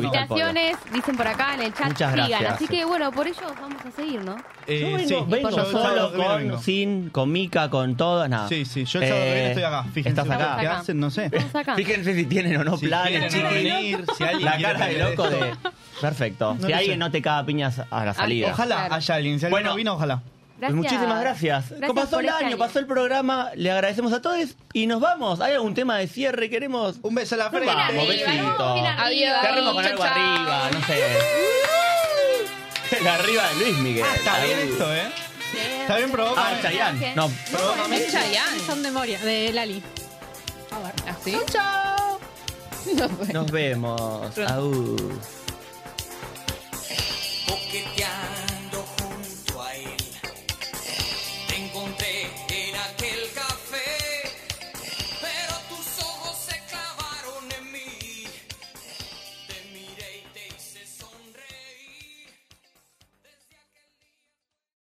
[SPEAKER 2] Felicitaciones, dicen por acá en el chat.
[SPEAKER 6] Muchas
[SPEAKER 2] sigan.
[SPEAKER 6] gracias.
[SPEAKER 2] Así que bueno, por ello vamos a seguir, ¿no?
[SPEAKER 7] Eh,
[SPEAKER 6] Yo vengo,
[SPEAKER 7] sí.
[SPEAKER 6] vengo
[SPEAKER 7] Yo el sábado
[SPEAKER 6] solo,
[SPEAKER 7] que viene
[SPEAKER 6] con,
[SPEAKER 7] vengo.
[SPEAKER 6] sin, con Mica, con todas, nada. Eh,
[SPEAKER 7] Sí, sí, yo el sábado que viene estoy acá. Fíjense
[SPEAKER 6] Estás
[SPEAKER 7] lo
[SPEAKER 6] acá.
[SPEAKER 7] que hacen, no sé.
[SPEAKER 6] Fíjense si tienen o no planes,
[SPEAKER 7] quieren
[SPEAKER 6] chiquis.
[SPEAKER 7] venir, si alguien
[SPEAKER 6] La
[SPEAKER 7] quiere
[SPEAKER 6] cara de
[SPEAKER 7] venir.
[SPEAKER 6] loco de... Perfecto.
[SPEAKER 7] No
[SPEAKER 6] si
[SPEAKER 7] lo
[SPEAKER 6] alguien
[SPEAKER 7] sé.
[SPEAKER 6] no te caga piñas a
[SPEAKER 7] Ah,
[SPEAKER 6] la salida.
[SPEAKER 7] Ojalá haya alguien. Si alguien
[SPEAKER 6] Bueno.
[SPEAKER 7] no vino, ojalá.
[SPEAKER 6] Pues Muchísimas gracias.
[SPEAKER 7] Gracias
[SPEAKER 6] pasó
[SPEAKER 7] por
[SPEAKER 6] el
[SPEAKER 7] este
[SPEAKER 6] año,
[SPEAKER 7] año.
[SPEAKER 6] pasó el programa, le agradecemos a todos y nos vamos. ¿Hay algún tema de cierre? Queremos.
[SPEAKER 7] Un beso a la
[SPEAKER 6] frente. Vamos,
[SPEAKER 15] Bien arriba,
[SPEAKER 6] besito.
[SPEAKER 15] vamos, bien arriba.
[SPEAKER 6] Cerremos con
[SPEAKER 15] Chau,
[SPEAKER 6] algo
[SPEAKER 15] chau.
[SPEAKER 6] arriba, no sé. La arriba de Luis Miguel.
[SPEAKER 7] Ah, está bien esto, ¿eh? Está bien probado.
[SPEAKER 6] Ah, Chayanne. No,
[SPEAKER 3] No,
[SPEAKER 6] perdóname.
[SPEAKER 3] es Chayanne. Son de Moria, de Lali. A ver.
[SPEAKER 19] ¿Así?
[SPEAKER 3] ¡Chao!
[SPEAKER 6] Nos vemos. Au.
[SPEAKER 15] coquetear